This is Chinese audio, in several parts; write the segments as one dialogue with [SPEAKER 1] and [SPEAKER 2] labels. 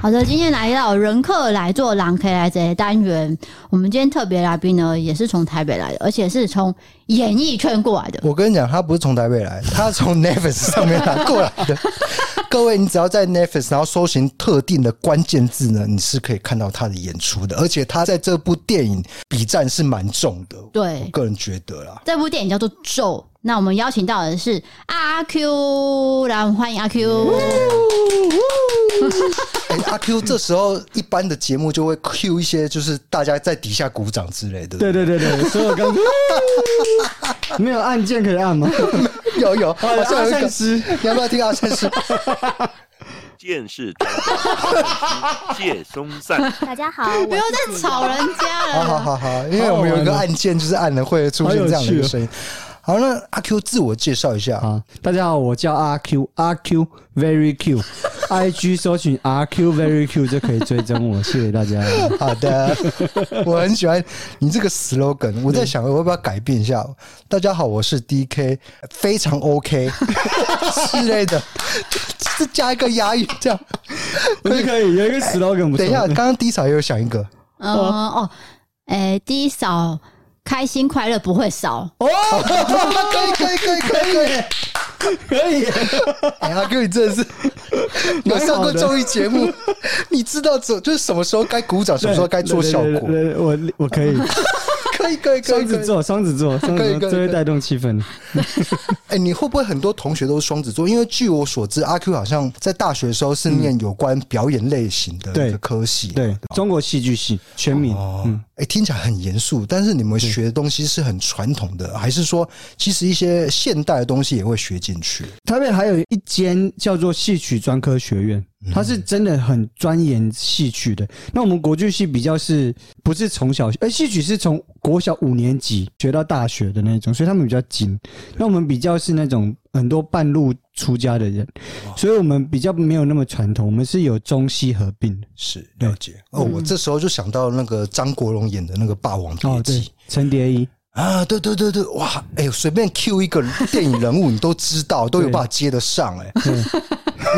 [SPEAKER 1] 好的，今天来到人客来做狼 K 来这单元，我们今天特别来宾呢，也是从台北来的，而且是从演艺圈过来的。
[SPEAKER 2] 我跟你讲，他不是从台北来，他 从 Netflix 上面来过来的。各位，你只要在 Netflix 然后搜寻特定的关键字呢，你是可以看到他的演出的，而且他在这部电影比战是蛮重的。
[SPEAKER 1] 对
[SPEAKER 2] 我个人觉得啦，
[SPEAKER 1] 这部电影叫做《咒》，那我们邀请到的是阿 Q，来我们欢迎阿 Q。
[SPEAKER 2] 哎、阿 Q 这时候一般的节目就会 Q 一些，就是大家在底下鼓掌之类的。
[SPEAKER 3] 对对对对，所以我刚没有按键可以按吗？
[SPEAKER 2] 有有，好
[SPEAKER 3] 阿
[SPEAKER 2] 像有一个
[SPEAKER 3] 善师，
[SPEAKER 2] 你要不要听阿善 师？
[SPEAKER 4] 见识专 家，借松散。
[SPEAKER 5] 大家好，
[SPEAKER 1] 不要再吵人家
[SPEAKER 2] 好好
[SPEAKER 1] 了。
[SPEAKER 2] 好好，因为我们有一个
[SPEAKER 3] 哦
[SPEAKER 2] 按键，就是按了会出现这样的一个声音。好，那阿 Q 自我介绍一下。
[SPEAKER 3] 好，啊大家好，我叫阿 Q，阿 Q Very Q，IG 搜寻 R Q Very Q 就可以追踪我，谢谢大 家。
[SPEAKER 2] 好的，我很喜欢你这个 slogan，我在想我要不要改变一下。大家好，我是 DK，非常 OK 之类的，这加一个押韵这样。
[SPEAKER 3] 我觉得可以有一个 slogan 不错。
[SPEAKER 2] 等一下，刚刚低潮也有想一个，
[SPEAKER 1] 嗯哦，哎，第一少开心快乐不会少，
[SPEAKER 5] 哦
[SPEAKER 2] 可以可以可以可以可以。
[SPEAKER 3] 可以，
[SPEAKER 2] 哎呀，哥，你真的是有上过综艺节目，你知道怎就是什么时候该鼓掌，什么时候该做效
[SPEAKER 3] 对
[SPEAKER 2] 果
[SPEAKER 3] 对。对对我我可以，
[SPEAKER 2] 可以可以可以
[SPEAKER 3] 双
[SPEAKER 2] 可
[SPEAKER 3] 子
[SPEAKER 2] 以。
[SPEAKER 3] 座，双子座，双
[SPEAKER 2] 可以可
[SPEAKER 3] 子座
[SPEAKER 2] 以
[SPEAKER 3] 最会
[SPEAKER 2] 可以
[SPEAKER 3] 带动气氛。
[SPEAKER 2] 哎、你会不会很多同学都是双子座？因为据我所知，阿 Q 好像在大学的时候是念有关表演类型的
[SPEAKER 3] 对
[SPEAKER 2] 一个科系。
[SPEAKER 3] 对，中国戏剧系全民，
[SPEAKER 2] 哦，哎、
[SPEAKER 3] 嗯，
[SPEAKER 2] 听起来很严肃，但是你们学的东西是很传统的，还是说其实一些现代的东西也会学进去？
[SPEAKER 3] 台北还有一间叫做戏曲专科学院，它是真的很钻研戏曲的。那我们国剧系比较是不是从小，而戏曲是从国小五年级学到大学的那种，所以他们比较紧。那我们比较是那种很多半路出家的人，所以我们比较没有那么传统，我们是有中西合并的。
[SPEAKER 2] 是
[SPEAKER 3] 对嗯
[SPEAKER 2] 了解。哦，我这时候就想到那个张国荣演的那个《霸王别
[SPEAKER 3] 哦，
[SPEAKER 2] 姬
[SPEAKER 3] 对》，陈蝶衣，
[SPEAKER 2] 啊，对对对对，哇，哎、呦，随便 Q 一个电影人物，你都知道，都有办法接得上、哎，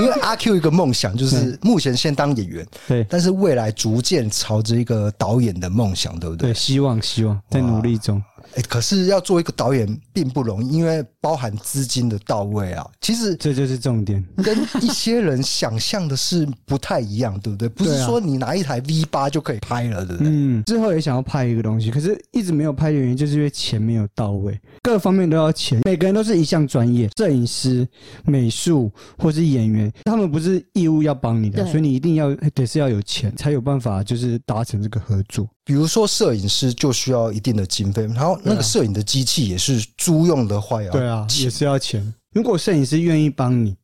[SPEAKER 2] 因为阿 Q 有一个梦想就是目前先当演员，
[SPEAKER 3] 对
[SPEAKER 2] 但是未来逐渐朝着一个导演的梦想，对不对？
[SPEAKER 3] 对，希望希望在努力中。
[SPEAKER 2] 哎、可是要做一个导演并不容易，因为包含资金的到位啊，其实
[SPEAKER 3] 这就是重点，
[SPEAKER 2] 跟一些人想象的是不太一样，对不对？不
[SPEAKER 3] 对
[SPEAKER 2] 是
[SPEAKER 3] 啊
[SPEAKER 2] 说你拿一台 V 八就可以拍了，对不对？
[SPEAKER 3] 嗯，之后也想要拍一个东西，可是一直没有拍的原因就是因为钱没有到位，各方面都要钱。每个人都是一项专业，摄影师、美术或是演员，他们不是义务要帮你的，
[SPEAKER 1] 对
[SPEAKER 3] 所以你一定要得是要有钱，才有办法就是达成这个合作。
[SPEAKER 2] 比如说摄影师就需要一定的经费，然后那
[SPEAKER 3] 对
[SPEAKER 2] 个
[SPEAKER 3] 啊
[SPEAKER 2] 摄影的机器也是租用的话要
[SPEAKER 3] 也是要钱。如果摄影师愿意帮你，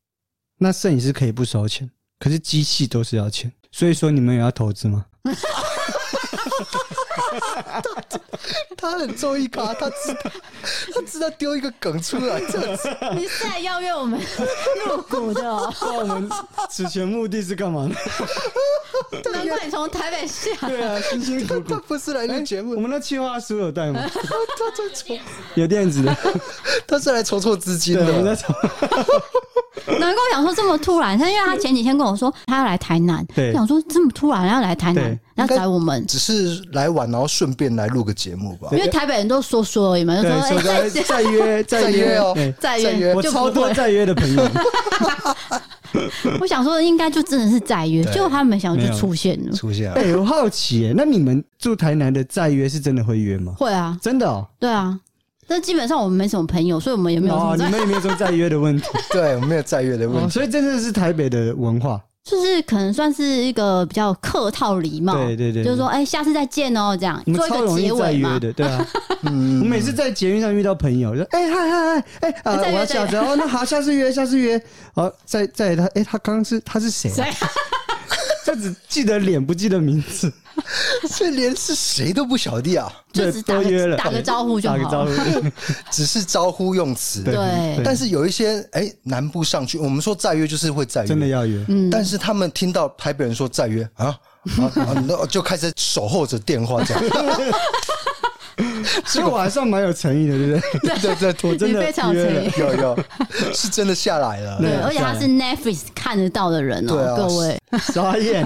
[SPEAKER 3] 那摄影师可以不收钱，可是机器都是要钱，所以说你们也要投资吗？
[SPEAKER 2] 他很综艺咖，他知道 他知道丢一个梗出来，这
[SPEAKER 1] 你是来邀约我 们入股的哦？
[SPEAKER 3] 那我们此前目的是干嘛 呢？
[SPEAKER 1] 难怪你从台北下来。
[SPEAKER 3] 对啊，辛辛苦苦 哎
[SPEAKER 2] 他。不是来录节目，
[SPEAKER 3] 我们的计划书有带吗？
[SPEAKER 2] 他在筹，
[SPEAKER 3] 有电 子的，
[SPEAKER 2] 他是来筹措资金
[SPEAKER 3] 对，啊我们在
[SPEAKER 2] 的。
[SPEAKER 3] 找。
[SPEAKER 1] 难怪我想说这么突然，他因为他前几天跟我说他要来台南，
[SPEAKER 3] 对
[SPEAKER 1] 我想说这么突然要来台南
[SPEAKER 3] 对，
[SPEAKER 1] 要找我们，
[SPEAKER 2] 只是来晚，然后顺便来录个节目吧
[SPEAKER 1] 因。为台北人都说说而已嘛，就
[SPEAKER 3] 对
[SPEAKER 1] 说，哎
[SPEAKER 3] 所以再
[SPEAKER 1] 再
[SPEAKER 3] 再约，再哎
[SPEAKER 2] 再约哦
[SPEAKER 3] 对
[SPEAKER 1] 再
[SPEAKER 2] 再
[SPEAKER 1] 约
[SPEAKER 2] 约
[SPEAKER 3] 我
[SPEAKER 1] 就不
[SPEAKER 3] 超多
[SPEAKER 1] 会，
[SPEAKER 3] 再约的朋友，
[SPEAKER 1] 我想说应该就真的是在约，
[SPEAKER 2] 对
[SPEAKER 1] 结果他没想到
[SPEAKER 3] 没
[SPEAKER 1] 就
[SPEAKER 3] 有
[SPEAKER 1] 出现了。
[SPEAKER 2] 出现了
[SPEAKER 3] 哎、我好奇耶，那你们住台南的再约是真的会约吗？
[SPEAKER 1] 会啊，
[SPEAKER 3] 真的哦，
[SPEAKER 1] 对啊，但基本上我们没什么朋友，所以我们也没有什
[SPEAKER 3] 哦
[SPEAKER 1] 么，
[SPEAKER 3] 你
[SPEAKER 1] 在
[SPEAKER 3] 们也没有什么再约的问 题，
[SPEAKER 2] 对，我没有再约的问
[SPEAKER 3] 哦
[SPEAKER 2] 题。
[SPEAKER 3] 所以真的是台北的文化。
[SPEAKER 1] 就是可能算是一个比较客套礼貌，
[SPEAKER 3] 对对对
[SPEAKER 1] 就是说哎、下次再见哦、这样
[SPEAKER 3] 我
[SPEAKER 1] 做
[SPEAKER 3] 们
[SPEAKER 1] 一
[SPEAKER 3] 超
[SPEAKER 1] 个
[SPEAKER 3] 容易
[SPEAKER 1] 结
[SPEAKER 3] 再
[SPEAKER 1] 尾嘛
[SPEAKER 3] 约。的，对啊。
[SPEAKER 2] 嗯，
[SPEAKER 3] 我每次在捷运上遇到朋友，就哎嗨嗨嗨，哎啊，
[SPEAKER 1] 再
[SPEAKER 3] 我
[SPEAKER 1] 约
[SPEAKER 3] 要
[SPEAKER 1] 再约
[SPEAKER 3] 下车哦，那好，下次约，下次约。好，再再他，哎，他刚刚是他是谁啊？
[SPEAKER 1] 谁
[SPEAKER 3] 这只记得脸，不记得名字。
[SPEAKER 2] 这连是谁都不晓得啊，
[SPEAKER 1] 就
[SPEAKER 3] 对
[SPEAKER 1] 只打
[SPEAKER 3] 都约
[SPEAKER 1] 个
[SPEAKER 3] 了
[SPEAKER 1] 打个招呼就
[SPEAKER 3] 打
[SPEAKER 1] 好
[SPEAKER 3] 个招
[SPEAKER 1] 了。
[SPEAKER 3] 呼，
[SPEAKER 2] 只是招呼用词。
[SPEAKER 3] 对
[SPEAKER 1] 对
[SPEAKER 2] 但是有一些哎，南部上去，我们说再约就是会再约，
[SPEAKER 3] 真的要约。
[SPEAKER 1] 嗯，
[SPEAKER 2] 但是他们听到台北人说再约啊，啊啊，那就开始守候着电话这样。
[SPEAKER 3] 所以哎我还算蛮有诚意的，对不对？
[SPEAKER 2] 对对对，
[SPEAKER 3] 我真的
[SPEAKER 1] 你非常有
[SPEAKER 3] 约
[SPEAKER 1] 诚
[SPEAKER 3] 了
[SPEAKER 1] 意。
[SPEAKER 2] 有有，是真的下来了。
[SPEAKER 1] 对，
[SPEAKER 3] 对
[SPEAKER 1] 而且他是 Netflix 看得到的人哦、
[SPEAKER 2] 对啊
[SPEAKER 1] 各位，
[SPEAKER 3] 傻眼，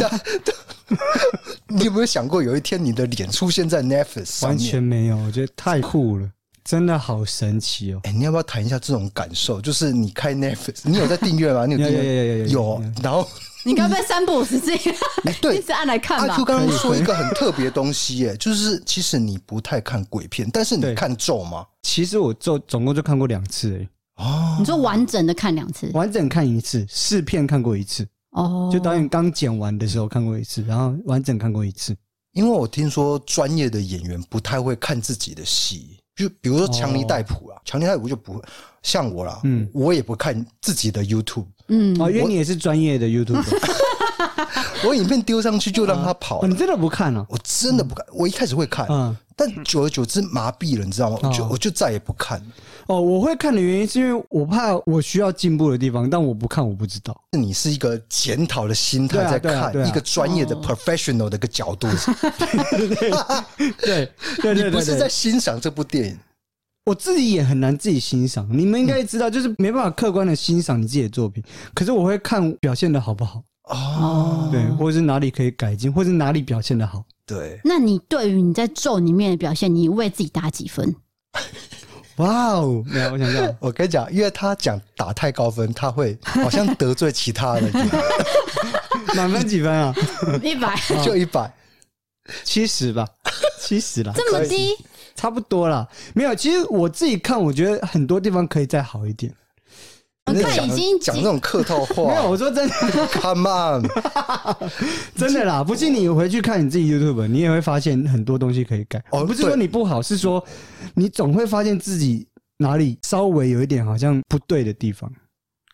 [SPEAKER 2] 你有没有想过有一天你的脸出现在 Netflix 上
[SPEAKER 3] 完
[SPEAKER 2] 面？
[SPEAKER 3] 全没有，我觉得太酷了，真的好神奇哦。
[SPEAKER 2] 哎、你要不要谈一下这种感受？就是你开 Netflix，你有在订阅吗？你有订
[SPEAKER 3] 有有有有
[SPEAKER 2] 阅？
[SPEAKER 3] 有有有
[SPEAKER 2] 然后
[SPEAKER 1] 你该不会三不五时自 己
[SPEAKER 2] 哎
[SPEAKER 1] 一
[SPEAKER 2] 对，
[SPEAKER 1] 直按来看
[SPEAKER 2] 阿
[SPEAKER 1] 吧
[SPEAKER 2] Q？刚刚说一个很特别的东西、耶，就是其实你不太看鬼片，但是你
[SPEAKER 3] 对
[SPEAKER 2] 看咒吗？
[SPEAKER 3] 其实我就总共就看过两次而已，
[SPEAKER 2] 哦
[SPEAKER 1] 你，说完整的看两次
[SPEAKER 3] 完整看一次，试片看过一次，
[SPEAKER 1] 哦，
[SPEAKER 3] 就导演刚剪完的时候看过一次，然后完整看过一次。
[SPEAKER 2] 因为我听说专业的演员不太会看自己的戏，就比如说强尼戴普啊，强尼戴普就不会像我啦，
[SPEAKER 3] 嗯
[SPEAKER 2] 我也不看自己的 YouTube，
[SPEAKER 1] 嗯，
[SPEAKER 3] 哦，因为你也是专业的 YouTube，
[SPEAKER 2] 我影片丢上去就让它跑
[SPEAKER 3] 哦，
[SPEAKER 2] 了
[SPEAKER 3] 你真的不看了、
[SPEAKER 2] 我真的不看，我一开始会看，
[SPEAKER 3] 嗯，
[SPEAKER 2] 但久而久之麻痹了，你知道吗？我就
[SPEAKER 3] 哦
[SPEAKER 2] 我就再也不看。了。
[SPEAKER 3] 哦，我会看的原因是因为我怕我需要进步的地方，但我不看我不知道。
[SPEAKER 2] 你是一个检讨的心态
[SPEAKER 3] 对啊
[SPEAKER 2] 在
[SPEAKER 3] 对啊
[SPEAKER 2] 看
[SPEAKER 3] 对啊
[SPEAKER 2] 一个专业的
[SPEAKER 1] 哦
[SPEAKER 2] professional 的一个角度，
[SPEAKER 3] 对 对
[SPEAKER 2] 你
[SPEAKER 3] 对
[SPEAKER 2] 不
[SPEAKER 3] 对
[SPEAKER 2] 是在
[SPEAKER 3] 对，
[SPEAKER 2] 欣赏这部电影。
[SPEAKER 3] 我自己也很难自己欣赏。你们应该知道，就是没办法客观的欣赏你自己的作品，可是我会看表现的好不好，
[SPEAKER 2] 哦
[SPEAKER 1] 哦，
[SPEAKER 3] 对，或是哪里可以改进，或是哪里表现的好。
[SPEAKER 2] 对，
[SPEAKER 1] 那你对于你在咒里面的表现，你为自己打几 分？
[SPEAKER 3] 哇哦， 没有，我想想，
[SPEAKER 2] 我跟你讲，因为他讲打太高分，他会好像得罪其他 人，
[SPEAKER 3] 哦满分几分啊？
[SPEAKER 1] 一百，
[SPEAKER 2] 就一百。
[SPEAKER 3] 七十吧， 七十啦，
[SPEAKER 1] 这么低？
[SPEAKER 3] 差不多啦。没有，其实我自己看，我觉得很多地方可以再好一点。
[SPEAKER 1] 我
[SPEAKER 2] 你在
[SPEAKER 1] 看哦
[SPEAKER 2] 讲
[SPEAKER 1] 已经
[SPEAKER 2] 讲那种客套
[SPEAKER 3] 没有，
[SPEAKER 2] 话
[SPEAKER 3] 我哦说真的，
[SPEAKER 2] ，Come on，
[SPEAKER 3] 真的啦，不信你回去看你自己 YouTube，你也会发现很多东西可以改。
[SPEAKER 2] 哦
[SPEAKER 3] 我不是说
[SPEAKER 2] 对
[SPEAKER 3] 你不好，是说你总会发现自己哪里稍微有一点好像不对的地方，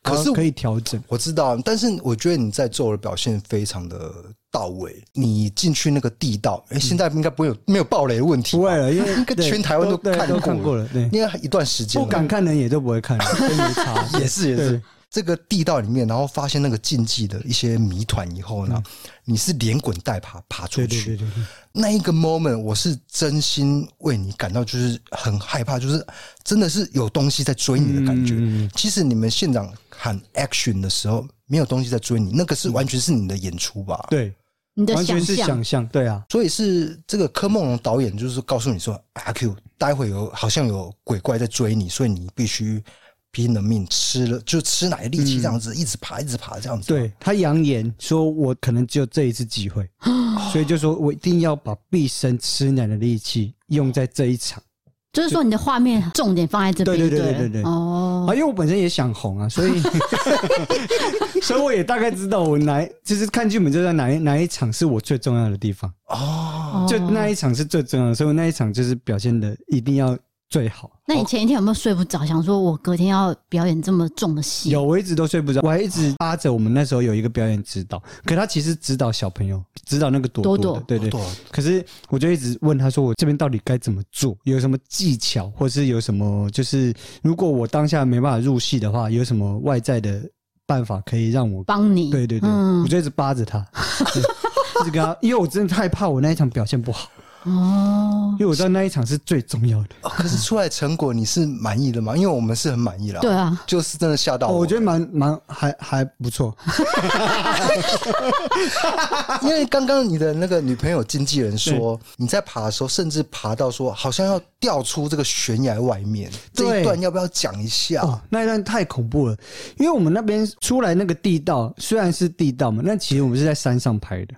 [SPEAKER 2] 可是
[SPEAKER 3] 然后可以调整。
[SPEAKER 2] 我知道，但是我觉得你在做的表现非常的到位，你进去那个地道，哎、现在应该不会有没有暴雷的问题
[SPEAKER 3] 嗯不
[SPEAKER 2] 吧，
[SPEAKER 3] 会了，因为
[SPEAKER 2] 应该全
[SPEAKER 3] 对
[SPEAKER 2] 台湾都
[SPEAKER 3] 对
[SPEAKER 2] 看
[SPEAKER 3] 都
[SPEAKER 2] 过
[SPEAKER 3] 看过了，对，
[SPEAKER 2] 应该一段时间
[SPEAKER 3] 不
[SPEAKER 2] 了。
[SPEAKER 3] 敢看的人也都不会看，都没差。
[SPEAKER 2] 也是也是
[SPEAKER 3] 对，
[SPEAKER 2] 这个地道里面，然后发现那个禁忌的一些谜团以后呢，你是连滚带爬爬出
[SPEAKER 3] 嗯对
[SPEAKER 2] 去。
[SPEAKER 3] 对对对对，
[SPEAKER 2] 那一个 moment，我是真心为你感到就是很害怕，就是真的是有东西在追你的感觉。
[SPEAKER 3] 嗯
[SPEAKER 2] 其实你们现场喊 action 的时候，没有东西在追你，那个是完全是你的演出吧？
[SPEAKER 3] 对，
[SPEAKER 1] 你的
[SPEAKER 3] 完
[SPEAKER 1] 想
[SPEAKER 3] 全是
[SPEAKER 1] 象
[SPEAKER 3] 想象，对啊，
[SPEAKER 2] 所以是这个柯梦龙导演就是告诉你说，阿 Q，待会有好像有鬼怪在追你，所以你必须拼了命吃了，就吃奶力气这样子，一直爬，一直爬这样子。
[SPEAKER 3] 嗯对他扬言说，我可能只有这一次机会， 所以就说我一定要把毕生吃奶的力气用在这一场。
[SPEAKER 1] 就是说你的画面重点放在这边，
[SPEAKER 3] 对对
[SPEAKER 1] 对
[SPEAKER 3] 对
[SPEAKER 1] 了
[SPEAKER 3] 对对对
[SPEAKER 1] 哦
[SPEAKER 3] 啊，因，为我本身也想红啊，所以 所以我也大概知道我哪就是看剧本就在哪一哪一场是我最重要的地方，
[SPEAKER 2] 哦，
[SPEAKER 1] 哦
[SPEAKER 3] 哎就那一场是最重要的，所以我那一场就是表现的一定要最好。
[SPEAKER 1] 那你前一天有没有睡不着？想说我隔天要表演这么重的戏，
[SPEAKER 3] 有，我一直都睡不着，我还一直扒着我们那时候有一个表演指导，可他其实指导小朋友，指导那个朵
[SPEAKER 1] 朵
[SPEAKER 3] 朵的，
[SPEAKER 1] 朵
[SPEAKER 3] 对对
[SPEAKER 2] 朵朵
[SPEAKER 3] 可是我就一直问他说，我这边到底该怎么做？有什么技巧，或是有什么就是如果我当下没办法入戏的话，有什么外在的办法可以让我？
[SPEAKER 1] 帮你，
[SPEAKER 3] 对对对，
[SPEAKER 1] 嗯
[SPEAKER 3] 我就一直扒着他，对一直跟他，因为我真的太怕我那一场表现不好，
[SPEAKER 1] 哦
[SPEAKER 3] 因，为我知道那一场是最重要的。
[SPEAKER 2] 哦可是出来成果你是满意的吗？因为我们是很满意啦。
[SPEAKER 1] 对啊，
[SPEAKER 2] 就是真的吓到
[SPEAKER 3] 哦，
[SPEAKER 2] 我。
[SPEAKER 3] 我觉得蛮蛮还还不错，
[SPEAKER 2] 因为刚刚你的那个女朋友经纪人 说，你在爬的时候，甚至爬到说好像要掉出这个悬崖外面，
[SPEAKER 3] 对
[SPEAKER 2] 这一段要不要讲一下？
[SPEAKER 3] 哦，那一段太恐怖了，因为我们那边出来那个地道虽然是地道嘛，但其实我们是在山上拍的。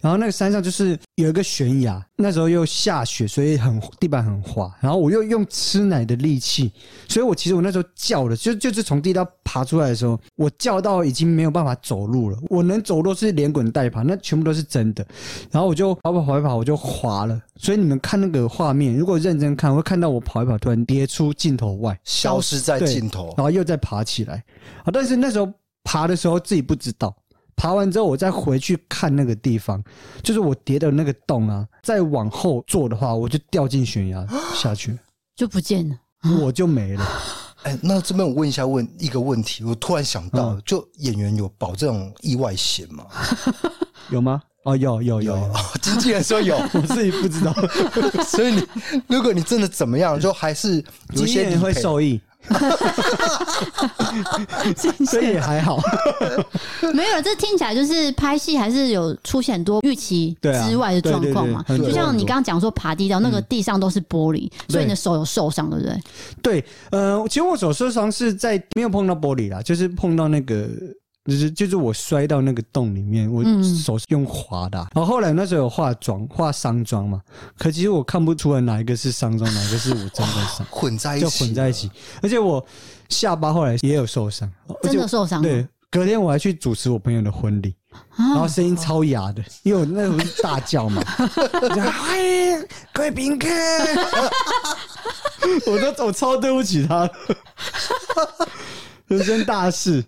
[SPEAKER 3] 然后那个山上就是有一个悬崖，那时候又下雪，所以很地板很滑。然后我又用吃奶的力气，所以我其实我那时候叫了，就就是从地道爬出来的时候，我叫到已经没有办法走路了。我能走路是连滚带爬，那全部都是真的。然后我就跑跑跑一跑，我就滑了。所以你们看那个画面，如果认真看，会看到我跑一跑，突然跌出镜头外。
[SPEAKER 2] 消失在
[SPEAKER 3] 对
[SPEAKER 2] 镜头
[SPEAKER 3] 然后又再爬起来啊！但是那时候爬的时候自己不知道，爬完之后我再回去看那个地方，就是我跌的那个洞啊，再往后坐的话，我就掉进悬崖 下去，
[SPEAKER 1] 就不见了。
[SPEAKER 3] 我就没了。
[SPEAKER 2] 哎、那这边我问一下问一个问题，我突然想到，
[SPEAKER 3] 嗯
[SPEAKER 2] 就演员有保这种意外险吗？
[SPEAKER 3] 有吗？哦，有有有，
[SPEAKER 2] 有，经纪人 说有，
[SPEAKER 3] 我自己不知道，
[SPEAKER 2] 所以你如果你真的怎么样，就还是有
[SPEAKER 3] 经
[SPEAKER 2] 一
[SPEAKER 3] 纪
[SPEAKER 2] 些理
[SPEAKER 3] 人会
[SPEAKER 2] 赔，
[SPEAKER 3] 受益，所以也还好。
[SPEAKER 1] 没有，这听起来就是拍戏还是有出现很多预期
[SPEAKER 3] 对啊
[SPEAKER 1] 之外的状况嘛。
[SPEAKER 3] 对对对嗯很多
[SPEAKER 1] 就像你刚刚讲说爬地道，那个地上都是玻璃，所以
[SPEAKER 3] 对
[SPEAKER 1] 你的手有受伤，对不对？
[SPEAKER 3] 对，呃，其实我手受伤是在没有碰到玻璃啦，就是碰到那个。就是就是我摔到那个洞里面，我
[SPEAKER 1] 嗯
[SPEAKER 3] 手是用滑的啊、然后后来那时候有化妆，化伤妆嘛，可其实我看不出来哪一个是伤妆，哪一个是我真的伤
[SPEAKER 2] 混在一起，
[SPEAKER 3] 就混在一。起。而且我下巴后来也有受伤，而
[SPEAKER 1] 真
[SPEAKER 3] 且
[SPEAKER 1] 的受伤了
[SPEAKER 3] 对，隔天我还去主持我朋友的婚礼，然后
[SPEAKER 1] 啊，
[SPEAKER 3] 声音超哑的，因为我那时候是大 叫嘛，我就哎，贵宾客，我都我超对不起他的，人生大事，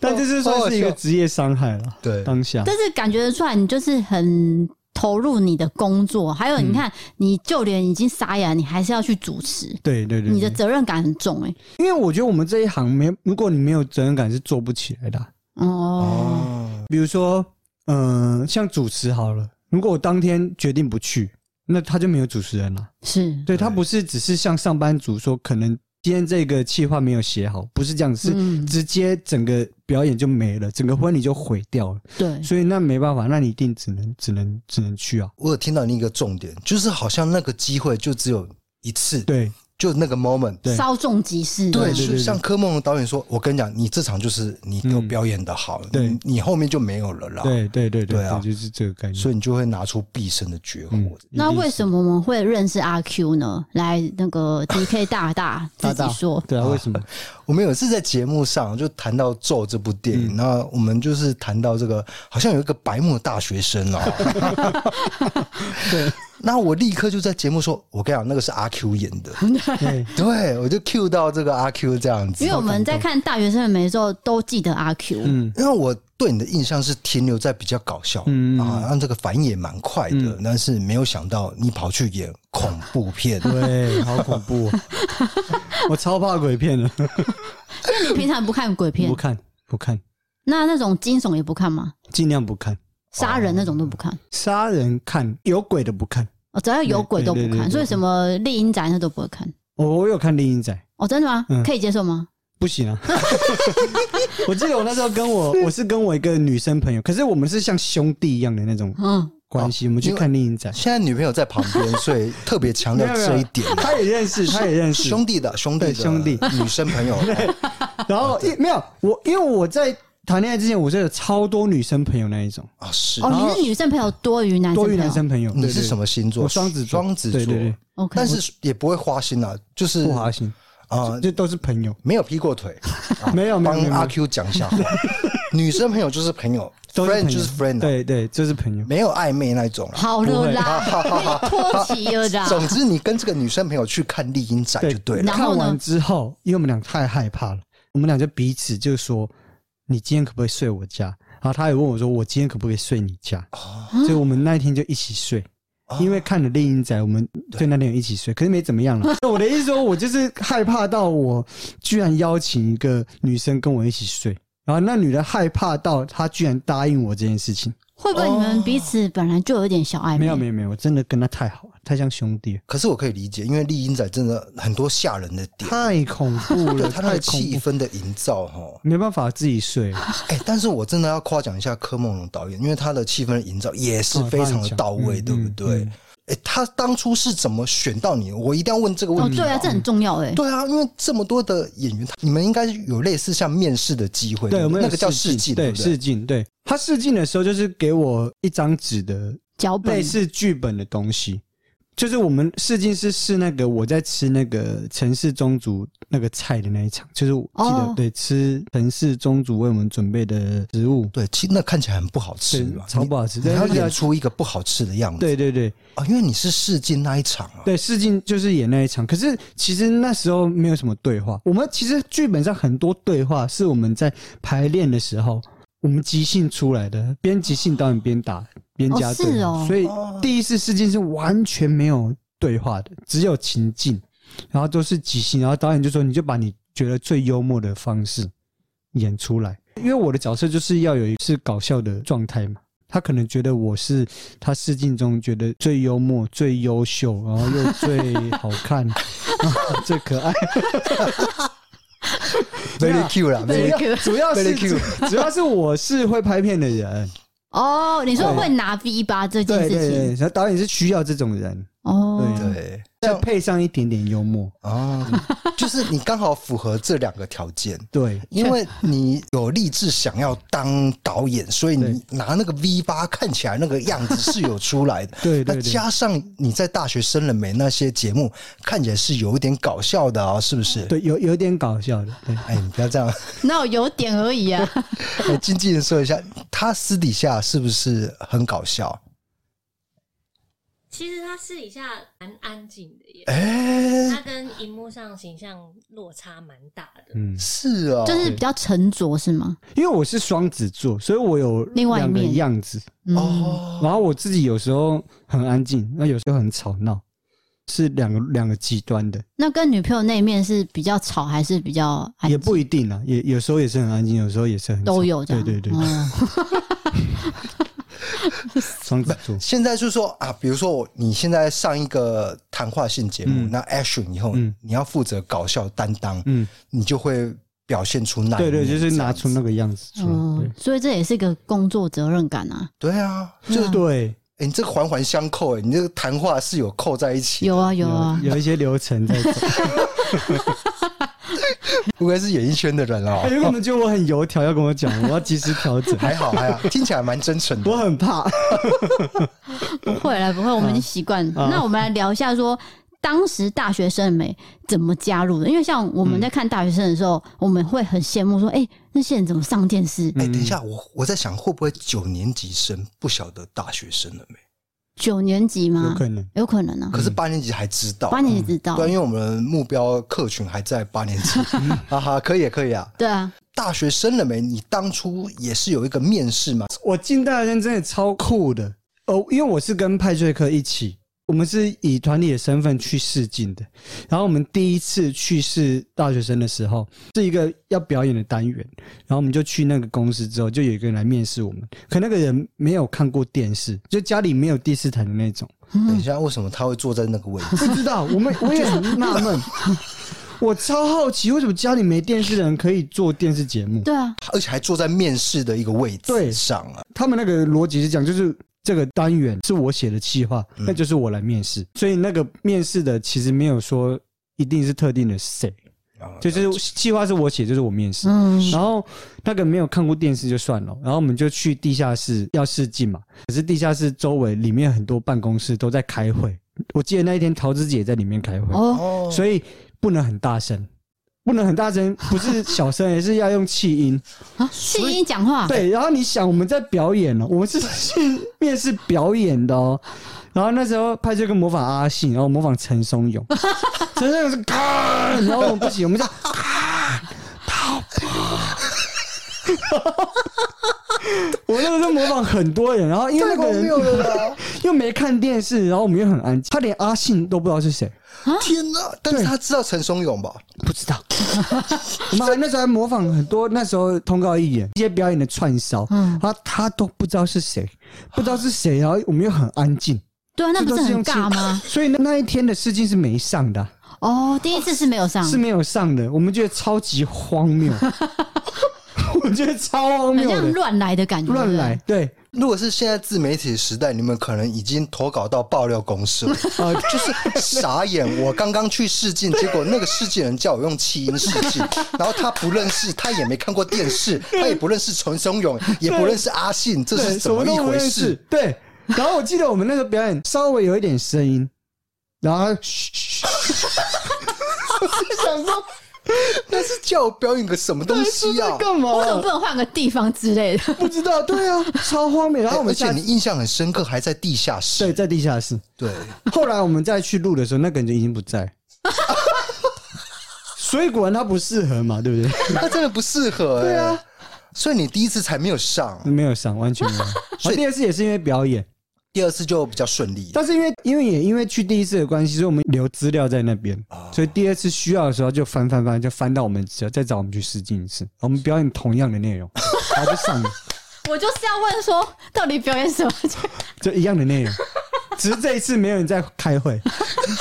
[SPEAKER 3] 但这是算是一个职业伤害了，
[SPEAKER 2] 对
[SPEAKER 3] 当下
[SPEAKER 1] 但是感觉得出来，你就是很。投入你的工作，还有你看，
[SPEAKER 3] 嗯
[SPEAKER 1] 你就连已经沙哑，你还是要去主持，
[SPEAKER 3] 对对对，
[SPEAKER 1] 你的
[SPEAKER 3] 对
[SPEAKER 1] 责任感很重哎、
[SPEAKER 3] 因为我觉得我们这一行没，如果你没有责任感是做不起来的啊、
[SPEAKER 1] 哦，
[SPEAKER 2] 哦，
[SPEAKER 3] 比如说，嗯、像主持好了，如果我当天决定不去，那他就没有主持人了。
[SPEAKER 1] 是，
[SPEAKER 3] 对他不是只是像上班族说，可能今天这个计划没有写好，不是这样，是
[SPEAKER 1] 嗯，
[SPEAKER 3] 直接整个表演就没了，整个婚礼就毁掉了。
[SPEAKER 1] 对，
[SPEAKER 3] 所以那没办法，那你一定只能只能只能去啊。
[SPEAKER 2] 我有听到你一个重点，就是好像那个机会就只有一次，，
[SPEAKER 3] 对
[SPEAKER 2] 就那个 moment，
[SPEAKER 3] 对
[SPEAKER 1] 稍纵即逝，
[SPEAKER 2] 对，
[SPEAKER 3] 对
[SPEAKER 2] 就
[SPEAKER 3] 对
[SPEAKER 2] 像柯梦龙导演说，我跟你讲，你这场就是你都
[SPEAKER 3] 嗯
[SPEAKER 2] 表演的好了，
[SPEAKER 3] 对
[SPEAKER 2] 你你后面就没有了啦，，
[SPEAKER 3] 对对对
[SPEAKER 2] 对啊
[SPEAKER 3] 就是这个概念。
[SPEAKER 2] 所以你就会拿出毕生的绝活。
[SPEAKER 3] 嗯
[SPEAKER 1] 那为什么我们会认识阿 Q 呢？来，那个 DK 大大自己说，
[SPEAKER 3] 对啊，为什么？
[SPEAKER 2] 我们有一次在节目上就谈到《咒》这部电
[SPEAKER 3] 嗯
[SPEAKER 2] 影，那、我们就是谈到这个，好像有一个白目的大学生哦。
[SPEAKER 3] 对，
[SPEAKER 2] 那我立刻就在节目说，我跟你讲，那个是阿 Q 演的，
[SPEAKER 3] 对
[SPEAKER 2] 对我就 Q 到这个阿 Q 这样子
[SPEAKER 1] 因为。我们在看大学生的美的时候都记得阿 Q，
[SPEAKER 3] 嗯，
[SPEAKER 2] 因为我对你的印象是停留在比较搞笑、
[SPEAKER 3] 嗯
[SPEAKER 2] 啊，那这个反应也蛮快的，
[SPEAKER 3] 嗯
[SPEAKER 2] 但是没有想到你跑去演恐怖片，
[SPEAKER 3] 对，好恐怖、哦， 我超怕鬼片的，
[SPEAKER 1] 那你平常不看鬼片
[SPEAKER 3] 嗯不，看不看，
[SPEAKER 1] 那那种惊悚也不看吗？
[SPEAKER 3] 尽量不看。
[SPEAKER 1] 杀人那种都不
[SPEAKER 3] 哦
[SPEAKER 1] 看，
[SPEAKER 3] 杀人看有鬼的不看，
[SPEAKER 1] 哦，只要有鬼都不
[SPEAKER 3] 对对对
[SPEAKER 1] 看，
[SPEAKER 3] 对
[SPEAKER 1] 所以什么丽英宅那都不会看。
[SPEAKER 3] 我我有看《猎鹰仔》。
[SPEAKER 1] 哦，真的吗
[SPEAKER 3] 嗯？
[SPEAKER 1] 可以接受吗？
[SPEAKER 3] 不行啊！ 我记得我那时候跟 我我是跟我一个女生朋友，可是我们是像兄弟一样的那种
[SPEAKER 1] 嗯，
[SPEAKER 3] 关
[SPEAKER 2] 哦
[SPEAKER 3] 系，我们去看电影展，
[SPEAKER 2] 现在女朋友在旁边，所以特别强调
[SPEAKER 3] 没有
[SPEAKER 2] 这一点。
[SPEAKER 3] 他也认识，他也认识
[SPEAKER 2] 兄弟的兄弟的
[SPEAKER 3] 对兄弟
[SPEAKER 2] 女生朋 友，
[SPEAKER 3] 然后因没有我，因为我在谈恋爱之前，我是有超多女生朋友那一种，
[SPEAKER 2] 啊，是
[SPEAKER 1] 哦，
[SPEAKER 3] 然后
[SPEAKER 1] 你是女生朋友多于
[SPEAKER 2] 嗯
[SPEAKER 1] 男生
[SPEAKER 3] 嗯多
[SPEAKER 1] 朋
[SPEAKER 3] 于
[SPEAKER 1] 友，
[SPEAKER 3] 男生朋友。
[SPEAKER 2] 啊你
[SPEAKER 3] 对
[SPEAKER 2] 是什？么星
[SPEAKER 3] 对
[SPEAKER 2] 座？
[SPEAKER 3] 我双子座，
[SPEAKER 2] 双子座，
[SPEAKER 3] 对对对，
[SPEAKER 1] OK，
[SPEAKER 2] 但是也不会花心啊，就是
[SPEAKER 3] 不花心
[SPEAKER 2] 啊，
[SPEAKER 3] 这嗯都是朋友，
[SPEAKER 2] 没有劈过腿，啊
[SPEAKER 3] 没有没有
[SPEAKER 2] 帮
[SPEAKER 3] 没有没
[SPEAKER 2] 阿
[SPEAKER 3] 有
[SPEAKER 2] Q 讲一下 话，女生朋友就是朋友
[SPEAKER 3] 都是
[SPEAKER 2] ，friend
[SPEAKER 3] 朋
[SPEAKER 2] 就
[SPEAKER 3] 友
[SPEAKER 2] 是 friend，啊
[SPEAKER 3] 对对，就是朋友。
[SPEAKER 2] 没有暧昧那一种啦。
[SPEAKER 1] 好了啦，
[SPEAKER 2] 哈哈 哈
[SPEAKER 1] 脱期了啦。
[SPEAKER 2] 总之，你跟这个女生朋友去看丽英仔就对了。
[SPEAKER 1] 然后呢
[SPEAKER 3] 看完之后，因为我们俩太害怕了，我们俩就彼此就说：“你今天可不可以睡我家？”然后他也问我说：“我今天可不可以睡你家？”所以我们那一天就一起睡。因为看了《猎鹰仔》，我们啊对那天有一起睡，可是没怎么样 了。我的意思说，我就是害怕到我居然邀请一个女生跟我一起睡，然后那女的害怕到她居然答应我这件事情，
[SPEAKER 1] 会不会你们彼此本来就有点小暧昧？
[SPEAKER 3] 没有没有没有，我真的跟她太好了，太像兄弟了，
[SPEAKER 2] 可是我可以理解，因为丽英仔真的很多吓人的点，
[SPEAKER 3] 太恐怖
[SPEAKER 2] 对
[SPEAKER 3] 了，
[SPEAKER 2] 他那
[SPEAKER 3] 太
[SPEAKER 2] 个
[SPEAKER 3] 恐
[SPEAKER 2] 气
[SPEAKER 3] 怖，
[SPEAKER 2] 氛的营造哈，
[SPEAKER 3] 没办法自己睡了，
[SPEAKER 2] 哎、但是我真的要夸奖一下柯梦龙导演，因为他的气氛营造也是非常的到位，
[SPEAKER 3] 哦
[SPEAKER 2] 对不对？哎、
[SPEAKER 3] 嗯嗯
[SPEAKER 2] 他当初是怎么选到你？我一定要问这个
[SPEAKER 1] 哦
[SPEAKER 2] 问，题吧、
[SPEAKER 1] 对啊，这很重要哎、
[SPEAKER 2] 对啊，因为这么多的演员，你们应该有类似像面试的机会，
[SPEAKER 3] 对，
[SPEAKER 2] 不
[SPEAKER 3] 我们有
[SPEAKER 2] 那个叫
[SPEAKER 3] 试
[SPEAKER 2] 试镜，
[SPEAKER 3] 对
[SPEAKER 2] 不
[SPEAKER 3] 试镜，对他试镜的时候就是给我一张纸的
[SPEAKER 1] 脚本
[SPEAKER 3] 类似剧本的东西，就是我们试镜是试那个我在吃那个城市宗族那个菜的那一场，就是我记得、
[SPEAKER 1] 哦
[SPEAKER 3] 对吃城市宗族为我们准备的食物，
[SPEAKER 2] 对，其实那看起来很不好吃
[SPEAKER 3] 对
[SPEAKER 2] 嘛，，
[SPEAKER 3] 超不好吃，
[SPEAKER 2] 你
[SPEAKER 3] 对
[SPEAKER 2] 要
[SPEAKER 3] 就是要
[SPEAKER 2] 演出一个不好吃的样子，
[SPEAKER 3] 对对对
[SPEAKER 2] 啊，因为你是试镜那一场啊，
[SPEAKER 3] 对，试镜就是演那一场，可是其实那时候没有什么对话，我们其实剧本上很多对话是我们在排练的时候。我们即兴出来的，边即兴导演边打边加
[SPEAKER 1] 哦
[SPEAKER 3] 对
[SPEAKER 1] 是
[SPEAKER 3] 话、
[SPEAKER 1] 哦
[SPEAKER 3] 所以
[SPEAKER 2] 哦
[SPEAKER 3] 第一次试镜是完全没有对话的，只有情境，然后都是即兴，然后导演就说你就把你觉得最幽默的方式演出来，因为我的角色就是要有一是搞笑的状态嘛。他可能觉得我是他试镜中觉得最幽默、最优秀，然后又最好看、 啊最可 爱，
[SPEAKER 2] ，very cute 啦
[SPEAKER 1] 对啊
[SPEAKER 2] ，very
[SPEAKER 3] 主要是
[SPEAKER 2] Very cute
[SPEAKER 3] 主要是我是会拍片的人，
[SPEAKER 1] 哦，你说
[SPEAKER 3] 对
[SPEAKER 1] 会拿 V 八这件
[SPEAKER 3] 对
[SPEAKER 1] 事
[SPEAKER 3] 对
[SPEAKER 1] 情
[SPEAKER 3] 对，然后导演是需要这种人，
[SPEAKER 1] 哦，
[SPEAKER 3] 对
[SPEAKER 2] 对。
[SPEAKER 3] 再配上一点点幽默，
[SPEAKER 2] 哦，就是你刚好符合这两个条件，
[SPEAKER 3] 对，。
[SPEAKER 2] 因为你有立志想要当导演， 所以你拿那个 V 八看起来那个样子是有出来的
[SPEAKER 3] 对对
[SPEAKER 2] 那
[SPEAKER 3] 对
[SPEAKER 2] 加上你在大学生了没那些节目，看起来是有一点搞笑的啊，是不是？。
[SPEAKER 3] 对，有有点搞笑的，对，
[SPEAKER 2] 哎，你不要这样。
[SPEAKER 1] 那我有点而已啊。
[SPEAKER 2] 哎经纪人说一下，他私底下是不是很搞笑？
[SPEAKER 5] 其实他私底下蛮安静的耶，
[SPEAKER 2] 哎、
[SPEAKER 5] 他跟荧幕上形象落差蛮大的。
[SPEAKER 3] 嗯，
[SPEAKER 2] 是哦，
[SPEAKER 1] 就是比较沉着是吗？
[SPEAKER 3] 因为我是双子座，所以我有
[SPEAKER 1] 另外一
[SPEAKER 3] 两个
[SPEAKER 1] 面
[SPEAKER 3] 样子，
[SPEAKER 1] 嗯，
[SPEAKER 2] 哦，
[SPEAKER 3] 然后我自己有时候很安静，那有时候很吵闹，是两个两个极端的，
[SPEAKER 1] 那跟女朋友那一面是比较吵还是比较安静
[SPEAKER 3] 也不一定啊，也有时候也是很安静，有时候也是很吵
[SPEAKER 1] 都有这
[SPEAKER 3] 对
[SPEAKER 1] 样？
[SPEAKER 3] 对对，
[SPEAKER 1] 哦
[SPEAKER 3] 双子座，
[SPEAKER 2] 现在就说啊，比如说我你现在上一个谈话性节目，
[SPEAKER 3] 嗯
[SPEAKER 2] 那 action 以后，
[SPEAKER 3] 嗯
[SPEAKER 2] 你要负责搞笑担当，
[SPEAKER 3] 嗯，
[SPEAKER 2] 你就会表现出那一
[SPEAKER 3] 对对，
[SPEAKER 2] 面
[SPEAKER 3] 就是
[SPEAKER 2] 这
[SPEAKER 3] 拿
[SPEAKER 2] 样
[SPEAKER 3] 出
[SPEAKER 2] 子
[SPEAKER 3] 那个样子出来，
[SPEAKER 1] 嗯，所以这也是一个工作责任感啊。
[SPEAKER 2] 对啊，
[SPEAKER 3] 对，就是对，
[SPEAKER 2] 哎、你这个环环相扣、哎，你这个谈话是有扣在一起，
[SPEAKER 1] 有啊有啊，
[SPEAKER 3] 有一些流程在走，
[SPEAKER 2] 不愧是演艺圈的人哦，
[SPEAKER 3] 哎， 有可能觉得我很油条，要跟我讲，我要及时调整
[SPEAKER 2] 还好还好，听起来蛮真诚的
[SPEAKER 3] 我。很怕，
[SPEAKER 2] 哎
[SPEAKER 1] 不会了不会，我们已经习惯了。
[SPEAKER 3] 啊
[SPEAKER 1] 那我们来聊一下说。当时大学生没怎么加入的？因为像我们在看大学生的时候，我们会很羡慕说：“哎、那些人怎么上电视？
[SPEAKER 3] 嗯
[SPEAKER 2] 哎、等一下，我我在想，会不会九年级生不晓得大学生了没？
[SPEAKER 1] 九年级吗？
[SPEAKER 3] 有可能。
[SPEAKER 1] 有可
[SPEAKER 3] 嗯
[SPEAKER 1] 能啊，
[SPEAKER 2] 可是八年级还知道，
[SPEAKER 1] 八年级知道，
[SPEAKER 2] 对啊，因为我们目标客群还在八年级，
[SPEAKER 3] 嗯
[SPEAKER 2] 哈哈，可以也可以啊。
[SPEAKER 1] 对啊，
[SPEAKER 2] 大学生了没？你当初也是有一个面试嘛？
[SPEAKER 3] 我进大学生真的超酷的哦，因为我是跟派对克一起，我们是以团体的身份去试镜的。然后我们第一次去试大学生的时候，是一个要表演的单元，然后我们就去那个公司之后，就有一个人来面试我们，可那个人没有看过电视，就家里没有第四台的那种，
[SPEAKER 2] 等一下，为什么他会坐在那个位置？
[SPEAKER 3] 不知道，我们我也很纳 闷。我超好奇，为什么家里没电视的人可以做电视节目？
[SPEAKER 1] 对啊，
[SPEAKER 2] 而且还坐在面试的一个位置
[SPEAKER 3] 对
[SPEAKER 2] 上啊！
[SPEAKER 3] 他们那个逻辑是讲，就是这个单元是我写的企划，
[SPEAKER 1] 嗯
[SPEAKER 3] 那就是我来面试，所以那个面试的其实没有说一定是特定的谁，就是计划是我写，就是我面试。
[SPEAKER 1] 嗯，
[SPEAKER 3] 然后那个没有看过电视就算了，然后我们就去地下室要试镜嘛。可是地下室周围里面很多办公室都在开会，我记得那一天桃子姐也在里面开会，
[SPEAKER 1] 哦，
[SPEAKER 2] 哦，
[SPEAKER 3] 所以不能很大声，不能很大 声，不是小声，也是要用气音。
[SPEAKER 1] 啊，是音讲话，
[SPEAKER 3] 对，然后你想，我们在表演哦，我们是去面试表演的哦。然后那时候派这个模仿阿信，然后模仿陈 松勇，陈松勇是嘎，然后我们不行，我们就嘎，我那个时候模仿很多人，然后因为
[SPEAKER 2] 太
[SPEAKER 3] 那个
[SPEAKER 2] 荒谬
[SPEAKER 3] 人
[SPEAKER 2] 了 啦！
[SPEAKER 3] 又没看电视，然后我们又很安静，他连阿信都不知道是谁。
[SPEAKER 2] 天哪！但是他知道陈松勇吧？
[SPEAKER 3] 不知道。 我们还那时候还模仿很多那时候通告艺人一些表演的串烧，
[SPEAKER 1] 嗯
[SPEAKER 3] 他他都不知道是谁，不知道是谁，然后我们又很安静，
[SPEAKER 1] 对啊，那
[SPEAKER 3] 这
[SPEAKER 1] 不
[SPEAKER 3] 都
[SPEAKER 1] 是
[SPEAKER 3] 用
[SPEAKER 1] 很
[SPEAKER 3] 气
[SPEAKER 1] 尬吗？？
[SPEAKER 3] 所以那那一天的试镜是没上的啊、
[SPEAKER 1] 哦，第一次是没有上，
[SPEAKER 3] 是没有上的，我们觉得超级 荒谬，我觉得超荒
[SPEAKER 1] 很
[SPEAKER 3] 谬
[SPEAKER 1] 像
[SPEAKER 3] 的，
[SPEAKER 1] 乱来的感觉，
[SPEAKER 3] 乱来，对，
[SPEAKER 2] 如果是现在自媒体的时代，你们可能已经投稿到爆料公社， 啊，就是傻眼。我刚刚去试镜，结果那个试镜人叫我用气音试 镜，然后他不认识，他也没看过电视，他也不认识陈松勇，也不认识阿信，这
[SPEAKER 3] 对，
[SPEAKER 2] 是
[SPEAKER 3] 什
[SPEAKER 2] 怎
[SPEAKER 3] 么
[SPEAKER 2] 么
[SPEAKER 3] 都
[SPEAKER 2] 一
[SPEAKER 3] 不
[SPEAKER 2] 回
[SPEAKER 3] 认识
[SPEAKER 2] 事？，
[SPEAKER 3] 对。然后我记得我们那个表演稍微有一点声音，然后他嘘 嘘嘘
[SPEAKER 2] 想说 那是叫我表演个什么东西
[SPEAKER 3] 在
[SPEAKER 2] 啊？
[SPEAKER 3] 干嘛？
[SPEAKER 1] 我怎么不能换个地方之类的？
[SPEAKER 3] 不知道，对啊，超荒谬。然后我
[SPEAKER 2] 哎而
[SPEAKER 3] 们
[SPEAKER 2] 且
[SPEAKER 3] 下
[SPEAKER 2] 你
[SPEAKER 3] 次
[SPEAKER 2] 印象很深刻，还在地下
[SPEAKER 3] 对
[SPEAKER 2] 室。
[SPEAKER 3] 在地下室，
[SPEAKER 2] 对，
[SPEAKER 3] 后来我们再去录的时候，那个人就已经不在，所以果然他不适合嘛，对 不对？
[SPEAKER 2] 他真的不适合、对啊，所以你第一次才没有上，
[SPEAKER 3] 没有上，完全没有。
[SPEAKER 2] 所以
[SPEAKER 3] 第二次也是因为表演，
[SPEAKER 2] 第二次就比较顺利。
[SPEAKER 3] 但是因为因为也因为去第一次的关系，所以我们留资料在那边，所以第二次需要的时候就翻翻翻，就翻到我们只要再找我们去试镜一次，我们表演同样的内容，然后就上了，
[SPEAKER 1] 我就是要问说，到底表演什么？
[SPEAKER 3] 就一样的内容。只是这一次没有人在开会，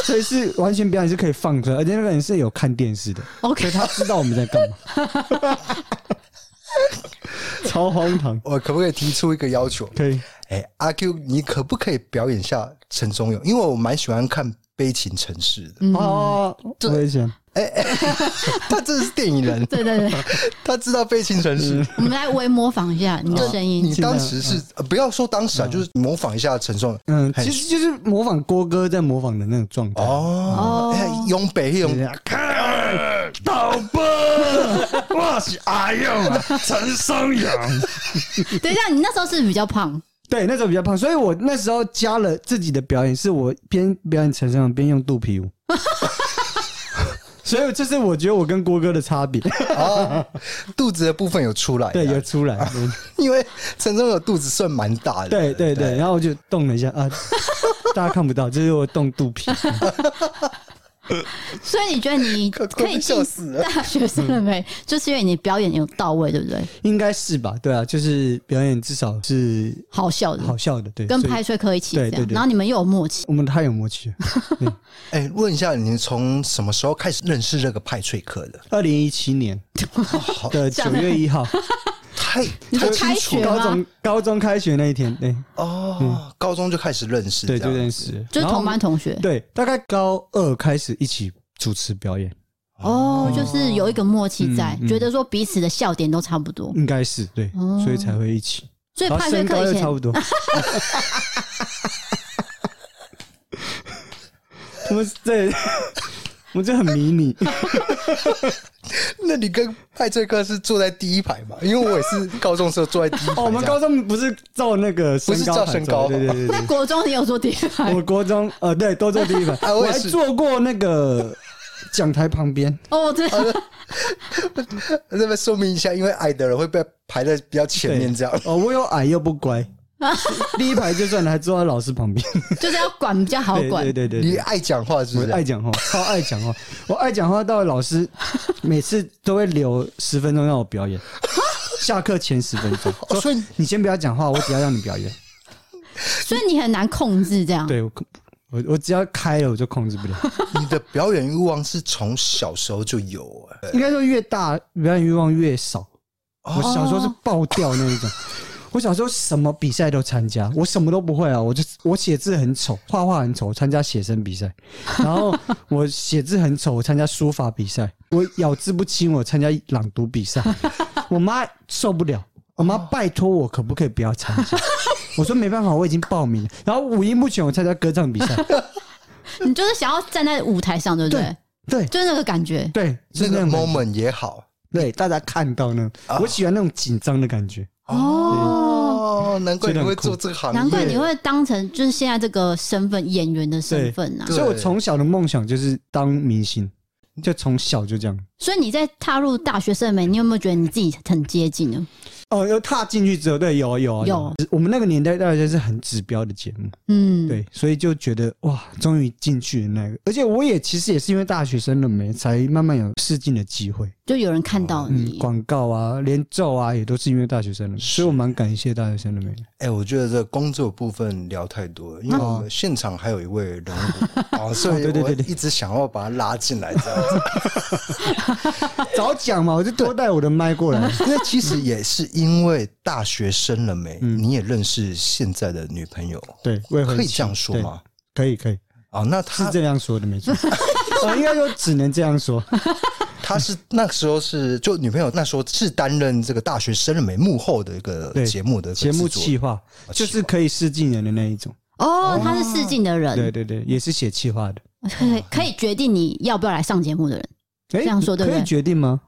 [SPEAKER 3] 所以是完全表演是可以放出来，而且那个人是有看电视的，所
[SPEAKER 1] OK，
[SPEAKER 3] 以他知道我们在干 嘛，超荒唐。
[SPEAKER 2] 我可不可以提出一个要求？
[SPEAKER 3] 可以，
[SPEAKER 2] 哎、阿 Q，你可不可以表演下陈松勇？因为我蛮喜欢看《悲情城市》的，
[SPEAKER 3] 哦，我也想，
[SPEAKER 2] 他真的是电影人，
[SPEAKER 1] 对对对，
[SPEAKER 2] 他知道《悲情城市》
[SPEAKER 1] 我们来微模仿一下你的声 音
[SPEAKER 2] 你，当时是、呃不要说当时啊，就是模仿一下陈松勇。
[SPEAKER 3] 嗯，
[SPEAKER 2] 嘿
[SPEAKER 3] 其实就是模仿郭哥在模仿的那种状态。
[SPEAKER 2] 哦，
[SPEAKER 1] 哦
[SPEAKER 2] 哎永北
[SPEAKER 3] 对
[SPEAKER 2] 用
[SPEAKER 3] 啊，
[SPEAKER 6] 老伯，我是阿勇 啊，陈松勇。
[SPEAKER 1] 等一下，你那时候是不是比较胖，
[SPEAKER 3] 对，那时候比较胖，所以我那时候加了自己的表演，是我边表演陈升边用肚皮 舞，所以这是我觉得我跟郭哥的差别。
[SPEAKER 2] 啊， 肚子的部分有出来，啊
[SPEAKER 3] 对，有，出来，
[SPEAKER 2] 因为陈松勇肚子算蛮大的，
[SPEAKER 3] 对对对，然后我就动了一下 啊，大家看不到，这是我动肚皮。
[SPEAKER 1] 所以你觉得 你
[SPEAKER 2] 可
[SPEAKER 1] 可以
[SPEAKER 2] 笑
[SPEAKER 1] 进
[SPEAKER 2] 死了
[SPEAKER 1] 大学生了
[SPEAKER 3] 嗯
[SPEAKER 1] 没？就是因为你表演有到位，对不对？
[SPEAKER 3] 应该是吧？对啊，就是表演至少是
[SPEAKER 1] 好笑的，
[SPEAKER 3] 好笑的，对，
[SPEAKER 1] 跟
[SPEAKER 3] 所以
[SPEAKER 1] 拍睡科一起这
[SPEAKER 3] 对
[SPEAKER 1] 样
[SPEAKER 3] 对，对
[SPEAKER 1] 然后你们又有默契。
[SPEAKER 3] 我们太有 默契了。
[SPEAKER 2] 哎、问一下，你从什么时候开始认识这个派翠克的？
[SPEAKER 3] 二零一七年
[SPEAKER 1] 哦
[SPEAKER 3] 的九月一号，
[SPEAKER 2] 太
[SPEAKER 1] 你
[SPEAKER 2] 太
[SPEAKER 1] 说
[SPEAKER 2] 清
[SPEAKER 1] 开
[SPEAKER 2] 楚
[SPEAKER 1] 学
[SPEAKER 2] 了
[SPEAKER 3] 高
[SPEAKER 1] 吗
[SPEAKER 3] 中？高中开学那一天，对
[SPEAKER 2] 哦、高中就开始认识，
[SPEAKER 3] 嗯对，就认
[SPEAKER 2] 识。
[SPEAKER 3] 识了，
[SPEAKER 1] 就是
[SPEAKER 3] 然后
[SPEAKER 1] 同班同学
[SPEAKER 3] 对，大概高二开始一起主持表演，
[SPEAKER 1] 哦，就是有一个默契在，
[SPEAKER 3] 嗯嗯
[SPEAKER 1] 觉得说彼此的笑点都差不多，
[SPEAKER 3] 应该是对，
[SPEAKER 1] 哦
[SPEAKER 3] 所以才会一起。
[SPEAKER 1] 所以
[SPEAKER 3] 然后
[SPEAKER 1] 派睡
[SPEAKER 3] 身高
[SPEAKER 1] 课以
[SPEAKER 3] 又
[SPEAKER 1] 前
[SPEAKER 3] 差 不多。 我们对，我们就很迷你，
[SPEAKER 2] 那你跟派翠克是坐在第一排嘛？因为我也是高中时候坐在第一排这 样。
[SPEAKER 3] 哦，我们高中不是照那个身
[SPEAKER 2] 不是
[SPEAKER 3] 高
[SPEAKER 2] 照
[SPEAKER 3] 喊
[SPEAKER 2] 身
[SPEAKER 3] 走
[SPEAKER 2] 高
[SPEAKER 3] 对对 对对。
[SPEAKER 1] 那国中你有做第一排
[SPEAKER 3] 我国中呃，对，都坐第 一排，
[SPEAKER 2] 啊我
[SPEAKER 3] 我
[SPEAKER 2] 也
[SPEAKER 3] 还
[SPEAKER 2] 是
[SPEAKER 3] 坐过那个讲台旁边，
[SPEAKER 1] 哦，对，
[SPEAKER 2] 这边说明一下，因为矮的人会被排在比较前面这样。
[SPEAKER 3] 哦，我又矮又 不乖，第一排就算了，还坐在老师旁边，
[SPEAKER 1] 就是要管比较好
[SPEAKER 3] 对
[SPEAKER 1] 管
[SPEAKER 3] 对，对对
[SPEAKER 2] 你
[SPEAKER 3] 对。
[SPEAKER 2] 爱讲话是不
[SPEAKER 3] 我
[SPEAKER 2] 是？
[SPEAKER 3] 爱讲话， 超爱讲话。我爱讲话到老师每次都会留十分钟让我表演，下课前十分钟，
[SPEAKER 2] 哦所以
[SPEAKER 3] 你先不要讲话，我只要让你表演。
[SPEAKER 1] 所以你很难控制这样。
[SPEAKER 3] 对我控，我我只要开了我就控制不了。
[SPEAKER 2] 你的表演欲望是从小时候就有哎、
[SPEAKER 3] 应该说越大表演欲望越少。
[SPEAKER 2] 哦
[SPEAKER 3] 我小时候是爆掉那一 种，我小时候什么比赛都参加，我什么都不会啊，我就我写字很丑，画画很丑，参加写生 比赛，然后我写字很丑，我参加书法比赛，我咬字不清，我参加朗读比 赛，我妈受不了，
[SPEAKER 2] 哦
[SPEAKER 3] 我妈拜托我可不可以不要参 加。我说没办法，我已经报名了。然后五音不全，我参加歌唱比 赛。
[SPEAKER 1] 你就是想要站在舞台上，对不对
[SPEAKER 3] 对？对
[SPEAKER 1] 就是那个感觉。
[SPEAKER 3] 对，
[SPEAKER 2] 这
[SPEAKER 3] 是
[SPEAKER 2] 个
[SPEAKER 3] 种感觉
[SPEAKER 2] moment 啊也好
[SPEAKER 3] 对大家看到呢，我喜欢那种紧张的感觉。
[SPEAKER 1] 哦，
[SPEAKER 2] 哦，难怪你会
[SPEAKER 3] 觉得很
[SPEAKER 2] 做
[SPEAKER 3] 酷
[SPEAKER 2] 这个行业，
[SPEAKER 1] 难怪你会当成就是现在这个身份演员的身份啊
[SPEAKER 2] 对。嗯
[SPEAKER 3] 所以我从小的梦想就是当明星，就从小就这样。
[SPEAKER 1] 所以你在踏入大学生没，你有没有觉得你自己很接近呢？
[SPEAKER 3] 哦，有踏进去之后，对，有有
[SPEAKER 1] 有，
[SPEAKER 3] 我们那个年代大概是很指标的节目，
[SPEAKER 1] 嗯，
[SPEAKER 3] 对，所以就觉得哇，终于进去了那个，而且我也其实也是因为大学生了没，才慢慢有试镜的机会，
[SPEAKER 1] 就有人看到
[SPEAKER 3] 嗯，
[SPEAKER 1] 你，
[SPEAKER 3] 广告啊，连奏啊，也都是因为大学生了没，所以我蛮感谢大学生了没，
[SPEAKER 2] 哎、我觉得这工作部分聊太多了，因为我们现场还有一位人物，哦，所以
[SPEAKER 3] 对对
[SPEAKER 2] 我
[SPEAKER 3] 对对
[SPEAKER 2] 一直想要把他拉进来，这样子。
[SPEAKER 3] 早讲嘛，我就多带我的麦过来，
[SPEAKER 2] 因为其实也是因为大学生了没，你也认识现在的女朋友，
[SPEAKER 3] 对，为何
[SPEAKER 2] 可以这样说吗？
[SPEAKER 3] 对？可以，可以，
[SPEAKER 2] 哦，那
[SPEAKER 3] 是
[SPEAKER 2] 他
[SPEAKER 3] 这样说的，没错，呃，应该说只能这样说，
[SPEAKER 2] 他是那时候是就女朋友那时候是担任这个大学生了没幕后的一个
[SPEAKER 3] 对
[SPEAKER 2] 节目的一个
[SPEAKER 3] 节目
[SPEAKER 2] 制作
[SPEAKER 3] 企划
[SPEAKER 1] 啊
[SPEAKER 2] 划
[SPEAKER 3] 就是可以试镜人的那一种，
[SPEAKER 1] 哦，他是试镜的
[SPEAKER 3] 对
[SPEAKER 1] 人，
[SPEAKER 3] 对对，也是写企划的。
[SPEAKER 1] 可以 可以决定你要不要来上节目的人，
[SPEAKER 3] 哎
[SPEAKER 1] 这样说对不对
[SPEAKER 3] 可以决定吗？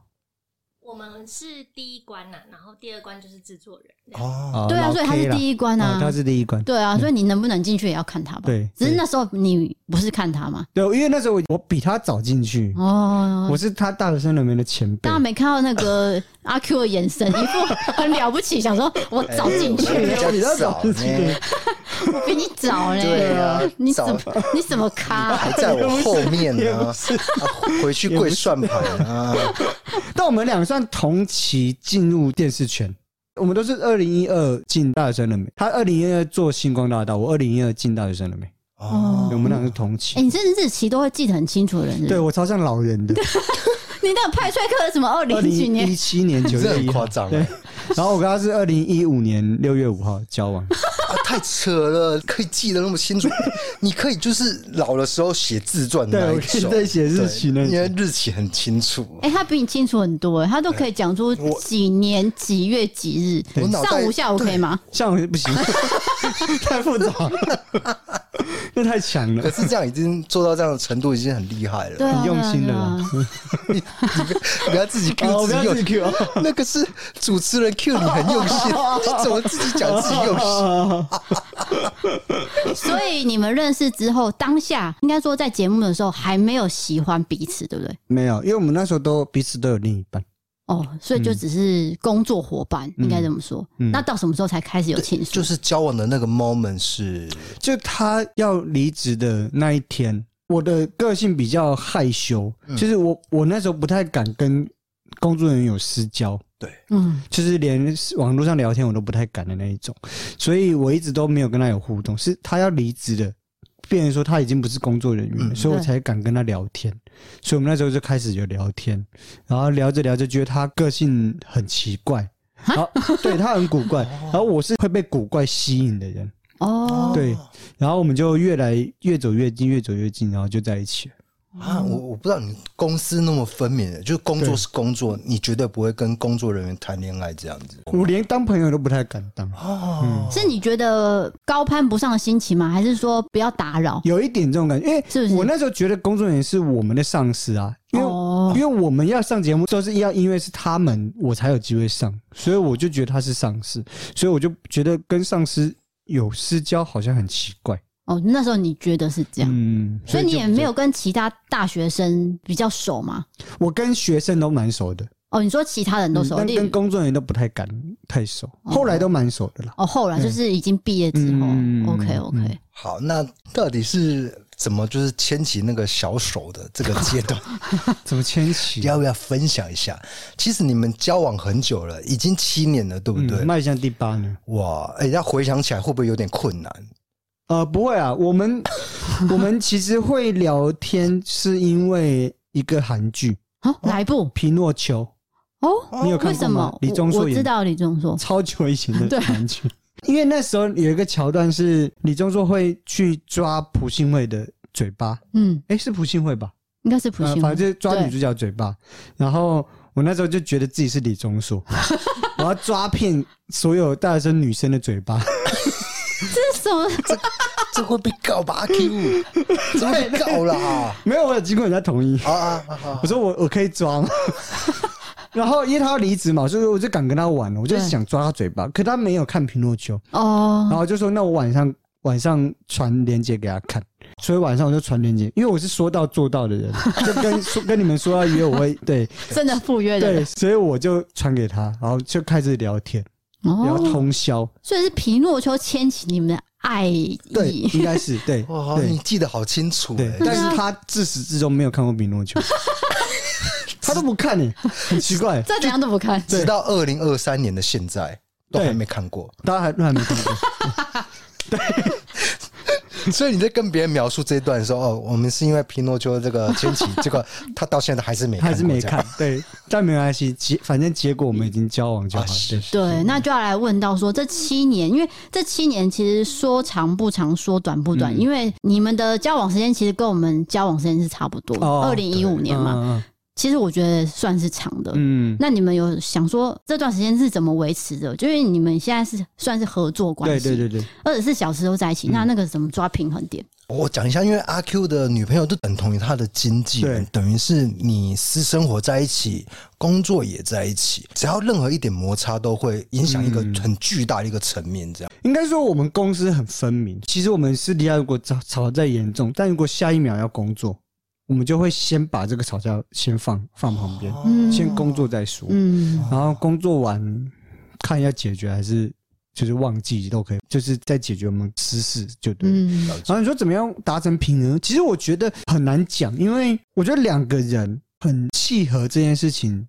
[SPEAKER 5] 我们是第一关呐、然后第二关就是制作人。
[SPEAKER 2] 哦，
[SPEAKER 3] 啊
[SPEAKER 1] 对啊，
[SPEAKER 3] 老
[SPEAKER 1] 所以他
[SPEAKER 3] K
[SPEAKER 1] 是
[SPEAKER 3] 啦
[SPEAKER 1] 第一关
[SPEAKER 3] 哦
[SPEAKER 1] 啊，
[SPEAKER 3] 他是第一关。
[SPEAKER 1] 对啊，所以你能不能进去也要看他吧，
[SPEAKER 3] 对
[SPEAKER 1] 只是
[SPEAKER 3] 对
[SPEAKER 1] 那时候你不是看他吗？
[SPEAKER 3] 对，因为那时候我我比他早进去，
[SPEAKER 1] 哦，
[SPEAKER 3] 我是他大学生里面的前辈
[SPEAKER 1] 大。家没看到那个阿 Q 的眼神，一副很了不起，想说我早进去
[SPEAKER 2] 哎
[SPEAKER 1] 了，
[SPEAKER 2] 我比较早呢，
[SPEAKER 1] 我比你早嘞，
[SPEAKER 2] 对啊
[SPEAKER 1] 你怎么
[SPEAKER 2] 早哎
[SPEAKER 1] 你怎么咖？
[SPEAKER 2] 还在我后面
[SPEAKER 3] 也
[SPEAKER 2] 呢，
[SPEAKER 3] 不
[SPEAKER 2] 啊
[SPEAKER 3] 是，
[SPEAKER 2] 回去跪算盘啊，
[SPEAKER 3] 但我们俩算同期进入电视圈，我们都是二零一二进大学生了没？他二零一二做星光大道，我二零一二进大学生了没？
[SPEAKER 2] 哦，
[SPEAKER 3] 我们俩是同期。
[SPEAKER 1] 哎、你真的日期都会记得很清楚的人是不是
[SPEAKER 3] 对，我超像老人的，
[SPEAKER 1] 你那个派崔克是什么二零
[SPEAKER 3] 二
[SPEAKER 1] 一几
[SPEAKER 3] 零一
[SPEAKER 1] 年？
[SPEAKER 3] 七年九
[SPEAKER 2] 这
[SPEAKER 3] 月
[SPEAKER 2] 很
[SPEAKER 3] 一
[SPEAKER 2] 夸
[SPEAKER 3] 号。
[SPEAKER 2] 张
[SPEAKER 3] 对
[SPEAKER 2] 哎，
[SPEAKER 3] 然后我跟他是二零一五年六月五号交往，
[SPEAKER 2] 啊，太扯了，可以记得那么清 楚，你可以就是老的时候写自传 的那
[SPEAKER 3] 对
[SPEAKER 2] 一
[SPEAKER 3] 我
[SPEAKER 2] 种，
[SPEAKER 3] 可以在写日期那一
[SPEAKER 2] 对
[SPEAKER 3] 种
[SPEAKER 2] 因为日期很清楚。
[SPEAKER 1] 哎、他比你清楚很多、哎他都可以讲出
[SPEAKER 2] 我
[SPEAKER 1] 几年几月几日
[SPEAKER 2] 我，脑袋
[SPEAKER 1] 上午下午可以吗？
[SPEAKER 3] 像我不行，太复杂了，那太强了
[SPEAKER 2] 可。是这样已经做到这样的程度，已经很厉害了。
[SPEAKER 1] 对啊，
[SPEAKER 3] 很用心的
[SPEAKER 1] 对啊
[SPEAKER 3] 啦。
[SPEAKER 1] 对啊
[SPEAKER 2] 你不要自己
[SPEAKER 3] 哦
[SPEAKER 2] Q
[SPEAKER 3] 我
[SPEAKER 2] 自
[SPEAKER 3] 不
[SPEAKER 2] 己
[SPEAKER 3] 要
[SPEAKER 2] 用
[SPEAKER 3] 自己 Q
[SPEAKER 2] 那个是主持人 Q 你很用 心，你怎么自己讲自己用心？
[SPEAKER 1] 所以你们认识之后，当下应该说在节目的时候还没有喜欢彼此，对不对？
[SPEAKER 3] 没有，因为我们那时候都彼此都有另一半，
[SPEAKER 1] 哦，所以就只是工作伙伴，应该这么说。
[SPEAKER 3] 嗯
[SPEAKER 1] 那到什么时候才开始有情愫？
[SPEAKER 2] 就是交往的那个 moment 是
[SPEAKER 3] 就他要离职的那一天，我的个性比较害羞，就是我我那时候不太敢跟工作人员有私交，
[SPEAKER 1] 嗯，
[SPEAKER 3] 就是连网络上聊天我都不太敢的那一种，所以我一直都没有跟他有互动。是他要离职的，变成说他已经不是工作人员了，
[SPEAKER 2] 嗯
[SPEAKER 3] 所以我
[SPEAKER 1] 对
[SPEAKER 3] 才敢跟他聊天。所以我们那时候就开始有聊天，然后聊着聊着觉得他个性很奇怪，然后对他很古怪，然后我是会被古怪吸引的人，
[SPEAKER 1] 哦，
[SPEAKER 3] 对，然后我们就越来越走越近，越走越近，然后就在一起了。
[SPEAKER 2] 啊，我我不知道你公司那么分明的，就是工作
[SPEAKER 3] 对
[SPEAKER 2] 是工作，你绝对不会跟工作人员谈恋爱这样子。
[SPEAKER 3] 我连当朋友都不太敢当，嗯
[SPEAKER 2] 哦，
[SPEAKER 1] 是你觉得高攀不上的心情吗？还是说不要打扰？
[SPEAKER 3] 有一点这种感觉，因为
[SPEAKER 1] 是不是
[SPEAKER 3] 我那时候觉得工作人员是我们的上司啊，因为、
[SPEAKER 1] 哦
[SPEAKER 3] 因为我们要上节目都是要因为是他们我才有机会上，所以我就觉得他是上司，所以我就觉得跟上司有私交好像很奇怪。
[SPEAKER 1] 哦，那时候你觉得是这样，
[SPEAKER 3] 嗯，
[SPEAKER 1] 所以你
[SPEAKER 3] 就
[SPEAKER 1] 也没有，跟其他大学生比较熟吗？
[SPEAKER 3] 我跟学生都蛮熟的，
[SPEAKER 1] 哦，你说其他人都熟，
[SPEAKER 3] 但
[SPEAKER 1] 例
[SPEAKER 3] 嗯跟
[SPEAKER 1] 如
[SPEAKER 3] 工作人员都不太敢太熟，后来都蛮熟的啦。
[SPEAKER 1] 哦，后来就是已经毕业之后
[SPEAKER 3] 嗯
[SPEAKER 1] ，OK OK，
[SPEAKER 2] 好，那到底是怎么就是牵起那个小手的这个阶 段？
[SPEAKER 3] 怎么千玺？
[SPEAKER 2] 要不要分享一下？其实你们交往很久了，已经七年了，对不对？
[SPEAKER 3] 嗯迈向第八呢？
[SPEAKER 2] 哇，哎、要回想起来会不会有点困难？
[SPEAKER 3] 呃，不会啊，我们 我们其实会聊天，是因为一个韩剧。
[SPEAKER 1] 好，哦来一部
[SPEAKER 3] 《皮诺丘
[SPEAKER 1] 哦，
[SPEAKER 3] 你有
[SPEAKER 1] 为
[SPEAKER 3] 看过吗
[SPEAKER 1] 什么？
[SPEAKER 3] 李钟
[SPEAKER 1] 我
[SPEAKER 3] 硕
[SPEAKER 1] 我
[SPEAKER 3] 演
[SPEAKER 1] 知道李钟硕》，，
[SPEAKER 3] 超久以前
[SPEAKER 1] 对
[SPEAKER 3] 的韩剧。因为那时候有一个桥段是李钟硕会去抓朴信惠的嘴巴，
[SPEAKER 1] 嗯，
[SPEAKER 3] 诶，是朴信惠吧？
[SPEAKER 1] 应该是普信
[SPEAKER 3] 呃，
[SPEAKER 1] 惠，
[SPEAKER 3] 反正就是抓
[SPEAKER 1] 对
[SPEAKER 3] 女主角嘴巴。然后我那时候就觉得自己是李 钟硕，我要抓遍所有大学生女生的嘴巴。
[SPEAKER 1] 这 是什么？
[SPEAKER 2] 这会被告吧阿 ？Q，这会被告啦！
[SPEAKER 3] 没有，我有经过人家同意。
[SPEAKER 2] 啊啊啊啊！
[SPEAKER 3] 我说我我可以 抓吗？然后因为他要离职嘛，所以我就敢跟他玩了，我就是
[SPEAKER 1] 对
[SPEAKER 3] 想抓他嘴巴，可他没有看《皮诺丘》，然
[SPEAKER 1] 哦，
[SPEAKER 3] 后就说那我晚上晚上传链接给他看，所以晚上我就传链接，因为我是说到做到 的人，就跟说跟你们说要约我会对
[SPEAKER 1] 真的赴约的
[SPEAKER 3] 对，
[SPEAKER 1] 人，
[SPEAKER 3] 所以我就传给他，然后就开始聊天，然后
[SPEAKER 1] 哦，
[SPEAKER 3] 通宵，
[SPEAKER 1] 所以是皮诺丘牵起你们的爱
[SPEAKER 3] 对，
[SPEAKER 1] 意。
[SPEAKER 3] 应该是对，
[SPEAKER 2] 哇，你
[SPEAKER 3] 对
[SPEAKER 2] 记得好清楚
[SPEAKER 3] 对
[SPEAKER 2] 哎，，
[SPEAKER 3] 但是他自始至终没有看过匹 诺丘，他都不看你，很奇怪，
[SPEAKER 1] 再怎样都不看，
[SPEAKER 2] 直到二零二三年的现在都
[SPEAKER 3] 对
[SPEAKER 2] 还没看过，
[SPEAKER 3] 大家还都还没看过。
[SPEAKER 2] 所以你在跟别人描述这一段的时候，哦，我们是因为皮诺丘这个牵 起，这个他到 现在还是没看过
[SPEAKER 3] 还是没
[SPEAKER 2] 这样
[SPEAKER 3] 看，对，但没关系，结反正结果我们已经交往就好
[SPEAKER 2] 啊
[SPEAKER 3] 了。
[SPEAKER 2] 是
[SPEAKER 3] 对
[SPEAKER 1] 对，那就要来问到说，这七年，因为这七年其实说长不长，说短不
[SPEAKER 3] 嗯
[SPEAKER 1] 短，因为你们的交往时间其实跟我们交往时间是差不多，
[SPEAKER 3] 哦
[SPEAKER 1] 二零一五年嘛，
[SPEAKER 3] 嘛，
[SPEAKER 1] 其实我觉得算是长的。
[SPEAKER 3] 嗯，
[SPEAKER 1] 那你们有想说这段时间是怎么维持的？就是你们现在是算是合作关
[SPEAKER 3] 对
[SPEAKER 1] 系，
[SPEAKER 3] 对嗯对对，
[SPEAKER 1] 二十四小时都在一起，那那个怎么抓平衡点？
[SPEAKER 2] 我讲一下，因为阿 Q 的女朋友就等同于他的经纪人
[SPEAKER 3] 对，
[SPEAKER 2] 等于是你私生活在一起，工作也在一起，只要任何一点摩擦都会影响一个
[SPEAKER 3] 嗯
[SPEAKER 2] 很巨大的一个层面。这样，
[SPEAKER 3] 应该说我们公司很分明。其实我们私底下如果吵吵得再严重，但如果下一秒要工作，我们就会先把这个吵架先放放旁边，
[SPEAKER 1] 嗯
[SPEAKER 3] 先工作再说。
[SPEAKER 1] 嗯，
[SPEAKER 3] 然后工作完看要解决还是就是忘记都可以，就是再解决我们私事就对了。
[SPEAKER 1] 嗯
[SPEAKER 3] 然后你说怎么样达成平衡？其实我觉得很难讲，因为我觉得两个人很契合这件事情，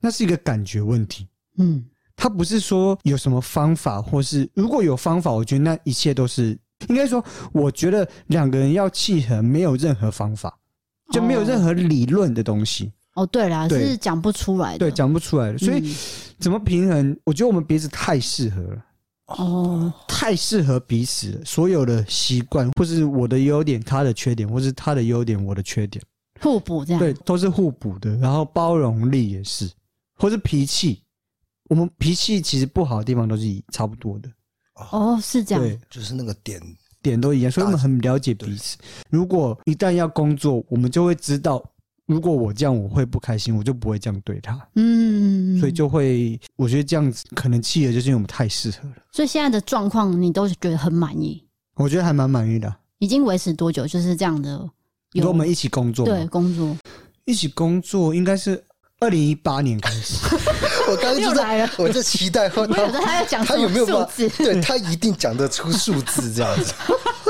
[SPEAKER 3] 那是一个感觉问题。
[SPEAKER 1] 嗯
[SPEAKER 3] 它不是说有什么方法，或是如果有方法，我觉得那一切都是应该说，我觉得两个人要契合，没有任何方法，就没有任何理论的东西，
[SPEAKER 1] 哦，对啦，
[SPEAKER 3] 对
[SPEAKER 1] 是讲不出来的，
[SPEAKER 3] 对，讲不出来的。所以
[SPEAKER 1] 哦嗯
[SPEAKER 3] 怎么平衡？我觉得我们彼此太适合了。
[SPEAKER 1] 哦，
[SPEAKER 3] 太适合彼此了，所有的习惯，或是我的优点，他的缺点，或是他的优点，我的缺点，
[SPEAKER 1] 互补这样，
[SPEAKER 3] 对，都是互补的。然后包容力也是，或是脾气，我们脾气其实不好的地方都是一差不多的，
[SPEAKER 1] 哦，是这样，
[SPEAKER 3] 对，
[SPEAKER 2] 就是那个点，
[SPEAKER 3] 点都一样，所以我们很了解彼此。如果一旦要工作，我们就会知道，如果我这样我会不开心，我就不会这样对他，
[SPEAKER 1] 嗯，
[SPEAKER 3] 所以就会，我觉得这样子可能气的就是因为我们太适合了，
[SPEAKER 1] 所以现在的状况你都是觉得很满意，
[SPEAKER 3] 我觉得还蛮满意的啊。
[SPEAKER 1] 已经维持多久？就是这样的
[SPEAKER 3] 如
[SPEAKER 1] 有
[SPEAKER 3] 果我们一起工作嘛，
[SPEAKER 1] 对工 作，
[SPEAKER 3] 一起工作应该是二零一八年开 始，
[SPEAKER 2] 我刚刚就
[SPEAKER 1] 又来
[SPEAKER 2] 在
[SPEAKER 1] 了，
[SPEAKER 2] 我在期待后
[SPEAKER 1] 没有在他要讲
[SPEAKER 2] 他有没有
[SPEAKER 1] 什么
[SPEAKER 2] 办法
[SPEAKER 1] 数字？
[SPEAKER 2] 对他一定讲得出数字这 样子，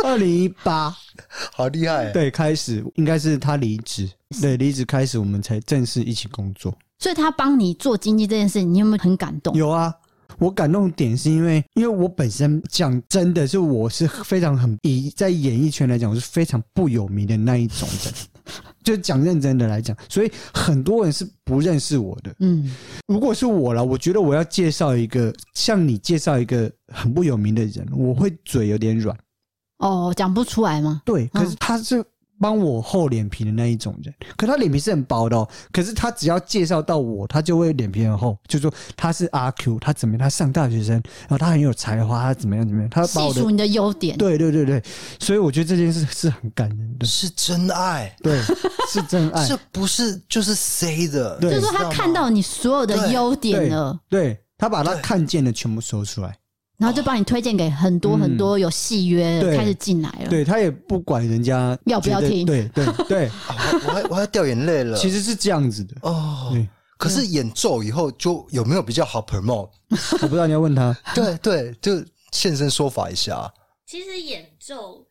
[SPEAKER 3] 二零一八
[SPEAKER 2] 好厉害！，
[SPEAKER 3] 对开始应该是他离职，对离职开始我们才正式一起工作。
[SPEAKER 1] 所以他帮你做经济这件事，你有没有很感动？
[SPEAKER 3] 有啊，我感动的点是因为，因为我本身讲真的是我是非常很以在演艺圈来讲，我是非常不有名的那一种人， 就讲认真的来讲，所以很多人是不认识我的。
[SPEAKER 1] 嗯，
[SPEAKER 3] 如果是我了，我觉得我要介绍一个向你介绍一个很不有名的人，我会嘴有点软。
[SPEAKER 1] 哦，讲不出来吗？
[SPEAKER 3] 对，可
[SPEAKER 1] 嗯
[SPEAKER 3] 是他是帮我厚脸皮的那一种人，可他脸皮是很薄的哦。可是他只要介绍到我，他就会脸皮很厚，就说他是阿 Q，他怎么样，他上大学生，然后他很有才华，他怎么样怎么样，他把
[SPEAKER 1] 细
[SPEAKER 3] 我的
[SPEAKER 1] 数你的优点，
[SPEAKER 3] 对对对对，所以我觉得这件事是很感 人的，
[SPEAKER 2] 是真爱，
[SPEAKER 3] 对，是真爱，
[SPEAKER 2] 这不是就是谁的，
[SPEAKER 3] 哎对
[SPEAKER 1] 就是
[SPEAKER 2] 你
[SPEAKER 1] 说
[SPEAKER 2] 知
[SPEAKER 1] 他
[SPEAKER 2] 道吗
[SPEAKER 1] 看到你所有的
[SPEAKER 2] 对
[SPEAKER 1] 优点
[SPEAKER 3] 对
[SPEAKER 1] 了，
[SPEAKER 3] 对他把他看见的全部说出来，
[SPEAKER 1] 然后就帮你推荐给很多
[SPEAKER 3] 嗯
[SPEAKER 1] 很多有戏约
[SPEAKER 3] 对
[SPEAKER 1] 开始进来了。
[SPEAKER 3] 对他也不管人家
[SPEAKER 1] 要不要
[SPEAKER 3] 觉得
[SPEAKER 1] 听
[SPEAKER 3] 对对 对，
[SPEAKER 2] 啊我我还我还掉眼泪了。
[SPEAKER 3] 其实是嗯这样子的，
[SPEAKER 2] 哦
[SPEAKER 3] 对，
[SPEAKER 2] 可是演奏以后就有没有比较好 promote？
[SPEAKER 3] 我不知道你要问他，
[SPEAKER 2] 对对，就现身说法一下。
[SPEAKER 5] 其实演奏，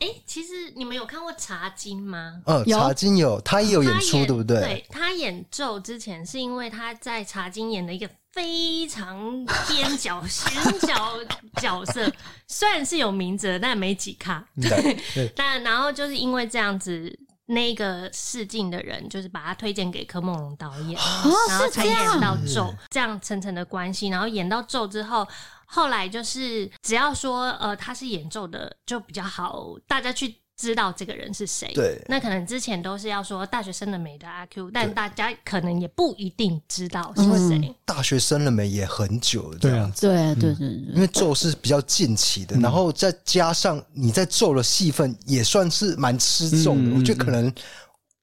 [SPEAKER 5] 哎、其实你们有看过《茶经》吗？
[SPEAKER 2] 嗯，
[SPEAKER 1] 有
[SPEAKER 2] 茶经有，他也有演出，对不对？
[SPEAKER 5] 对他演奏之前，是因为他在《茶经》演了一个非常边 角选角角色，虽然是有名字的，但没几咖。
[SPEAKER 3] 对
[SPEAKER 5] 对，但然后就是因为这样子。那个试镜的人就是把他推荐给柯梦龙导演，
[SPEAKER 1] 哦，
[SPEAKER 5] 然后
[SPEAKER 1] 是
[SPEAKER 5] 才
[SPEAKER 1] 这
[SPEAKER 5] 演
[SPEAKER 1] 样，
[SPEAKER 5] 到咒，这样层层的关系，然后演到咒之后，后来就是只要说呃他是演奏的就比较好，大家去知道这个人是谁。
[SPEAKER 2] 对
[SPEAKER 5] 那可能之前都是要说大学生的美的阿 Q，但大家可能也不一定知道是
[SPEAKER 1] 嗯
[SPEAKER 5] 谁。
[SPEAKER 2] 大学生了没也很久了，
[SPEAKER 3] 对
[SPEAKER 2] 这
[SPEAKER 3] 啊
[SPEAKER 2] 样。子。
[SPEAKER 1] 对对对对
[SPEAKER 3] 嗯
[SPEAKER 2] 因为咒是比较近期的，然后再加上你在咒的戏份也算是蛮吃重的，
[SPEAKER 3] 嗯
[SPEAKER 2] 我觉得可能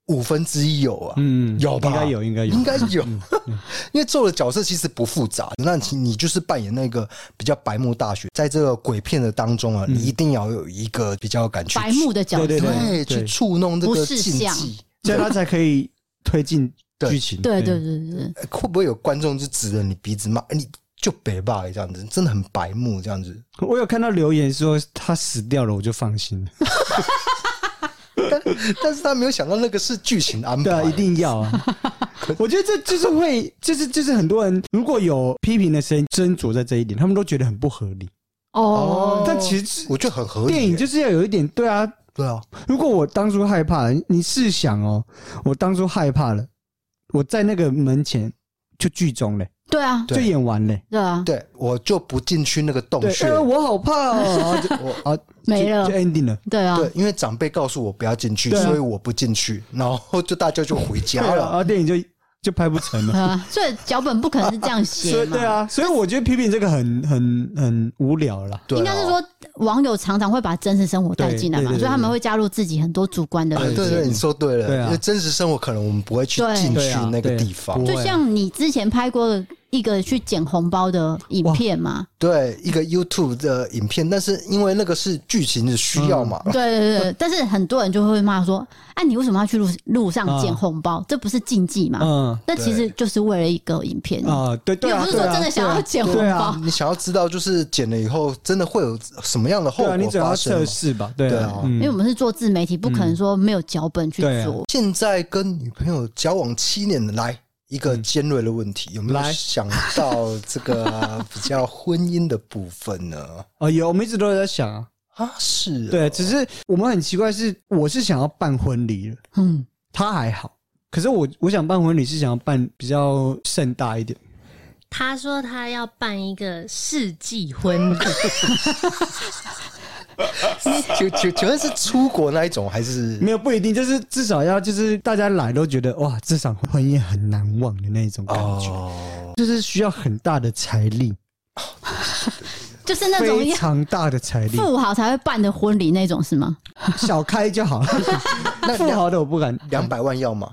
[SPEAKER 2] 五分之一有啊，
[SPEAKER 3] 嗯，
[SPEAKER 2] 有吧
[SPEAKER 3] 应该有，应该有，
[SPEAKER 2] 应该有。
[SPEAKER 3] 嗯
[SPEAKER 2] 因为咒的角色其实不复杂，那你你就是扮演那个比较白目大学，在这个鬼片的当中啊，
[SPEAKER 3] 嗯
[SPEAKER 2] 你一定要有一个比较敢去
[SPEAKER 1] 白目的角
[SPEAKER 3] 对
[SPEAKER 1] 度，
[SPEAKER 3] 对
[SPEAKER 2] 对
[SPEAKER 3] 对
[SPEAKER 2] 去触弄这
[SPEAKER 1] 不
[SPEAKER 2] 个
[SPEAKER 1] 是
[SPEAKER 2] 禁
[SPEAKER 1] 像
[SPEAKER 2] 忌。
[SPEAKER 3] 这样他才可以推进
[SPEAKER 2] 对
[SPEAKER 3] 剧情。
[SPEAKER 1] 对对对对对，
[SPEAKER 2] 呃会不会有观众就指着你鼻子骂你？就北霸这样子，真的很白目这样子。
[SPEAKER 3] 我有看到留言说他死掉了，我就放心了。
[SPEAKER 2] 但但是他没有想到那个是剧情安排，
[SPEAKER 3] 对啊，一定要啊！ 我觉得这就是会，就是就是很多人如果有批评的声音斟酌在这一点，他们都觉得很不合理。
[SPEAKER 1] 哦，
[SPEAKER 3] 但其实
[SPEAKER 2] 我觉得很合理耶。
[SPEAKER 3] 电影就是要有一点，对啊。
[SPEAKER 2] 对啊，
[SPEAKER 3] 如果我当初害怕了，你试想哦，我当初害怕了，我在那个门前就剧终嘞，
[SPEAKER 1] 对啊，
[SPEAKER 2] 对
[SPEAKER 3] 就演完嘞。
[SPEAKER 1] 对啊，
[SPEAKER 2] 对我就不进去那个洞
[SPEAKER 3] 对，
[SPEAKER 2] 穴
[SPEAKER 3] 哎，。我好怕哦，然 后就我啊
[SPEAKER 1] 没了
[SPEAKER 3] 就就 ending 了。
[SPEAKER 1] 对啊，
[SPEAKER 2] 对，因为长辈告诉我不要进去，
[SPEAKER 3] 对啊
[SPEAKER 2] 所以我不进去，然后就大家就回
[SPEAKER 3] 对
[SPEAKER 2] 家
[SPEAKER 3] 啊，然
[SPEAKER 2] 了。
[SPEAKER 3] 后电影就就拍不成了。
[SPEAKER 1] 啊，所以脚本不可能是这样
[SPEAKER 3] 所
[SPEAKER 1] 写
[SPEAKER 3] 以
[SPEAKER 1] 嘛
[SPEAKER 3] 对。啊，所以我觉得批评这个很很很无聊啦。
[SPEAKER 2] 对啊
[SPEAKER 1] 应该是说，网友常常会把真实生活带进来嘛，
[SPEAKER 3] 对对对对
[SPEAKER 1] 所以他们会加入自己很多主观的
[SPEAKER 2] 啊
[SPEAKER 1] 意
[SPEAKER 2] 对对，
[SPEAKER 1] 见。
[SPEAKER 2] 你说对了。
[SPEAKER 3] 对啊
[SPEAKER 2] 因为真实生活可能我们不会去
[SPEAKER 1] 对
[SPEAKER 2] 进
[SPEAKER 3] 对
[SPEAKER 2] 去
[SPEAKER 3] 啊
[SPEAKER 2] 那个
[SPEAKER 3] 对
[SPEAKER 2] 地方
[SPEAKER 3] 不。会
[SPEAKER 1] 就
[SPEAKER 3] 啊
[SPEAKER 1] 像你之前拍过的一个去捡红包的影片嘛，
[SPEAKER 2] 对，一个 YouTube 的影片，但是因为那个是剧情的需要嘛，
[SPEAKER 1] 对对对，但是很多人就会骂说：“哎、你为什么要去路路上捡红包？这不是禁忌嘛？”
[SPEAKER 3] 嗯
[SPEAKER 1] 那其实就是为了一个影片，
[SPEAKER 3] 啊，对对
[SPEAKER 1] 又
[SPEAKER 3] 啊，
[SPEAKER 1] 不是说
[SPEAKER 3] 对啊
[SPEAKER 1] 真的想要捡红包。
[SPEAKER 3] 对啊
[SPEAKER 2] 你想要知道就是剪了以后真的会有什么样的后
[SPEAKER 3] 对
[SPEAKER 2] 果
[SPEAKER 3] 啊，你只要
[SPEAKER 2] 发生
[SPEAKER 3] 测
[SPEAKER 2] 嘛。
[SPEAKER 3] 试吧，对
[SPEAKER 2] 对
[SPEAKER 3] 啊
[SPEAKER 2] 啊，
[SPEAKER 3] 嗯
[SPEAKER 1] 因为我们是做自媒体，不可能说没有脚本去
[SPEAKER 3] 对啊
[SPEAKER 1] 做。
[SPEAKER 2] 现在跟女朋友交往七年了，来一
[SPEAKER 3] 嗯
[SPEAKER 2] 个尖锐的问题，有没有
[SPEAKER 3] 来
[SPEAKER 2] 想到这个比较婚姻的部分呢？
[SPEAKER 3] 哦有，我们一直都有在想啊，
[SPEAKER 2] 啊，是哦
[SPEAKER 3] 对，只是我们很奇怪是，我是想要办婚礼的，
[SPEAKER 1] 嗯，
[SPEAKER 3] 他还好，可是我我想办婚礼是想要办比较盛大一点，
[SPEAKER 2] 嗯
[SPEAKER 5] 他说他要办一个世纪婚礼，
[SPEAKER 2] 请请请问是出国那一种还是？
[SPEAKER 3] 没有不一定，就是至少要就是大家来都觉得哇，这场婚宴很难忘的那种感觉，
[SPEAKER 2] 哦，
[SPEAKER 3] 就是需要很大的财力，
[SPEAKER 1] 就是那种
[SPEAKER 3] 非常大的财力，
[SPEAKER 1] 富豪才会办的婚礼那种是吗？
[SPEAKER 3] 小开就好。
[SPEAKER 2] 那
[SPEAKER 3] 富
[SPEAKER 2] 两
[SPEAKER 3] 豪的我不敢，
[SPEAKER 2] 两百万要吗？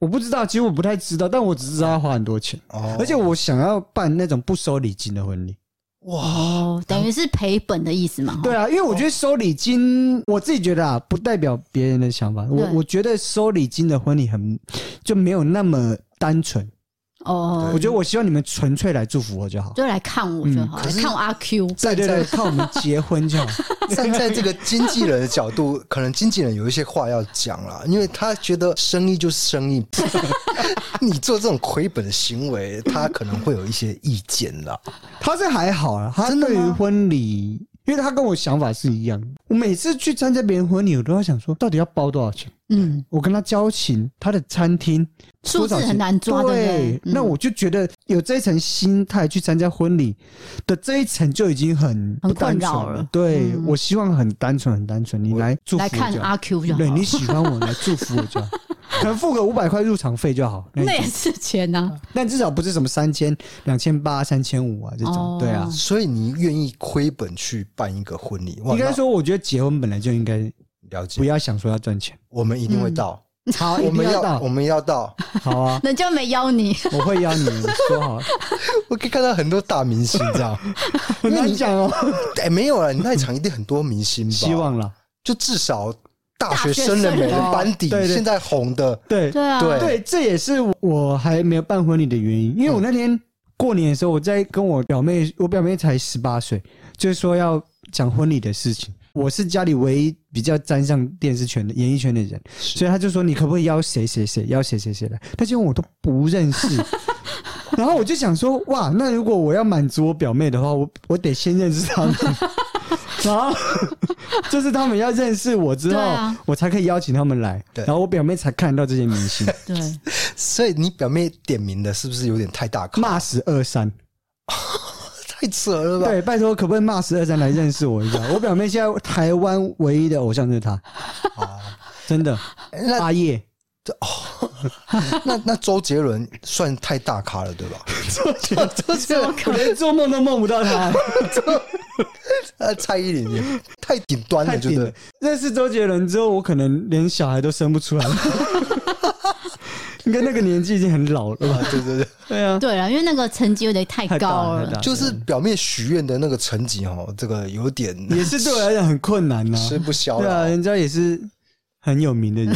[SPEAKER 3] 我不知道，其实我不太知道，但我只知道他花很多钱，
[SPEAKER 2] 哦
[SPEAKER 3] 而且我想要办那种不收礼金的婚礼。
[SPEAKER 2] 哇，
[SPEAKER 1] 哦，等于是赔本的意思嘛？
[SPEAKER 3] 对
[SPEAKER 1] 啊，
[SPEAKER 3] 啊，因为我觉得收礼金，我自己觉得啊，不代表别人的想法。我
[SPEAKER 1] 对
[SPEAKER 3] 我觉得收礼金的婚礼很就没有那么单纯。
[SPEAKER 1] 哦，
[SPEAKER 3] 我觉得我希望你们纯粹来祝福我就好。
[SPEAKER 1] 就来看我就好，来看我阿 Q。
[SPEAKER 3] 对
[SPEAKER 2] 站
[SPEAKER 3] 对对，
[SPEAKER 2] 在
[SPEAKER 3] 看我们结婚就好。
[SPEAKER 2] 站在这个经纪人的角度，可能经纪人有一些话要讲啦，因为他觉得生意就是生意， 你做这种亏本的行为，他可能会有一些意见啦。
[SPEAKER 3] 他是还好啊，他
[SPEAKER 2] 真的
[SPEAKER 3] 对于
[SPEAKER 2] 吗
[SPEAKER 3] 婚礼，因为他跟我想法是一样的。我每次去参加别人婚礼，我都要想说，到底要包多少钱？
[SPEAKER 1] 嗯，
[SPEAKER 3] 我跟他交情，他的餐厅
[SPEAKER 1] 数字很难抓，对
[SPEAKER 3] 对
[SPEAKER 1] 不对？嗯
[SPEAKER 3] 那我就觉得有这一层心态去参加婚礼的这一层就已经很
[SPEAKER 1] 很
[SPEAKER 3] 不单
[SPEAKER 1] 困
[SPEAKER 3] 纯
[SPEAKER 1] 扰了
[SPEAKER 3] 对、
[SPEAKER 1] 嗯
[SPEAKER 3] 我希望很单纯，很单纯，你来祝福
[SPEAKER 1] 来
[SPEAKER 3] 我就好
[SPEAKER 1] 看阿 Q 就好
[SPEAKER 3] 对
[SPEAKER 1] 了
[SPEAKER 3] 你。喜欢我来祝福我 就好，可能付个五百块入场费就好。那
[SPEAKER 1] 那也是钱啊呐、
[SPEAKER 3] 但至少不是什么三千、两千八、三千五啊这种，
[SPEAKER 1] 哦
[SPEAKER 3] 对啊。
[SPEAKER 2] 所以你愿意亏本去办一个婚礼？哇
[SPEAKER 3] 应该说，我觉得结婚本来就应该
[SPEAKER 2] 那了解，
[SPEAKER 3] 不要想说要赚 钱，
[SPEAKER 2] 我们一定会到，
[SPEAKER 3] 好，
[SPEAKER 2] 我
[SPEAKER 3] 嗯啊一定
[SPEAKER 2] 们
[SPEAKER 3] 要到
[SPEAKER 2] 我们要到，
[SPEAKER 3] 好啊，
[SPEAKER 1] 人家没邀 你，
[SPEAKER 3] 我会邀你，说好，
[SPEAKER 2] 我可以看到很多大明 星这样。
[SPEAKER 3] 很难讲哦，
[SPEAKER 2] 哎、没有了，你那一场一定很多明星吧？
[SPEAKER 3] 希望哦啦，
[SPEAKER 2] 就至少大学生 的每个班底，
[SPEAKER 3] 大学生
[SPEAKER 2] 现在红的
[SPEAKER 3] 对
[SPEAKER 1] 对啊，
[SPEAKER 2] 对
[SPEAKER 3] 对，这也是我还没有办婚礼的原因，因为我那天过年的时候，我在跟我表妹，我表妹才十八岁，就是说要讲婚礼的事情。我是家里唯一比较沾上电视圈的演艺圈的人，所以他就说你可不可以邀谁谁谁，邀谁谁谁来？但结果我都不认识。然后我就想说，哇，那如果我要满足我表妹的话，我我得先认识他们，然后就是他们要认识我之后，
[SPEAKER 1] 对啊
[SPEAKER 3] 我才可以邀请他们来，
[SPEAKER 2] 对
[SPEAKER 3] 然后我表妹才看到这些明星。
[SPEAKER 1] 对，
[SPEAKER 2] 所以你表妹点名的是不是有点太大咖？
[SPEAKER 3] 骂死二三，
[SPEAKER 2] 太扯了吧？
[SPEAKER 3] 对，拜托，可不可以骂死二三来认识我 一下？我表妹现在台湾唯一的偶像就是她，哦真的，
[SPEAKER 2] 那
[SPEAKER 3] 阿叶，
[SPEAKER 2] 那那周杰伦算太大咖了，对吧？
[SPEAKER 3] 周杰伦，我连做梦都梦不到他，
[SPEAKER 2] 呃，蔡依林也太顶端
[SPEAKER 3] 太
[SPEAKER 2] 了，觉
[SPEAKER 3] 顶
[SPEAKER 2] 得
[SPEAKER 3] 了。认识周杰伦之后，我可能连小孩都生不出来了，应该那个年纪已经很老了吧？
[SPEAKER 2] 啊，对对对，
[SPEAKER 3] 对啊，
[SPEAKER 1] 对了，因为那个成绩有点太
[SPEAKER 3] 太大
[SPEAKER 1] 高
[SPEAKER 3] 太大
[SPEAKER 1] 了，
[SPEAKER 2] 就是表面许愿的那个成绩哦，这个有点
[SPEAKER 3] 也是对我来讲很困难 呐、
[SPEAKER 2] 吃不消哦
[SPEAKER 3] 对啊，
[SPEAKER 2] 了。
[SPEAKER 3] 人家也是很有名的人，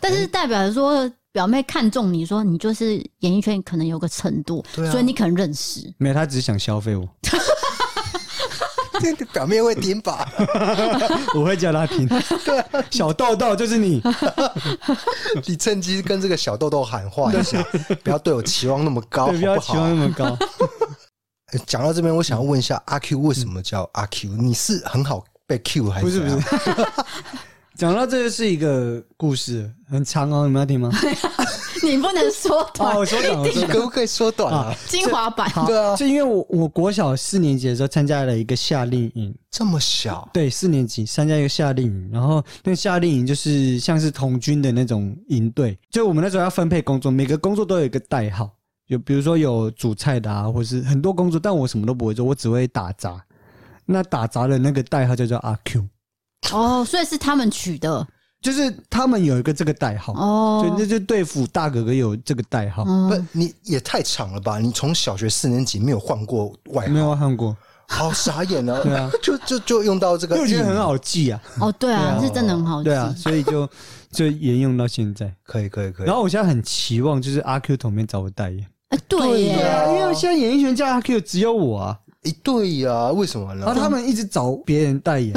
[SPEAKER 1] 但是代表说表妹看中你说你就是演艺圈可能有个程度，
[SPEAKER 2] 对啊
[SPEAKER 1] 所以你可能认识。
[SPEAKER 3] 没有，他只是想消费我，
[SPEAKER 2] 表面会顶吧？
[SPEAKER 3] 我会叫他 听。小豆豆就是你，
[SPEAKER 2] 你趁机跟这个小豆豆喊话一下，不要对我期望那么高，
[SPEAKER 3] 对，哦不要
[SPEAKER 2] 好
[SPEAKER 3] 期
[SPEAKER 2] 不好
[SPEAKER 3] 望那么 高。
[SPEAKER 2] 哎讲到这边，我想问一下阿 Q 为什么叫阿 Q？你是很好被 Q 还
[SPEAKER 3] 不
[SPEAKER 2] 是怎
[SPEAKER 3] 是不
[SPEAKER 2] 样？
[SPEAKER 3] 是，讲到这个是一个故事，很长哦，你们要听 吗？
[SPEAKER 1] 你不能说
[SPEAKER 3] 哦，
[SPEAKER 1] 短
[SPEAKER 3] 我说 短，我说
[SPEAKER 2] 你
[SPEAKER 3] 短
[SPEAKER 2] 可不可以缩短啊？
[SPEAKER 1] 精华版，
[SPEAKER 2] 对啊，
[SPEAKER 3] 是因为我我国小四年级的时候参加了一个夏令营，
[SPEAKER 2] 这么小，
[SPEAKER 3] 对，四年级参加一个夏令营，然后那个夏令营就是像是童军的那种营队，就我们那时候要分配工作，每个工作都有一个代号，有比如说有煮菜的啊，或是很多工作，但我什么都不会做，我只会打杂。那打杂的那个代号就叫阿 Q，
[SPEAKER 1] 哦，所以是他们取的
[SPEAKER 3] 就是他们有一个这个代号，
[SPEAKER 1] 哦
[SPEAKER 3] 所以。那就对付大哥哥有这个代号，
[SPEAKER 2] 不
[SPEAKER 1] 嗯，，
[SPEAKER 2] 你也太长了吧？你从小学四年级没有换过外
[SPEAKER 3] 没
[SPEAKER 2] 号，
[SPEAKER 3] 有啊看过，
[SPEAKER 2] 好傻眼啊！
[SPEAKER 3] 对啊，
[SPEAKER 2] 就就就用到这
[SPEAKER 3] 因
[SPEAKER 2] 个，
[SPEAKER 3] 为我觉得很，好记啊，
[SPEAKER 1] 哦，对啊，
[SPEAKER 3] 对啊
[SPEAKER 1] 是真的很好记
[SPEAKER 3] 对。啊，所以就就沿用到现在。
[SPEAKER 2] 可以可以可以。
[SPEAKER 3] 然后我现在很期望，就是阿 Q 同面找我代言。
[SPEAKER 1] 哎，对
[SPEAKER 3] 对
[SPEAKER 1] 耶，
[SPEAKER 3] 啊，因为现在演艺圈叫阿 Q 只有我啊，
[SPEAKER 2] 诶对呀、为什么呢？
[SPEAKER 3] 然后他们一直找别人代言，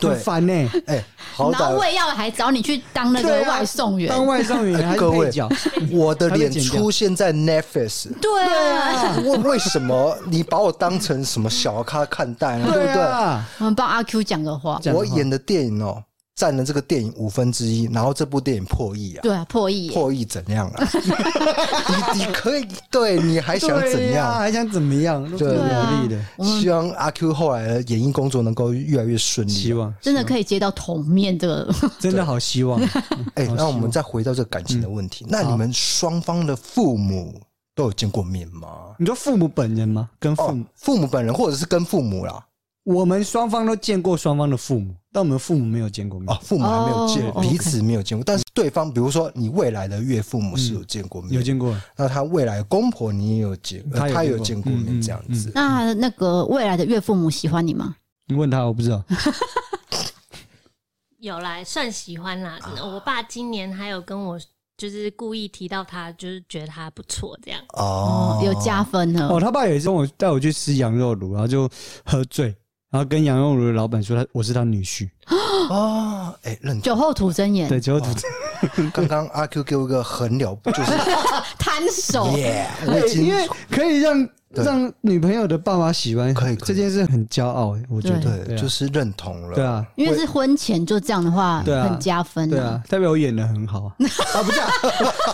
[SPEAKER 3] 很烦呢、
[SPEAKER 2] 哎、好
[SPEAKER 1] 然后
[SPEAKER 2] 歹
[SPEAKER 1] 胃药还找你去当那个
[SPEAKER 3] 对啊
[SPEAKER 1] 外送员，
[SPEAKER 3] 当外送员还是
[SPEAKER 2] 各位
[SPEAKER 3] 配角，
[SPEAKER 2] 我的脸
[SPEAKER 3] 他被剪掉
[SPEAKER 2] 出现在 Netflix，
[SPEAKER 1] 对啊，
[SPEAKER 2] 为为什么你把我当成什么小咖看待呢？对不对？
[SPEAKER 3] 啊，
[SPEAKER 1] 我们帮阿 Q 讲个话，
[SPEAKER 3] 讲得
[SPEAKER 2] 我
[SPEAKER 3] 好
[SPEAKER 2] 演的电影哦，占了这个电影五分之一，然后这部电影破亿啊，
[SPEAKER 1] 对啊，破亿耶，
[SPEAKER 2] 破亿怎样啊？ 你你可以对，你还想怎
[SPEAKER 3] 对
[SPEAKER 2] 样？
[SPEAKER 3] 啊还想怎么样？都是
[SPEAKER 2] 对
[SPEAKER 1] 啊
[SPEAKER 3] 努力的，
[SPEAKER 1] 我
[SPEAKER 2] 希
[SPEAKER 1] 们
[SPEAKER 2] 望阿 Q 后来的演艺工作能够越来越顺
[SPEAKER 3] 希
[SPEAKER 2] 利。啊
[SPEAKER 3] 望
[SPEAKER 1] 真的可以接到头面这个，
[SPEAKER 3] 真的好希望。
[SPEAKER 2] 哎、
[SPEAKER 3] 好希
[SPEAKER 2] 那
[SPEAKER 3] 望
[SPEAKER 2] 我们再回到这个感情的问题，那你们双方的父母都有见过面吗？
[SPEAKER 3] 你说父母本人吗？跟父
[SPEAKER 2] 哦
[SPEAKER 3] 母，，
[SPEAKER 2] 父母本人或者是跟父母啦，
[SPEAKER 3] 我们双方都见过双方的父母，但我们父母没有见过面
[SPEAKER 2] 哦，，父母还没有见，
[SPEAKER 1] 哦
[SPEAKER 2] 彼此没有见过，但是对方，比如说你未来的岳父母是有见过面，
[SPEAKER 3] 有见过，
[SPEAKER 2] 那他未来的公婆你也有见，呃
[SPEAKER 3] 他有
[SPEAKER 2] 他
[SPEAKER 3] 见
[SPEAKER 2] 有
[SPEAKER 3] 过
[SPEAKER 2] 见过
[SPEAKER 3] 嗯
[SPEAKER 2] 面
[SPEAKER 3] 嗯
[SPEAKER 2] 这样子。
[SPEAKER 1] 那那个未来的岳父母喜欢你吗？
[SPEAKER 3] 你问他我不知 道，
[SPEAKER 5] 有啦，算喜欢啦。我爸今年还有跟我就是故意提到他，就是觉得他不错这样。
[SPEAKER 2] 哦
[SPEAKER 1] 哦，，有加分呢。
[SPEAKER 3] 哦，他爸有一次跟我带我去吃羊肉炉，然后就喝醉，然后跟羊肉炉的老板说他我是他女婿，
[SPEAKER 2] 哦，哎、认
[SPEAKER 1] 酒后吐真言，
[SPEAKER 3] 对，结果赌
[SPEAKER 2] 刚刚阿 Q 给我一个很了不，就是
[SPEAKER 1] 摊手，
[SPEAKER 2] 耶我已
[SPEAKER 3] 因
[SPEAKER 2] 经
[SPEAKER 3] 为可以让
[SPEAKER 2] 对
[SPEAKER 3] 让女朋友的爸爸喜欢，
[SPEAKER 2] 可以可以
[SPEAKER 3] 这件事很骄傲，我觉得啊
[SPEAKER 2] 对，就是是认同了，
[SPEAKER 3] 对啊，
[SPEAKER 1] 因为是婚前就这样的话，
[SPEAKER 3] 对啊
[SPEAKER 1] 很加分
[SPEAKER 3] 对啊，代表我演的很好 啊，啊不是啊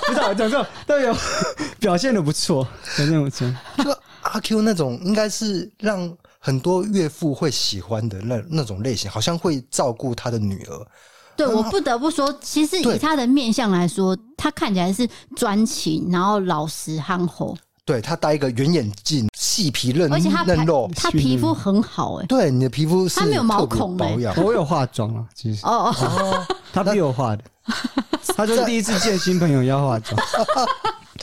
[SPEAKER 3] 不是啊，讲错，代表 表现的不错，表现得不错，
[SPEAKER 2] 就阿 Q 那种，应该是让很多岳父会喜欢的那那种类型，好像会照顾他的女儿。
[SPEAKER 1] 对我不得不说，其实
[SPEAKER 2] 对
[SPEAKER 1] 以他的面相来说，他看起来是专情，然后老实憨厚，
[SPEAKER 2] 对他戴一个圆眼镜，细皮嫩
[SPEAKER 1] 而且他
[SPEAKER 2] 嫩
[SPEAKER 1] 皮
[SPEAKER 2] 肉，
[SPEAKER 1] 他皮肤很好哎。
[SPEAKER 2] 对你的皮肤是
[SPEAKER 1] 他没有毛
[SPEAKER 2] 特别
[SPEAKER 1] 孔欸
[SPEAKER 2] 保养。
[SPEAKER 3] 我有化妆啊，其实
[SPEAKER 1] 哦哦，
[SPEAKER 3] 他比我化的，他说第一次见新朋友要化妆，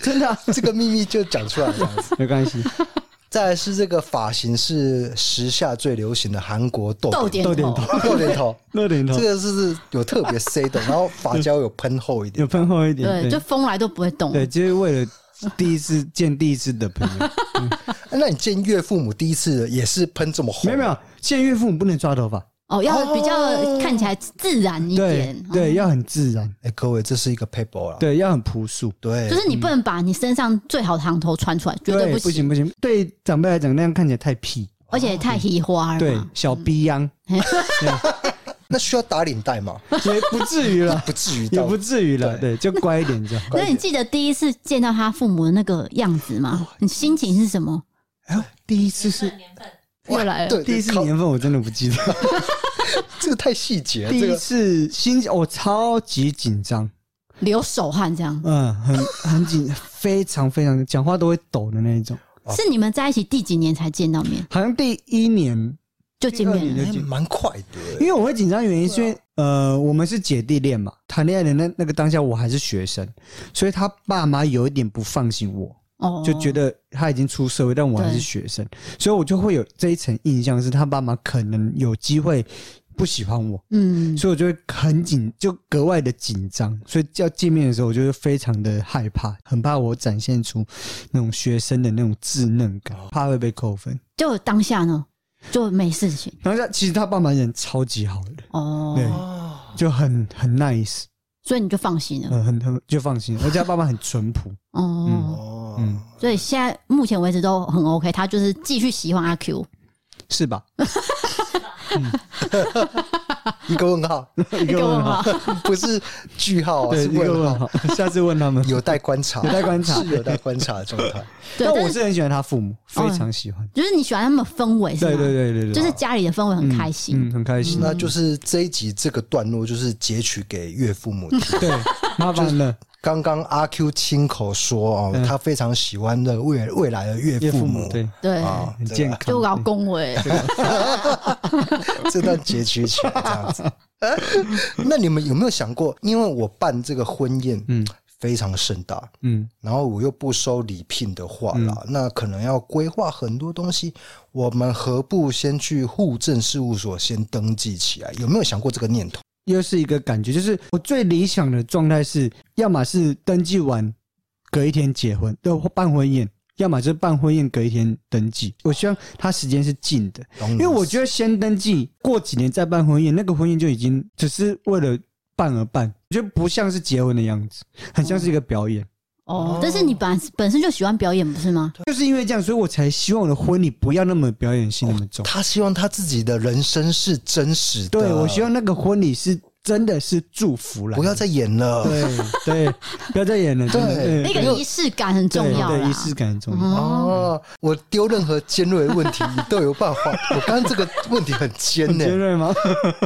[SPEAKER 3] 真的啊
[SPEAKER 2] 这个秘密就讲出来了这样子。
[SPEAKER 3] 没关系，
[SPEAKER 2] 再来是这个发型是时下最流行的韩国豆
[SPEAKER 1] 豆
[SPEAKER 2] 点
[SPEAKER 1] 点
[SPEAKER 3] 豆点
[SPEAKER 1] 头
[SPEAKER 3] 头，
[SPEAKER 2] 豆点 头，
[SPEAKER 3] 热点头
[SPEAKER 2] 这个是有特别 C 的，然后发胶有喷厚一点
[SPEAKER 3] 有。喷厚一点，
[SPEAKER 1] 对，
[SPEAKER 3] 对
[SPEAKER 1] 就风来都不会动。
[SPEAKER 3] 对，就是为了第一次见第一次的朋友，
[SPEAKER 2] 哎那你见岳父母第一次也是喷这么厚？
[SPEAKER 3] 没有没有，见岳父母不能抓头发。
[SPEAKER 1] 哦，要比较看起来自然一
[SPEAKER 3] 对
[SPEAKER 1] 点，哦
[SPEAKER 3] 对，要很自然，
[SPEAKER 2] 哎、各位，这是一个 paper 啦。
[SPEAKER 3] 对，要很朴素。
[SPEAKER 2] 对，
[SPEAKER 1] 就是你不能把你身上最好的行头穿出来，绝对
[SPEAKER 3] 嗯对，
[SPEAKER 1] 行，
[SPEAKER 3] 行不行，对长辈来讲那样看起来太屁。
[SPEAKER 1] 而且太黑花了
[SPEAKER 3] 对
[SPEAKER 1] 嘛。，
[SPEAKER 3] 小逼样
[SPEAKER 2] 那需要打领带 吗？
[SPEAKER 3] 也不至于了，
[SPEAKER 2] 不至于
[SPEAKER 3] 也
[SPEAKER 2] 到，
[SPEAKER 3] 不至于了，对，就乖一点就好。
[SPEAKER 1] 那你记得第一次见到他父母的那个样子吗？
[SPEAKER 3] 哦
[SPEAKER 1] 你心情是什么？
[SPEAKER 3] 第一次是
[SPEAKER 5] 年份
[SPEAKER 1] 又来了，
[SPEAKER 2] 对，
[SPEAKER 3] 第一次
[SPEAKER 2] 靠
[SPEAKER 3] 年份我真的不记得，
[SPEAKER 2] 这个太细节了，
[SPEAKER 3] 第
[SPEAKER 2] 这
[SPEAKER 3] 一
[SPEAKER 2] 个
[SPEAKER 3] 次心我超级紧张，
[SPEAKER 1] 流手汗这样。
[SPEAKER 3] 嗯，很很紧，非常非常讲话都会抖的那一种。
[SPEAKER 1] 是你们在一起第几年才见到面？
[SPEAKER 3] 好像第一年，
[SPEAKER 1] 就见面了
[SPEAKER 3] 第二年
[SPEAKER 2] 哎蛮快
[SPEAKER 3] 因
[SPEAKER 2] 的。
[SPEAKER 3] 为我会紧张，原因是因为呃，我们是姐弟恋嘛，谈恋爱的那那个当下我还是学生，所以他爸妈有一点不放心我。
[SPEAKER 1] 哦，
[SPEAKER 3] 就觉得他已经出社会，但我还是学生，所以我就会有这一层印象，是他爸妈可能有机会不喜欢我，
[SPEAKER 1] 嗯，
[SPEAKER 3] 所以我就会很紧，就格外的紧张。所以要见面的时候，我就会非常的害怕，很怕我展现出那种学生的那种稚嫩感，
[SPEAKER 2] 哦
[SPEAKER 3] 怕会被扣分。
[SPEAKER 1] 就当下呢就没事情
[SPEAKER 3] 然后他其实他爸妈人超级好的，
[SPEAKER 1] 哦，
[SPEAKER 3] 对，就很很 nice，
[SPEAKER 1] 所以你就放心了
[SPEAKER 3] 呃很很就放心了。而且他爸妈很 淳朴，
[SPEAKER 1] 哦。
[SPEAKER 2] 哦，
[SPEAKER 3] 嗯，
[SPEAKER 1] 所以现在目前为止都很 OK，他就是继续喜欢阿 Q。
[SPEAKER 3] 是吧？
[SPEAKER 2] 一个问 号，
[SPEAKER 3] 一个问号，
[SPEAKER 2] 不是句号啊，
[SPEAKER 3] 对，
[SPEAKER 2] 是
[SPEAKER 3] 一个
[SPEAKER 2] 问
[SPEAKER 3] 问
[SPEAKER 2] 号，
[SPEAKER 3] 号。 下次问他们。
[SPEAKER 2] 有待观察，
[SPEAKER 3] 有待观察
[SPEAKER 2] 是有待观察的状态。
[SPEAKER 1] 对，
[SPEAKER 3] 但
[SPEAKER 1] 但
[SPEAKER 3] 我
[SPEAKER 1] 是
[SPEAKER 3] 是很喜欢他父母，非常喜欢。
[SPEAKER 1] 就是你喜欢他们的氛围是吗？
[SPEAKER 3] 对对对对对，
[SPEAKER 1] 就是家里的氛围很开心
[SPEAKER 3] 嗯，。很开心。
[SPEAKER 2] 那就是这一集这个段落，就是截取给岳父母听。
[SPEAKER 3] 对，麻烦了，
[SPEAKER 2] 刚刚阿 Q 亲口说哦
[SPEAKER 3] 嗯，
[SPEAKER 2] 他非常喜欢的未未来的岳
[SPEAKER 3] 岳
[SPEAKER 2] 父
[SPEAKER 3] 父
[SPEAKER 2] 母
[SPEAKER 3] 母，对，
[SPEAKER 1] 对，
[SPEAKER 2] 啊，
[SPEAKER 3] 很
[SPEAKER 2] 这个
[SPEAKER 3] 健康，
[SPEAKER 1] 就搞恭 维。
[SPEAKER 2] 这段截取起来这样 子。那你们有没有想过，因为我办这个婚宴，嗯
[SPEAKER 3] 嗯，
[SPEAKER 2] 非常盛大，
[SPEAKER 3] 嗯，
[SPEAKER 2] 然后我又不收礼聘的话啦，那可能要规划很多东西，我们何不先去户政事务所先登记起来？有没有想过这个念头？
[SPEAKER 3] 又是一个感觉，就是我最理想的状态是，要么是登记完隔一天结婚，对，办婚宴；要么就是办婚宴隔一天登记。我希望他时间是近的，
[SPEAKER 2] 懂
[SPEAKER 3] 因为我觉得先登记，过几年再办婚宴，那个婚宴就已经只是为了办而办，就不像是结婚的样子，很像是一个表
[SPEAKER 2] 嗯
[SPEAKER 3] 演。
[SPEAKER 1] 哦，但是你本本身就喜欢表演，不是吗？
[SPEAKER 3] 就是因为这样，所以我才希望我的婚礼不要那么表演性那么重。
[SPEAKER 2] 他希望他自己的人生是真实的，
[SPEAKER 3] 对，我希望那个婚礼是真的是祝福来
[SPEAKER 2] 啊
[SPEAKER 3] 的，
[SPEAKER 2] 不要再演了。
[SPEAKER 3] 对 对，不要再演了，真的
[SPEAKER 2] 对
[SPEAKER 1] 那个仪式感很重要
[SPEAKER 3] 对
[SPEAKER 1] 啦
[SPEAKER 3] 仪。式感很重要。
[SPEAKER 1] 哦，
[SPEAKER 2] 哦，我丢任何尖锐的问题，你都有办法。我刚刚这个问题很尖
[SPEAKER 3] 很
[SPEAKER 2] 呢、
[SPEAKER 3] 尖锐吗？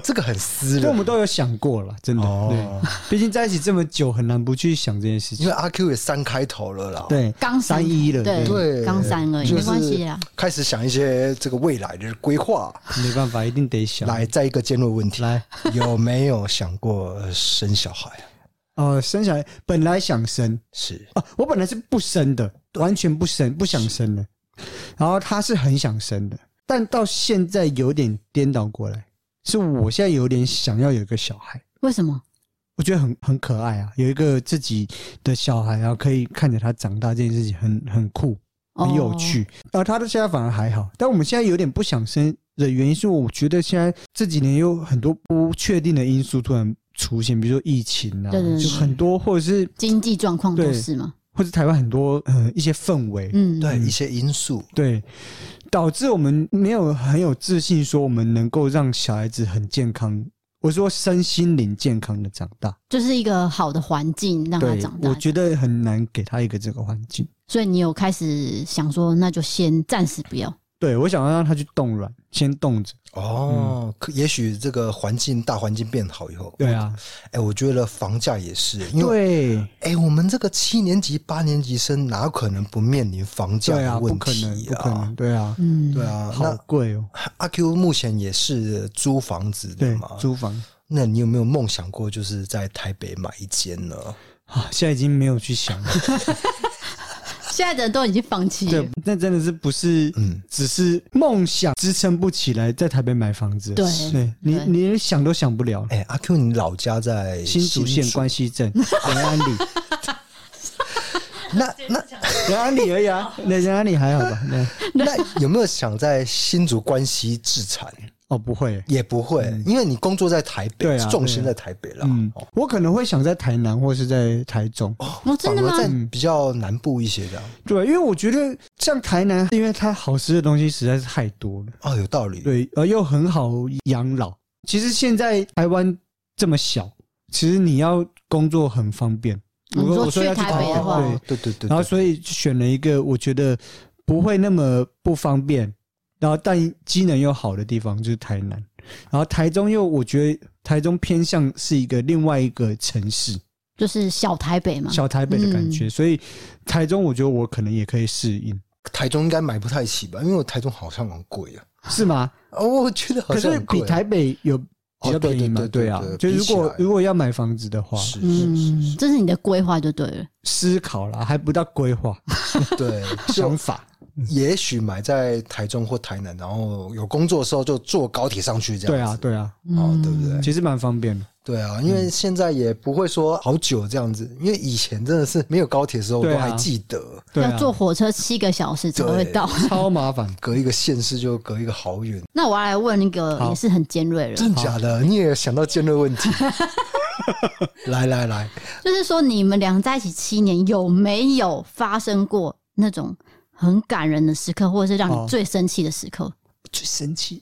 [SPEAKER 2] 这个很私
[SPEAKER 3] 对，我们
[SPEAKER 2] 人。
[SPEAKER 3] 都有想过了，真的。
[SPEAKER 2] 哦
[SPEAKER 3] 对，毕竟在一起这么久，很难不去想这件事
[SPEAKER 2] 因
[SPEAKER 3] 情
[SPEAKER 2] 为。阿 Q 也三开头了啦，，
[SPEAKER 3] 对，
[SPEAKER 1] 刚
[SPEAKER 3] 三一了，
[SPEAKER 1] 对
[SPEAKER 3] 对，
[SPEAKER 2] 对
[SPEAKER 1] 刚三而已，嗯
[SPEAKER 2] 就
[SPEAKER 1] 没
[SPEAKER 2] 是
[SPEAKER 1] 关系啦。
[SPEAKER 2] 开始想一些这个未来的规划。
[SPEAKER 3] 没办法，一定得想。
[SPEAKER 2] 来，再一个尖锐问题，
[SPEAKER 3] 来，
[SPEAKER 2] 有没有想过生小孩啊？
[SPEAKER 3] 哦，生小孩本来想生
[SPEAKER 2] 是
[SPEAKER 3] 啊，我本来是不生的，完全不生，不想生的。然后他是很想生的，但到现在有点颠倒过来，是我现在有点想要有一个小孩。
[SPEAKER 1] 为什么？
[SPEAKER 3] 我觉得很很可爱啊，有一个自己的小孩，然后可以看着他长大，这件事情很很酷，
[SPEAKER 1] 哦
[SPEAKER 3] 很有趣。然后他的现在反而还好，但我们现在有点不想生的原因是，我觉得现在这几年有很多不确定的因素突然出现，比如说疫情啊，
[SPEAKER 1] 对对对
[SPEAKER 3] 就很多或者是
[SPEAKER 1] 经济状况都
[SPEAKER 3] 对
[SPEAKER 1] 是嘛。
[SPEAKER 3] 或者台湾很多呃一些氛围，
[SPEAKER 1] 嗯，
[SPEAKER 2] 对一些因素，
[SPEAKER 3] 对，导致我们没有很有自信，说我们能够让小孩子很健康，我说身心灵健康的长大。
[SPEAKER 1] 就是一个好的环境让他
[SPEAKER 3] 对，
[SPEAKER 1] 啊长
[SPEAKER 3] 我
[SPEAKER 1] 大。
[SPEAKER 3] 觉得很难给他一个这个环境。
[SPEAKER 1] 所以你有开始想说，那就先暂时不要。
[SPEAKER 3] 对我想要让他去冻卵，先冻着。
[SPEAKER 2] 哦，可也许这个环境大环境变好以后，
[SPEAKER 3] 对啊，
[SPEAKER 2] 哎，我觉得房价也是，因为
[SPEAKER 3] 对
[SPEAKER 2] 哎，我们这个七年级、八年级生哪有可能不面临房价
[SPEAKER 3] 对
[SPEAKER 2] 的
[SPEAKER 3] 啊，不
[SPEAKER 2] 问
[SPEAKER 3] 可能，
[SPEAKER 2] 题
[SPEAKER 3] 不可能，对啊，
[SPEAKER 1] 嗯，
[SPEAKER 2] 对啊，
[SPEAKER 3] 好
[SPEAKER 2] 那
[SPEAKER 3] 贵哦。
[SPEAKER 2] 阿 Q 目前也是租房子的
[SPEAKER 3] 对
[SPEAKER 2] 嘛，，
[SPEAKER 3] 租房
[SPEAKER 2] 那你有没有梦想过就是在台北买一间呢？
[SPEAKER 3] 啊，现在已经没有去 想了。
[SPEAKER 1] 现在的人都已经放弃了
[SPEAKER 3] 对。，那真的是不是
[SPEAKER 2] 嗯，
[SPEAKER 3] 只是梦想支撑不起来，在台北买房子。
[SPEAKER 1] 对
[SPEAKER 3] 对你
[SPEAKER 1] 对
[SPEAKER 3] 你连想都想不了。
[SPEAKER 2] 哎，阿 Q，你老家在
[SPEAKER 3] 新竹县关西镇仁安 里，
[SPEAKER 2] 那那
[SPEAKER 3] 仁安里而 已啊，那仁安里还好吧？对
[SPEAKER 2] 那有没有想在新竹关西自产？
[SPEAKER 3] 哦，不会，
[SPEAKER 2] 也不会，因为你工作在台北
[SPEAKER 3] 嗯对，啊
[SPEAKER 2] 重心
[SPEAKER 3] 对
[SPEAKER 2] 在
[SPEAKER 3] 啊
[SPEAKER 2] 台北啦。
[SPEAKER 3] 嗯
[SPEAKER 2] 哦，
[SPEAKER 3] 我可能会想在台南或是在台中。
[SPEAKER 1] 哦，真的
[SPEAKER 2] 反而
[SPEAKER 1] 吗？
[SPEAKER 2] 在
[SPEAKER 3] 嗯
[SPEAKER 2] 比较南部一些的
[SPEAKER 3] 对，因为我觉得像台南，因为它好吃的东西实在是太多了，
[SPEAKER 2] 哦，有道理。，
[SPEAKER 3] 对，而又很好养老。其实现在台湾这么小，其实你要工作很方便。
[SPEAKER 1] 哦你
[SPEAKER 3] 我
[SPEAKER 1] 说
[SPEAKER 3] 我说
[SPEAKER 1] 去
[SPEAKER 3] 要
[SPEAKER 1] 台北的话
[SPEAKER 3] 对，
[SPEAKER 2] 哦对对对对。
[SPEAKER 3] 然后所以选了一个我觉得不会那么不方便，然后但机能又好的地方就是台南，然后台中又我觉得台中偏向是一个另外一个城市，
[SPEAKER 1] 就是小台北嘛。
[SPEAKER 3] 小台北的感
[SPEAKER 1] 嗯
[SPEAKER 3] 觉，所以台中我觉得我可能也可以适应，
[SPEAKER 2] 台中应该买不太起吧，因为我台中好像很贵啊。
[SPEAKER 3] 是吗？
[SPEAKER 2] 哦，我觉得好
[SPEAKER 3] 可
[SPEAKER 2] 像
[SPEAKER 3] 是
[SPEAKER 2] 很贵
[SPEAKER 3] 比
[SPEAKER 2] 啊
[SPEAKER 3] 台北有比较便宜嘛
[SPEAKER 2] 哦对对对对，
[SPEAKER 3] 对啊
[SPEAKER 2] 对。
[SPEAKER 3] 就
[SPEAKER 2] 比
[SPEAKER 3] 如
[SPEAKER 2] 起来
[SPEAKER 3] 果如果要买房子的话，
[SPEAKER 2] 是是是
[SPEAKER 1] 嗯，这是你的规划就对了。
[SPEAKER 3] 思考啦，还不到规划
[SPEAKER 2] 对，就
[SPEAKER 3] 想法，
[SPEAKER 2] 也许买在台中或台南，然后有工作的时候就坐高铁上去这
[SPEAKER 3] 对
[SPEAKER 2] 样
[SPEAKER 3] 啊
[SPEAKER 2] 子。，
[SPEAKER 3] 对啊，
[SPEAKER 2] 哦，对不对？
[SPEAKER 3] 其实蛮方便的。
[SPEAKER 2] 对啊，因为现在也不会说好久这样子，因为以前真的是没有高铁的时候，我
[SPEAKER 3] 对
[SPEAKER 2] 都
[SPEAKER 3] 啊
[SPEAKER 2] 还记得，
[SPEAKER 3] 对
[SPEAKER 1] 要
[SPEAKER 3] 啊，
[SPEAKER 1] 坐火车七个小时才会到。
[SPEAKER 3] 超麻烦。
[SPEAKER 2] 隔一个县市就隔一个好远，
[SPEAKER 3] 啊
[SPEAKER 1] 那我要来问一个
[SPEAKER 3] 好
[SPEAKER 1] 也是很尖锐的，
[SPEAKER 2] 真假的？你也想到尖锐问 题？来来来，
[SPEAKER 1] 就是说你们俩在一起七年，有没有发生过那种很感人的时刻，或者是让
[SPEAKER 3] 哦
[SPEAKER 1] 你最生气的时刻？
[SPEAKER 3] 最生气，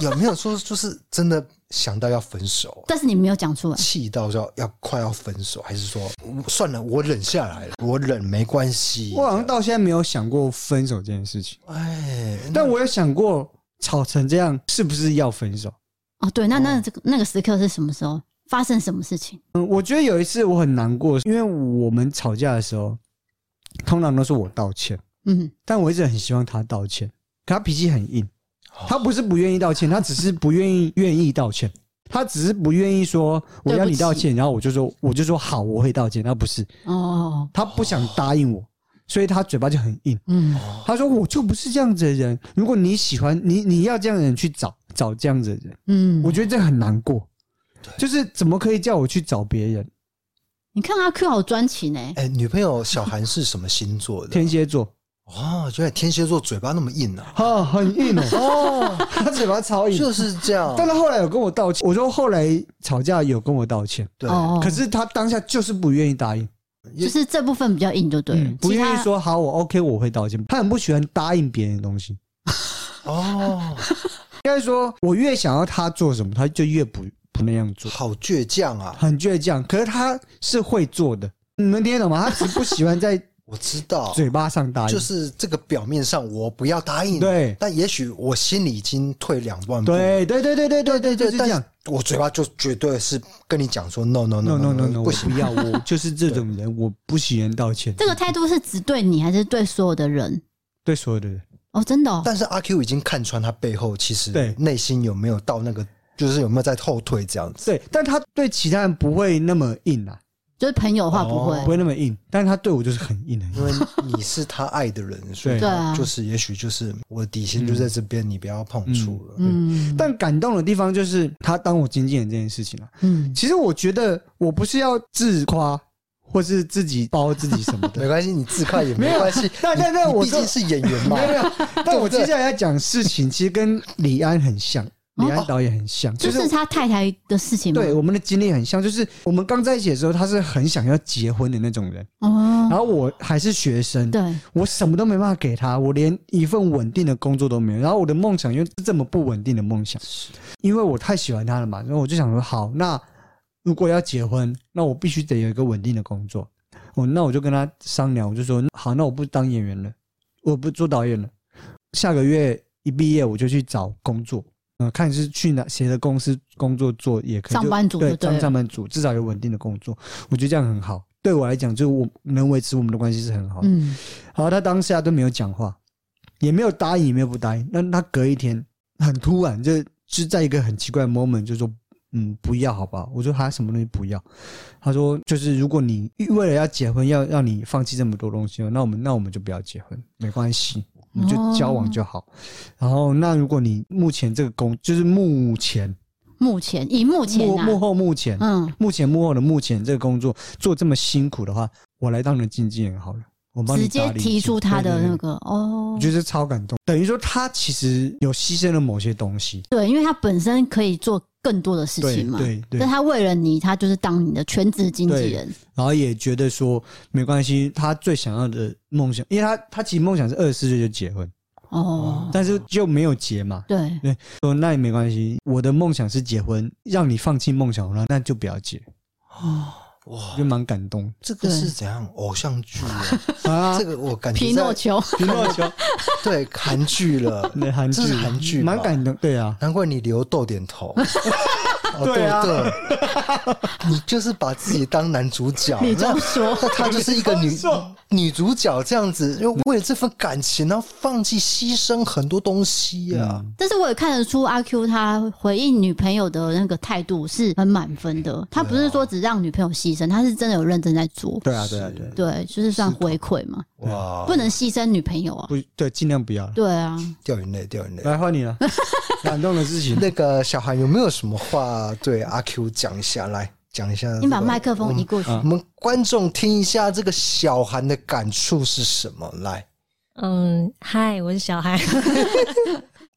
[SPEAKER 2] 有没有说就是真的想到要分手，
[SPEAKER 1] 但是你没有讲出来。
[SPEAKER 2] 气到要要快要分手，还是说我算了，我忍下来了，我忍没关系？
[SPEAKER 3] 我好像到现在没有想过分手这件事情，
[SPEAKER 2] 哎，
[SPEAKER 3] 但我有想过吵成这样是不是要分手。
[SPEAKER 1] 哦，对，那那这个那个时刻是什么时候发生什么事情？
[SPEAKER 3] 嗯，我觉得有一次我很难过，因为我们吵架的时候，通常都是我道歉，
[SPEAKER 1] 嗯，
[SPEAKER 3] 但我一直很希望他道歉，可他脾气很硬，
[SPEAKER 2] 哦
[SPEAKER 3] 他不是不愿意道歉，他只是不愿意愿意道歉，他只是不愿意说我要你道歉，然后我就说我就说好，我会道歉，他不是，
[SPEAKER 1] 哦，
[SPEAKER 3] 他不想答应
[SPEAKER 2] 哦
[SPEAKER 3] 我，所以他嘴巴就很硬。
[SPEAKER 1] 嗯，
[SPEAKER 3] 他说我就不是这样子的人，如果你喜欢你，你要这样的人去找找这样子的人，
[SPEAKER 1] 嗯，
[SPEAKER 3] 我觉得这很难过。就是怎么可以叫我去找别人？
[SPEAKER 1] 你看阿 Q 好专情哎、
[SPEAKER 2] 哎，女朋友小韩是什么星座的？
[SPEAKER 3] 天蝎座，
[SPEAKER 2] 哦，原来天蝎座嘴巴那么硬啊！
[SPEAKER 3] 啊，很硬 哦，
[SPEAKER 2] 哦，
[SPEAKER 3] 他嘴巴超硬。
[SPEAKER 2] 就是这样。
[SPEAKER 3] 但他后来有跟我道歉，我说后来吵架有跟我道歉，
[SPEAKER 2] 对，
[SPEAKER 1] 哦，
[SPEAKER 3] 可是他当下就是不愿意答应，
[SPEAKER 1] 就是这部分比较硬就对了，
[SPEAKER 3] 嗯不愿意
[SPEAKER 1] 其他。
[SPEAKER 3] 说好我 OK 我会道歉，他很不喜欢答应别人的东西。
[SPEAKER 2] 哦，
[SPEAKER 3] 应该说，我越想要他做什么，他就越不不那样做，
[SPEAKER 2] 好倔强啊！
[SPEAKER 3] 很倔强。可是他是会做的，你能听得懂吗？他只不喜欢在
[SPEAKER 2] 我知道，
[SPEAKER 3] 嘴巴上答应，
[SPEAKER 2] 就是这个表面上我不要答应，
[SPEAKER 3] 对
[SPEAKER 2] 但也许我心里已经退两万步，
[SPEAKER 3] 对对对对对对对，就是这
[SPEAKER 2] 但
[SPEAKER 3] 样
[SPEAKER 2] 是。我嘴巴就绝对是跟你讲说 no no
[SPEAKER 3] No
[SPEAKER 2] no
[SPEAKER 3] no no no，
[SPEAKER 2] 不
[SPEAKER 3] 我
[SPEAKER 2] 行
[SPEAKER 3] 不 要，我就是这种人，我不喜欢道歉。
[SPEAKER 1] 这个态度是只对你还是对所有的人？
[SPEAKER 3] 对所有的人，
[SPEAKER 1] 哦，真的哦，
[SPEAKER 2] 但是阿 Q 已经看穿他背后其实
[SPEAKER 3] 对
[SPEAKER 2] 内心有没有到那个，就是有没有在后退这样子。
[SPEAKER 3] 对，但他对其他人不会那么硬啊，
[SPEAKER 1] 就是朋友的话不会，
[SPEAKER 3] 哦不会那么硬，但是他对我就是很硬很
[SPEAKER 2] 因
[SPEAKER 3] 硬。
[SPEAKER 2] 为你是他爱的人，所以
[SPEAKER 3] 对嗯
[SPEAKER 1] 啊
[SPEAKER 2] 就是也许就是我的底线就在这边，你不要碰触了。
[SPEAKER 1] 嗯，
[SPEAKER 3] 但感动的地方就是他当我经纪人这件事情啊，
[SPEAKER 1] 嗯，
[SPEAKER 3] 其实我觉得我不是要自夸，或是自己包自己什么 的
[SPEAKER 2] 没，关系，你自夸也没关 系。
[SPEAKER 3] 那那那
[SPEAKER 2] 你
[SPEAKER 3] 我
[SPEAKER 2] 毕竟
[SPEAKER 3] 说
[SPEAKER 2] 是演员嘛
[SPEAKER 3] 没，有没有。但我接下来要讲事情，其实跟李安很像，李安导演很像，
[SPEAKER 1] 哦就
[SPEAKER 3] 就是是
[SPEAKER 1] 他太太的事情吗？
[SPEAKER 3] 对，我们的经历很像，就是我们刚在一起的时候，他是很想要结婚的那种人，然
[SPEAKER 1] 哦，
[SPEAKER 3] 后我还是学生，
[SPEAKER 1] 对，
[SPEAKER 3] 我什么都没办法给他，我连一份稳定的工作都没有。然后我的梦想又是这么不稳定的梦想，因为我太喜欢他了嘛，然后我就想说，好，那如果要结婚，那我必须得有一个稳定的工作。我那我就跟他商量，我就说，好，那我不当演员了，我不做导演了，下个月一毕业我就去找工作。嗯、看是去哪谁的公司工作做也可以，
[SPEAKER 1] 上
[SPEAKER 3] 就
[SPEAKER 1] 班族就对
[SPEAKER 3] 对，当
[SPEAKER 1] 了
[SPEAKER 3] 上班族至少有稳定的工作，我觉得这样很好。对我来讲，就是我能维持我们的关系是很好的。
[SPEAKER 1] 嗯，
[SPEAKER 3] 然后他当下都没有讲话，也没有答应，也没有不答应。那他隔一天很突然，就就在一个很奇怪的 moment 就说：“嗯，不要，好不好？”我说：“他什么东西不要？”他说：“就是如果你为了要结婚，要让你放弃这么多东西，那我们那我们就不要结婚，没关系，我们就交往就好。然后那如果你目前这个工就是目前
[SPEAKER 1] 目前以目前
[SPEAKER 3] 幕
[SPEAKER 1] 啊，
[SPEAKER 3] 幕后目前、
[SPEAKER 1] 嗯，
[SPEAKER 3] 目前幕后的目前这个工作做这么辛苦的话，我来当你的经纪人好了。”我帮你
[SPEAKER 1] 直接
[SPEAKER 3] 打理一
[SPEAKER 1] 提
[SPEAKER 3] 切
[SPEAKER 1] 出他
[SPEAKER 3] 对对
[SPEAKER 1] 的
[SPEAKER 3] 对
[SPEAKER 1] 那个哦
[SPEAKER 3] 我，觉得超感动。等于说他其实有牺牲了某些东西，
[SPEAKER 1] 对，因为他本身可以做更多的事
[SPEAKER 3] 对
[SPEAKER 1] 情嘛，
[SPEAKER 3] 对对
[SPEAKER 1] 但，他为了你，他就是当你的全职经纪人，
[SPEAKER 3] 然后也觉得说没关系，他最想要的梦想，因为他他其实梦想是二十四岁就结婚，
[SPEAKER 1] 哦，
[SPEAKER 3] 但是就没有结嘛。
[SPEAKER 1] 对，
[SPEAKER 3] 说那也没关系，我的梦想是结婚，让你放弃梦想，那那就不要结，哦
[SPEAKER 2] 哇，
[SPEAKER 3] 就蛮感 动
[SPEAKER 2] 这个是怎样偶像剧啊？
[SPEAKER 3] 啊
[SPEAKER 2] 这。个我感觉
[SPEAKER 1] 皮诺
[SPEAKER 2] 在
[SPEAKER 1] 丘，
[SPEAKER 3] 皮诺 丘，
[SPEAKER 2] 对韩剧了，
[SPEAKER 3] 那韩剧
[SPEAKER 2] 这是韩剧吧
[SPEAKER 3] 蛮感动，对啊，
[SPEAKER 2] 难怪你留豆点头。哦
[SPEAKER 3] 对啊
[SPEAKER 2] 对， 你就是把自己当男主角，
[SPEAKER 1] 你这
[SPEAKER 2] 那
[SPEAKER 1] 么说
[SPEAKER 2] 那她就是一个
[SPEAKER 3] 你
[SPEAKER 2] 女
[SPEAKER 3] 这么
[SPEAKER 2] 女主角这样子，就为了这份感情，然后放弃牺牲很多东西啊。
[SPEAKER 1] 但是我也看得出阿 Q 他回应女朋友的那个态度是很满分的，他不是说只让女朋友牺牲，他是真的有认真在做。
[SPEAKER 3] 对啊，对啊，对啊，
[SPEAKER 1] 对，就是算回馈嘛，
[SPEAKER 2] 哇，
[SPEAKER 1] 嗯不能牺牲女朋友啊。
[SPEAKER 3] 不对，尽量哦不要了。
[SPEAKER 1] 对啊，
[SPEAKER 2] 掉眼泪，掉眼泪。
[SPEAKER 3] 来 换你了，感动的事情。
[SPEAKER 2] 那个小韩有没有什么话对阿 Q 讲一下？来讲一下这个、
[SPEAKER 1] 你把麦克风移过去。
[SPEAKER 2] 我们观众听一下这个小韩的感触是什么？来，
[SPEAKER 5] 嗯，嗨，我是小孩。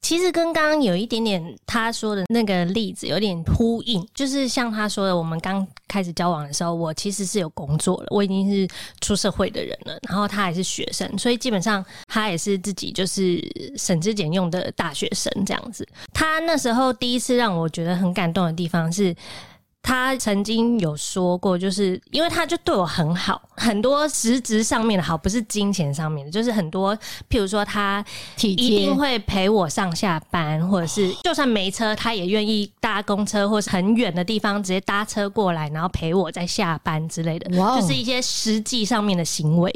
[SPEAKER 5] 其实跟刚刚有一点点他说的那个例子有点呼应，就是像他说的，我们刚开始交往的时候，我其实是有工作了，我已经是出社会的人了，然后他还是学生，所以基本上他也是自己就是省吃俭用的大学生这样子。他那时候第一次让我觉得很感动的地方是，他曾经有说过，就是因为他就对我很好，很多实质上面的好，不是金钱上面的，就是很多，譬如说他
[SPEAKER 1] 体贴
[SPEAKER 5] 一定会陪我上下班，或者是就算没车，他也愿意搭公车或是很远的地方直接搭车过来，然后陪我在下班之类的，
[SPEAKER 1] 哇哦
[SPEAKER 5] 就是一些实际上面的行为。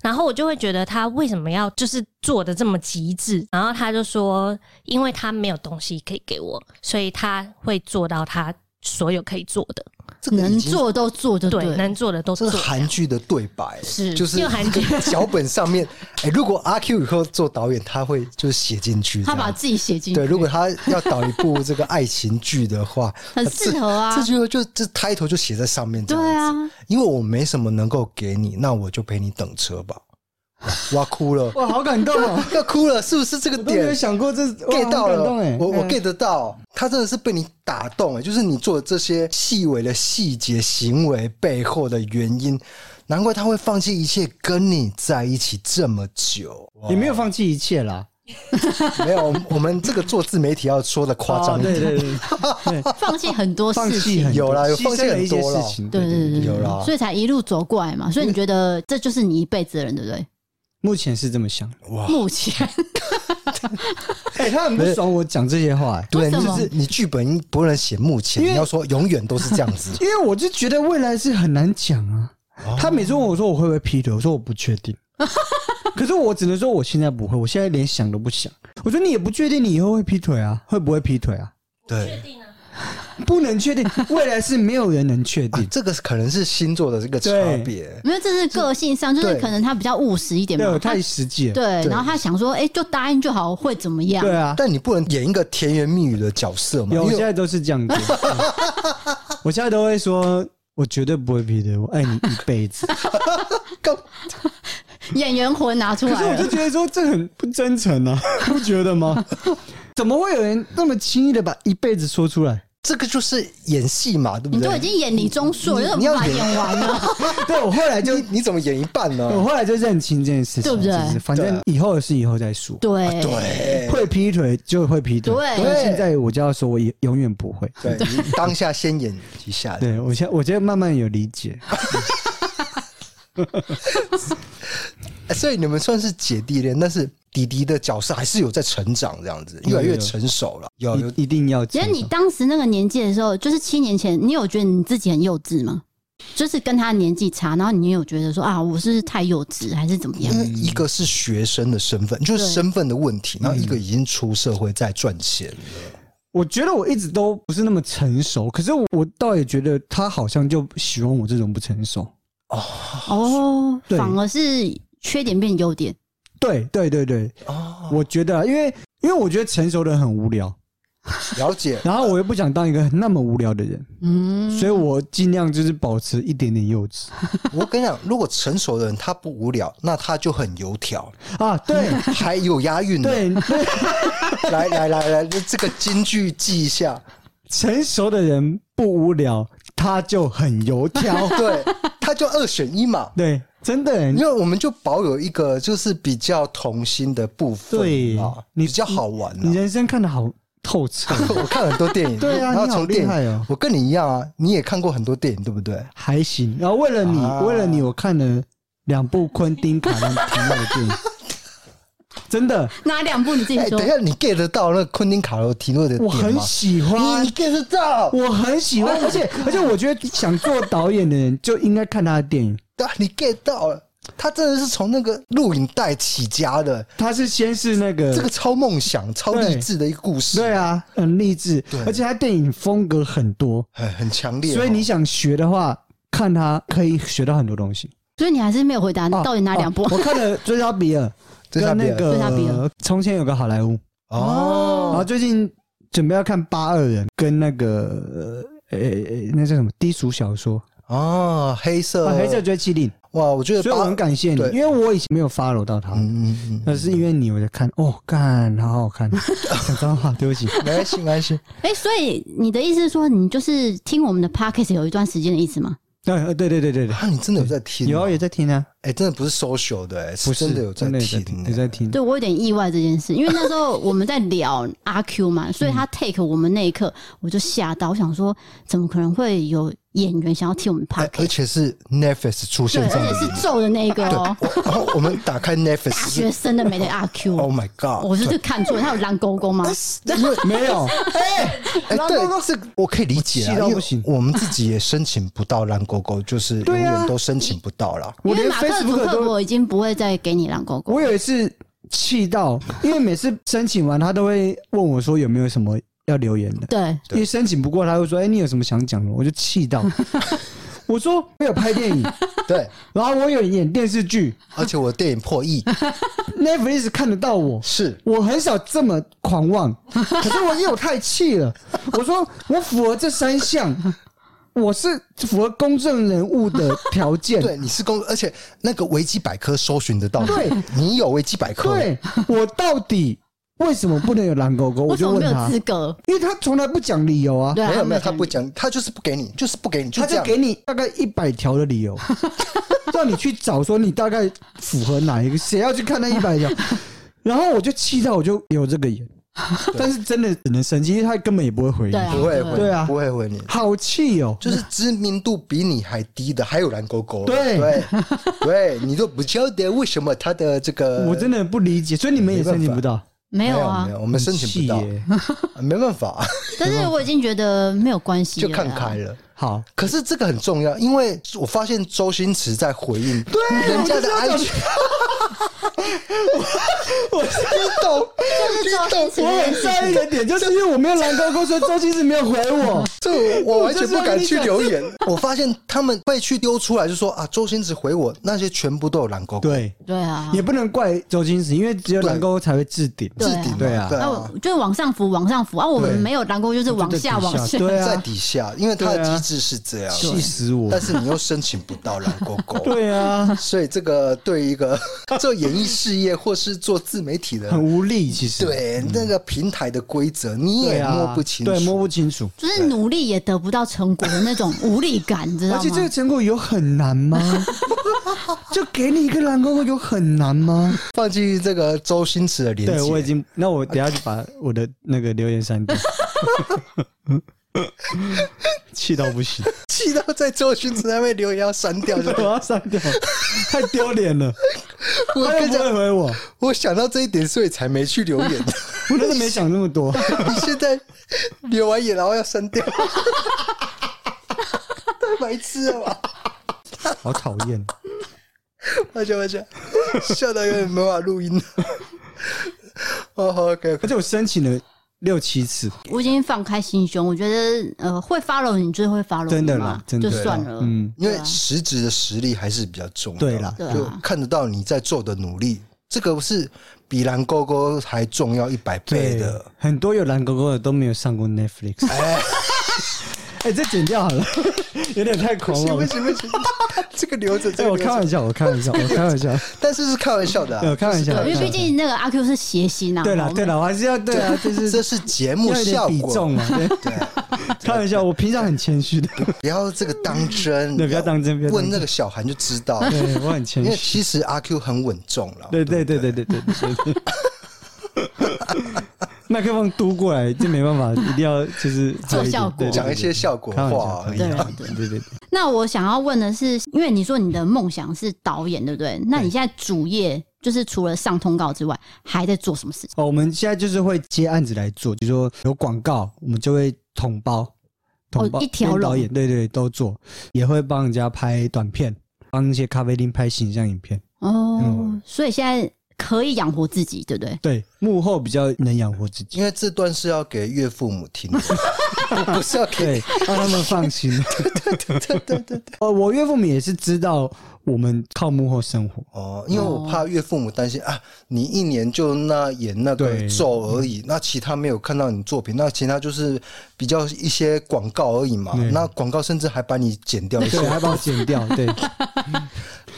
[SPEAKER 5] 然后我就会觉得他为什么要就是做的这么极致？然后他就说，因为他没有东西可以给我，所以他会做到他所有可以做的，
[SPEAKER 2] 这个
[SPEAKER 1] 能
[SPEAKER 2] 已经
[SPEAKER 1] 做都做就
[SPEAKER 5] 对，
[SPEAKER 1] 了
[SPEAKER 5] 能做的都
[SPEAKER 2] 这
[SPEAKER 5] 做
[SPEAKER 2] 是。韩剧的对白，
[SPEAKER 1] 是
[SPEAKER 2] 就是
[SPEAKER 5] 又韩剧
[SPEAKER 2] 这个 脚本上面，哎、如果阿 Q 以后做导演，他会就是写进去这
[SPEAKER 1] 他
[SPEAKER 2] 样，
[SPEAKER 1] 把自己写进去。
[SPEAKER 2] 对，如果他要导一部这个爱情剧的话，
[SPEAKER 1] 很
[SPEAKER 2] 那这
[SPEAKER 1] 适合 啊
[SPEAKER 2] 这句就这 title 就写在上面这
[SPEAKER 1] 对啊
[SPEAKER 2] 样子，因为我没什么能够给你，那我就陪你等车吧。哇，哇哭了，
[SPEAKER 3] 哇，好感动哦！
[SPEAKER 2] 要哭了，是不是这个
[SPEAKER 3] 我都没 有
[SPEAKER 2] 点
[SPEAKER 3] 想过这
[SPEAKER 2] get 到了？我
[SPEAKER 3] 我
[SPEAKER 2] 我 get 得到，他真的是被你打动了，就是你做的这些细微的细节行为背后的原因，难怪他会放弃一切跟你在一起这么久。
[SPEAKER 3] 也没有放弃一切啦。
[SPEAKER 2] 没有，我们我们这个做自媒体要说的夸张
[SPEAKER 3] 哦
[SPEAKER 2] 一
[SPEAKER 3] 对
[SPEAKER 2] 点。
[SPEAKER 3] 对 对，
[SPEAKER 1] 放弃很多
[SPEAKER 3] 哦放
[SPEAKER 1] 事
[SPEAKER 3] 弃
[SPEAKER 1] 情
[SPEAKER 3] 很。多
[SPEAKER 2] 有啦有
[SPEAKER 3] 牺
[SPEAKER 2] 放弃
[SPEAKER 3] 牲了
[SPEAKER 2] 很
[SPEAKER 3] 一些
[SPEAKER 2] 多啦
[SPEAKER 3] 事情。
[SPEAKER 1] 对对对
[SPEAKER 2] 有啦
[SPEAKER 1] 对，所以才一路走过来嘛。所以你觉得这就是你一辈子的人，对不对？
[SPEAKER 3] 目前是这么想。
[SPEAKER 1] 目前
[SPEAKER 3] 哎，他很不爽我讲这些话，哎
[SPEAKER 2] 对，
[SPEAKER 1] 为什
[SPEAKER 2] 你就
[SPEAKER 1] 么
[SPEAKER 2] 是你剧本不能写目前，
[SPEAKER 3] 因为
[SPEAKER 2] 你要说永远都是这
[SPEAKER 3] 。
[SPEAKER 2] 样子
[SPEAKER 3] 因为我就觉得未来是很难讲啊。
[SPEAKER 2] 哦
[SPEAKER 3] 他每次问我说我会不会劈腿，我说我不确 定。可是我只能说我现在不会，我现在连想都不想。我说你也不确定你以后会劈腿啊，会不会劈腿啊？
[SPEAKER 2] 对，
[SPEAKER 3] 不能 确定，未来是没有人能确
[SPEAKER 2] 啊
[SPEAKER 3] 定。
[SPEAKER 2] 这个可能是星座的这个差
[SPEAKER 3] 对
[SPEAKER 2] 别。
[SPEAKER 1] 没有，这是个性上，就是
[SPEAKER 2] 对
[SPEAKER 1] 可能他比较务实一点
[SPEAKER 3] 对，
[SPEAKER 1] 嘛。
[SPEAKER 3] 我
[SPEAKER 1] 他
[SPEAKER 3] 太实际了。
[SPEAKER 1] 对，啊
[SPEAKER 2] 对
[SPEAKER 1] 然后他想说，哎，就答应就好，会怎么样？
[SPEAKER 3] 对啊，
[SPEAKER 2] 但你不能演一个甜言蜜语的角色嘛？
[SPEAKER 3] 有，
[SPEAKER 2] 因
[SPEAKER 3] 我现
[SPEAKER 2] 为
[SPEAKER 3] 在都是这样 子。嗯我现在都会说，我绝对不会劈腿，我爱你一辈子。
[SPEAKER 1] 演员魂拿出
[SPEAKER 3] 可是
[SPEAKER 1] 来
[SPEAKER 3] 我就
[SPEAKER 1] 了。
[SPEAKER 3] 觉得说这很不真诚 啊，不觉得吗？怎么会有人那么轻易的把一辈子说出来？
[SPEAKER 2] 这个就是演戏嘛，对不
[SPEAKER 1] 你都
[SPEAKER 2] 对？
[SPEAKER 1] 已经演李钟硕，
[SPEAKER 2] 你
[SPEAKER 1] 你怎
[SPEAKER 2] 你
[SPEAKER 1] 么
[SPEAKER 2] 要
[SPEAKER 1] 不把它
[SPEAKER 2] 演
[SPEAKER 1] 演完呢？
[SPEAKER 3] 对我后来就
[SPEAKER 2] 你你怎么演一半呢？
[SPEAKER 3] 我后来就认清这件事情，
[SPEAKER 1] 对不对
[SPEAKER 3] 就是反正以后的事以后再说。
[SPEAKER 1] 对
[SPEAKER 2] 对
[SPEAKER 3] 会劈腿就会劈腿，
[SPEAKER 1] 对
[SPEAKER 3] 但现在我就要说，我也永远不会。
[SPEAKER 2] 对，你当下先演一下。
[SPEAKER 3] 对我现在我觉得慢慢有理解，
[SPEAKER 2] 哎所以你们算是姐弟恋，但是弟弟的角色还是有在成长，这样子越来越成熟了。有有，
[SPEAKER 3] 一一定要。
[SPEAKER 1] 觉得你当时那个年纪的时候，就是七年前，你有觉得你自己很幼稚吗？就是跟他年纪差，然后你有觉得说啊，我是不是太幼稚还是怎么样
[SPEAKER 2] 因？为一个是学生的身份，就是
[SPEAKER 1] 对
[SPEAKER 2] 身份的问
[SPEAKER 3] 嗯
[SPEAKER 2] 题，然后一个已经出社会在赚钱了。
[SPEAKER 3] 我觉得我一直都不是那么成熟，可是我我倒也觉得他好像就喜欢我这种不成熟。
[SPEAKER 1] 哦，
[SPEAKER 3] 对
[SPEAKER 1] 反而是缺点变优点，
[SPEAKER 3] 对对对对，
[SPEAKER 2] 哦，
[SPEAKER 3] 我觉得啊，因为因为我觉得成熟的人很无聊，
[SPEAKER 2] 了解。
[SPEAKER 3] 然后我又不想当一个那么无聊的人，
[SPEAKER 1] 嗯，
[SPEAKER 3] 所以我尽量就是保持一点点幼稚
[SPEAKER 2] 我跟你讲，如果成熟的人他不无聊，那他就很油 条，
[SPEAKER 3] 啊。对
[SPEAKER 2] 还有押韵呢。
[SPEAKER 3] 对，对
[SPEAKER 2] 来来来来，这个金句记一下。
[SPEAKER 3] 成熟的人不无聊，他就很油条。
[SPEAKER 2] 对，他就二选一嘛。
[SPEAKER 3] 对，真的欸，
[SPEAKER 2] 因为我们就保有一个就是比较童心的部分
[SPEAKER 3] 对
[SPEAKER 2] 嘛，
[SPEAKER 3] 你
[SPEAKER 2] 比较好玩
[SPEAKER 3] 你
[SPEAKER 2] 啊。
[SPEAKER 3] 人生看得好透彻，
[SPEAKER 2] 我看很多电影，
[SPEAKER 3] 对啊
[SPEAKER 2] 然后
[SPEAKER 3] 你好
[SPEAKER 2] 从电
[SPEAKER 3] 厉害
[SPEAKER 2] 影
[SPEAKER 3] 哦，
[SPEAKER 2] 我跟你一样啊，你也看过很多电影，对不对？
[SPEAKER 3] 还行。然后为了你，
[SPEAKER 2] 啊
[SPEAKER 3] 为了你，我看了两部昆汀·塔伦提诺的电影，真的，
[SPEAKER 1] 哪两部你自己
[SPEAKER 2] 哎、
[SPEAKER 1] 说
[SPEAKER 2] 等一？下你 get 得到那个昆汀卡罗提诺的
[SPEAKER 3] 我
[SPEAKER 2] 点
[SPEAKER 3] 很
[SPEAKER 2] 吗？
[SPEAKER 3] 喜
[SPEAKER 2] 你
[SPEAKER 3] 欢
[SPEAKER 2] 你，get 哦得到？
[SPEAKER 3] 我很喜欢，而且而且我觉得想做导演的人就应该看他的电影。
[SPEAKER 2] 对啊，你 get 到了。他真的是从那个录影带起家的，
[SPEAKER 3] 他是先是那个
[SPEAKER 2] 这个超梦想、超励志的一个故事，
[SPEAKER 3] 对，啊，很励志
[SPEAKER 2] 对，
[SPEAKER 3] 而且他电影风格很多，
[SPEAKER 2] 很很强烈哦。
[SPEAKER 3] 所以你想学的话，看他可以学到很多东西。
[SPEAKER 1] 所以你还是没有回
[SPEAKER 2] 啊
[SPEAKER 1] 答，
[SPEAKER 3] 哦
[SPEAKER 1] 到底哪两部
[SPEAKER 3] 哦？我看了《追杀比尔》
[SPEAKER 2] 追杀
[SPEAKER 3] 跟
[SPEAKER 2] 比
[SPEAKER 3] 那
[SPEAKER 2] 尔
[SPEAKER 3] 个
[SPEAKER 1] 追杀比尔
[SPEAKER 3] 《从前有个好莱坞》，然后
[SPEAKER 2] 哦，
[SPEAKER 3] 最近准备要看《八二人》跟那个呃诶、诶那叫什么低俗小说
[SPEAKER 2] 哦，黑色，
[SPEAKER 3] 啊，《黑色追妻令
[SPEAKER 2] 哇，我觉》，得
[SPEAKER 3] 所以我
[SPEAKER 2] 八
[SPEAKER 3] 很感谢你
[SPEAKER 2] 对，
[SPEAKER 3] 因为我以前没有 follow 到他。
[SPEAKER 2] 嗯嗯嗯，
[SPEAKER 3] 那是因为你我在看，哦，干，好好 看，讲脏话，对不起，
[SPEAKER 2] 没关系，没关系。
[SPEAKER 1] 哎、所以你的意思是说，你就是听我们的 podcast 有一段时间的意思吗？
[SPEAKER 3] 对，呃对对对对对，
[SPEAKER 2] 啊，你真的有在听？
[SPEAKER 3] 有啊也在听啊，
[SPEAKER 2] 哎，真的不是 social 的，哎，是
[SPEAKER 3] 不是
[SPEAKER 2] 真的有在
[SPEAKER 3] 真的有在
[SPEAKER 2] 听，欸
[SPEAKER 3] 有在听，
[SPEAKER 1] 对我有点意外这件事，因为那时候我们在聊阿 Q
[SPEAKER 2] 嗯
[SPEAKER 1] 嘛，所以他 take 我们那一刻，我就吓到，我想说，怎么可能会有演员想要听我们
[SPEAKER 2] 哎，而
[SPEAKER 1] podcast？、
[SPEAKER 2] 且是 Netflix 出
[SPEAKER 1] 对，
[SPEAKER 2] 现在
[SPEAKER 1] 而
[SPEAKER 2] 里
[SPEAKER 1] 且
[SPEAKER 2] 面
[SPEAKER 1] 是皱的那一个哦、
[SPEAKER 2] 然后我们打开
[SPEAKER 1] 大
[SPEAKER 2] Netflix，
[SPEAKER 1] 学
[SPEAKER 2] 是
[SPEAKER 1] 生的 美的阿 Q，、
[SPEAKER 2] Oh my God！
[SPEAKER 1] 我是不是看错，他有狼狗狗吗？
[SPEAKER 2] 对因为
[SPEAKER 3] 没有，
[SPEAKER 2] 哎，对，这个我可以理解
[SPEAKER 3] 我
[SPEAKER 2] 啊，
[SPEAKER 3] 气到
[SPEAKER 2] 因
[SPEAKER 3] 不
[SPEAKER 2] 为
[SPEAKER 3] 行
[SPEAKER 2] 我们自己也申请不到蓝勾勾，就是永
[SPEAKER 3] 对啊
[SPEAKER 2] 远都申请不到啦。
[SPEAKER 3] 我
[SPEAKER 1] 因为
[SPEAKER 3] 连
[SPEAKER 1] 马克祖
[SPEAKER 3] Facebook
[SPEAKER 1] 克
[SPEAKER 3] 都
[SPEAKER 1] 伯已经不会再给你狼狗狗
[SPEAKER 3] 我，有一次气到，因为每次申请完，他都会问我说有没有什么要留言的，
[SPEAKER 1] 对，
[SPEAKER 2] 对
[SPEAKER 3] 因为申请不过，他会说：“哎、你有什么想讲的？”我就气 到，我说：“我有拍电影，
[SPEAKER 2] 对，
[SPEAKER 3] 然后我有演电视剧
[SPEAKER 2] 而且我电影破亿，
[SPEAKER 3] ，Netflix 看得到我。”
[SPEAKER 2] 是
[SPEAKER 3] 我很少这么狂妄， 可是我因为我太气了，我说我符合这三项，我是符合公正人物的条 件，
[SPEAKER 2] 对，你是公，而且那个维基百科搜寻得到你，
[SPEAKER 3] 对
[SPEAKER 2] 你有维基百科，
[SPEAKER 3] 对我到底为什么不能有狼狗狗？我
[SPEAKER 1] 为什
[SPEAKER 3] 就
[SPEAKER 1] 么
[SPEAKER 3] 问
[SPEAKER 1] 没有
[SPEAKER 3] 他，
[SPEAKER 1] 资格？
[SPEAKER 3] 因为他从来不讲理由啊，
[SPEAKER 1] 对啊，
[SPEAKER 2] 没有没有，
[SPEAKER 1] 他
[SPEAKER 2] 他不讲，他就是不给你，就是不给你，
[SPEAKER 3] 他
[SPEAKER 2] 这
[SPEAKER 3] 就
[SPEAKER 2] 样。
[SPEAKER 3] 给你大概一百条的理由，让你去找说你大概符合哪一个，谁要去看那一百条？然后我就气到我就有这个眼，但是真的只能生气，因为他根本也不会回
[SPEAKER 1] 对
[SPEAKER 3] 应，
[SPEAKER 1] 啊，
[SPEAKER 2] 不会回，
[SPEAKER 3] 对啊
[SPEAKER 2] 不会回你，
[SPEAKER 3] 好气哦！
[SPEAKER 2] 就是知名度比你还低的，还有蓝勾勾，
[SPEAKER 3] 对
[SPEAKER 2] 对 对，你都不晓得为什么他的这个，
[SPEAKER 3] 我真的不理解，所以你们也申请不到，
[SPEAKER 1] 没
[SPEAKER 2] 没
[SPEAKER 1] 有
[SPEAKER 2] 有
[SPEAKER 1] 啊
[SPEAKER 2] 没，有，我们申请不
[SPEAKER 3] 很气
[SPEAKER 2] 到，啊
[SPEAKER 3] 耶
[SPEAKER 2] 没办法，
[SPEAKER 1] 但是我已经觉得没有关系
[SPEAKER 2] 就
[SPEAKER 1] 了，
[SPEAKER 2] 看开。 了。
[SPEAKER 3] 好，
[SPEAKER 2] 可是这个很重要，因为我发现周星驰在回应对人家的 IG，
[SPEAKER 3] 我是懂，
[SPEAKER 1] 就是周星驰这件
[SPEAKER 3] 我很
[SPEAKER 1] 事
[SPEAKER 3] 在意
[SPEAKER 1] 情，
[SPEAKER 3] 的点就是因为我没有蓝勾勾，所以周星驰没有回我。
[SPEAKER 2] 这我完全不敢去留
[SPEAKER 3] 我就
[SPEAKER 2] 言。我发现他们会去丢出来，就说啊，周星驰回我那些全部都有蓝勾勾，
[SPEAKER 3] 对，
[SPEAKER 1] 对啊
[SPEAKER 3] 也。不能怪周星驰，因为只有蓝勾勾才会置顶，
[SPEAKER 1] 对
[SPEAKER 2] 置顶嘛
[SPEAKER 3] 对啊
[SPEAKER 2] 对
[SPEAKER 1] 那我就是往上浮，往上浮啊！我们
[SPEAKER 2] 对
[SPEAKER 1] 没有狼狗，就是往下，往下。
[SPEAKER 3] 对
[SPEAKER 2] 在
[SPEAKER 3] 啊，
[SPEAKER 2] 底下，因为它
[SPEAKER 3] 对啊
[SPEAKER 2] 的机制是这样，
[SPEAKER 3] 气死我！
[SPEAKER 2] 但是你又申请不到蓝勾勾，
[SPEAKER 3] 对啊，
[SPEAKER 2] 所以这个对于一个 做演艺事业或是做自媒体的
[SPEAKER 3] 很，无力，其实
[SPEAKER 2] 对那个平台的规则你
[SPEAKER 3] 对
[SPEAKER 2] 也
[SPEAKER 3] 啊，
[SPEAKER 2] 摸不清楚，
[SPEAKER 3] 对，摸不清楚。
[SPEAKER 1] 就是努力也得不到成果的那种无力感，你知道
[SPEAKER 3] 而
[SPEAKER 1] 吗
[SPEAKER 3] 且？这个成果有很难吗？就给你一个蓝勾勾有很难吗？
[SPEAKER 2] 放进这个周星驰的链
[SPEAKER 3] 对
[SPEAKER 2] 接，
[SPEAKER 3] 我已经，那我等一下就把我的那个留言删掉， 气到不行，
[SPEAKER 2] 气到在周星驰那边留言要删掉，就
[SPEAKER 3] 我要删掉，太丢脸了。
[SPEAKER 2] 我
[SPEAKER 3] 他又
[SPEAKER 2] 跟你
[SPEAKER 3] 不会
[SPEAKER 2] 讲，
[SPEAKER 3] 回我，
[SPEAKER 2] 我想到这一点，所以才没去留 言。
[SPEAKER 3] 我真的没想那么多。
[SPEAKER 2] 你现在留完言然后要删掉，太白痴了吧！
[SPEAKER 3] 好讨厌，
[SPEAKER 2] 我笑我笑，笑到有点没法录音了。哦，好，OK，
[SPEAKER 3] 而且我申请了六七次，
[SPEAKER 1] 我已经放开心胸，我觉得呃，会 follow 你就是会 follow
[SPEAKER 3] 真的
[SPEAKER 1] 你嘛
[SPEAKER 3] 啦真的
[SPEAKER 1] 就算了。
[SPEAKER 3] 嗯，
[SPEAKER 2] 因
[SPEAKER 1] 对
[SPEAKER 2] 为
[SPEAKER 1] 啊
[SPEAKER 2] 实质的实力还是比较重要。
[SPEAKER 3] 对啦
[SPEAKER 1] 对啊
[SPEAKER 2] 就看得到你在做的努力，这个是比蓝勾勾还重要一百倍
[SPEAKER 3] 对
[SPEAKER 2] 的。，
[SPEAKER 3] 很多有蓝勾勾的都没有上过 Netflix。
[SPEAKER 2] 哎，
[SPEAKER 3] 哎、这剪掉好了， 有点太
[SPEAKER 2] 不
[SPEAKER 3] 狂
[SPEAKER 2] 行
[SPEAKER 3] 妄
[SPEAKER 2] 不
[SPEAKER 3] 了。
[SPEAKER 2] 行不行， 这个留着，这
[SPEAKER 3] 哎、
[SPEAKER 2] 个
[SPEAKER 3] 我
[SPEAKER 2] 留着
[SPEAKER 3] 开玩笑，我开玩笑，我开玩笑，
[SPEAKER 2] 但是是开玩笑的、
[SPEAKER 3] 对，我
[SPEAKER 2] 啊。
[SPEAKER 3] 开玩笑。
[SPEAKER 1] 对，因为
[SPEAKER 3] 我开
[SPEAKER 1] 毕
[SPEAKER 3] 玩笑
[SPEAKER 1] 竟那个阿 Q 是谐星啊。
[SPEAKER 3] 对
[SPEAKER 1] 我
[SPEAKER 3] 了，
[SPEAKER 1] 们
[SPEAKER 3] 对了，我还是要对啊，就是
[SPEAKER 2] 这是节目
[SPEAKER 3] 要有
[SPEAKER 2] 效
[SPEAKER 3] 点
[SPEAKER 2] 果，
[SPEAKER 3] 比重嘛。对，
[SPEAKER 2] 对，
[SPEAKER 3] 开玩笑，我平常很谦虚的，
[SPEAKER 2] 不要这个当真，
[SPEAKER 3] 对不要当真不要当真
[SPEAKER 2] 问那个小韩就知道，
[SPEAKER 3] 对我很谦
[SPEAKER 2] 因为
[SPEAKER 3] 虚。
[SPEAKER 2] 其实阿 Q 很稳重了。
[SPEAKER 3] 对对对对对对对对。对 麦克风嘟过来，这没办法，一定要就是
[SPEAKER 1] 做效果
[SPEAKER 3] 对对对对
[SPEAKER 2] 讲一些效果
[SPEAKER 3] 开玩笑
[SPEAKER 2] 话而已
[SPEAKER 3] 开玩笑
[SPEAKER 1] 啊对
[SPEAKER 3] 对对对。
[SPEAKER 1] 那我想要问的是，因为你说你的梦想是导演，对不对？那你现在主业就是除了上通告之外，还在做什么事情？
[SPEAKER 3] 哦，我们现在就是会接案子来做，比如说有广告，我们就会统包，统包、
[SPEAKER 1] 一条龙
[SPEAKER 3] 连导演，对对都做，也会帮人家拍短片，帮一些咖啡厅拍形象影片。
[SPEAKER 1] 哦，
[SPEAKER 3] 嗯
[SPEAKER 1] 所以现在可以养活自己，对不对？
[SPEAKER 3] 对，幕后比较能养活自己，
[SPEAKER 2] 因为这段是要给岳父母听的，不是要给
[SPEAKER 3] 对，让他们放心。对对对对对。 哦，我岳父母也是知道我们靠幕后生活，
[SPEAKER 2] 哦，因为我怕岳父母担心啊，你一年就那演那个
[SPEAKER 3] 对
[SPEAKER 2] 咒而已，那其他没有看到你作品，那其他就是比较一些广告而已嘛
[SPEAKER 3] 对。
[SPEAKER 2] 那广告甚至还把你剪掉一些
[SPEAKER 3] 对，，还帮我剪掉，对，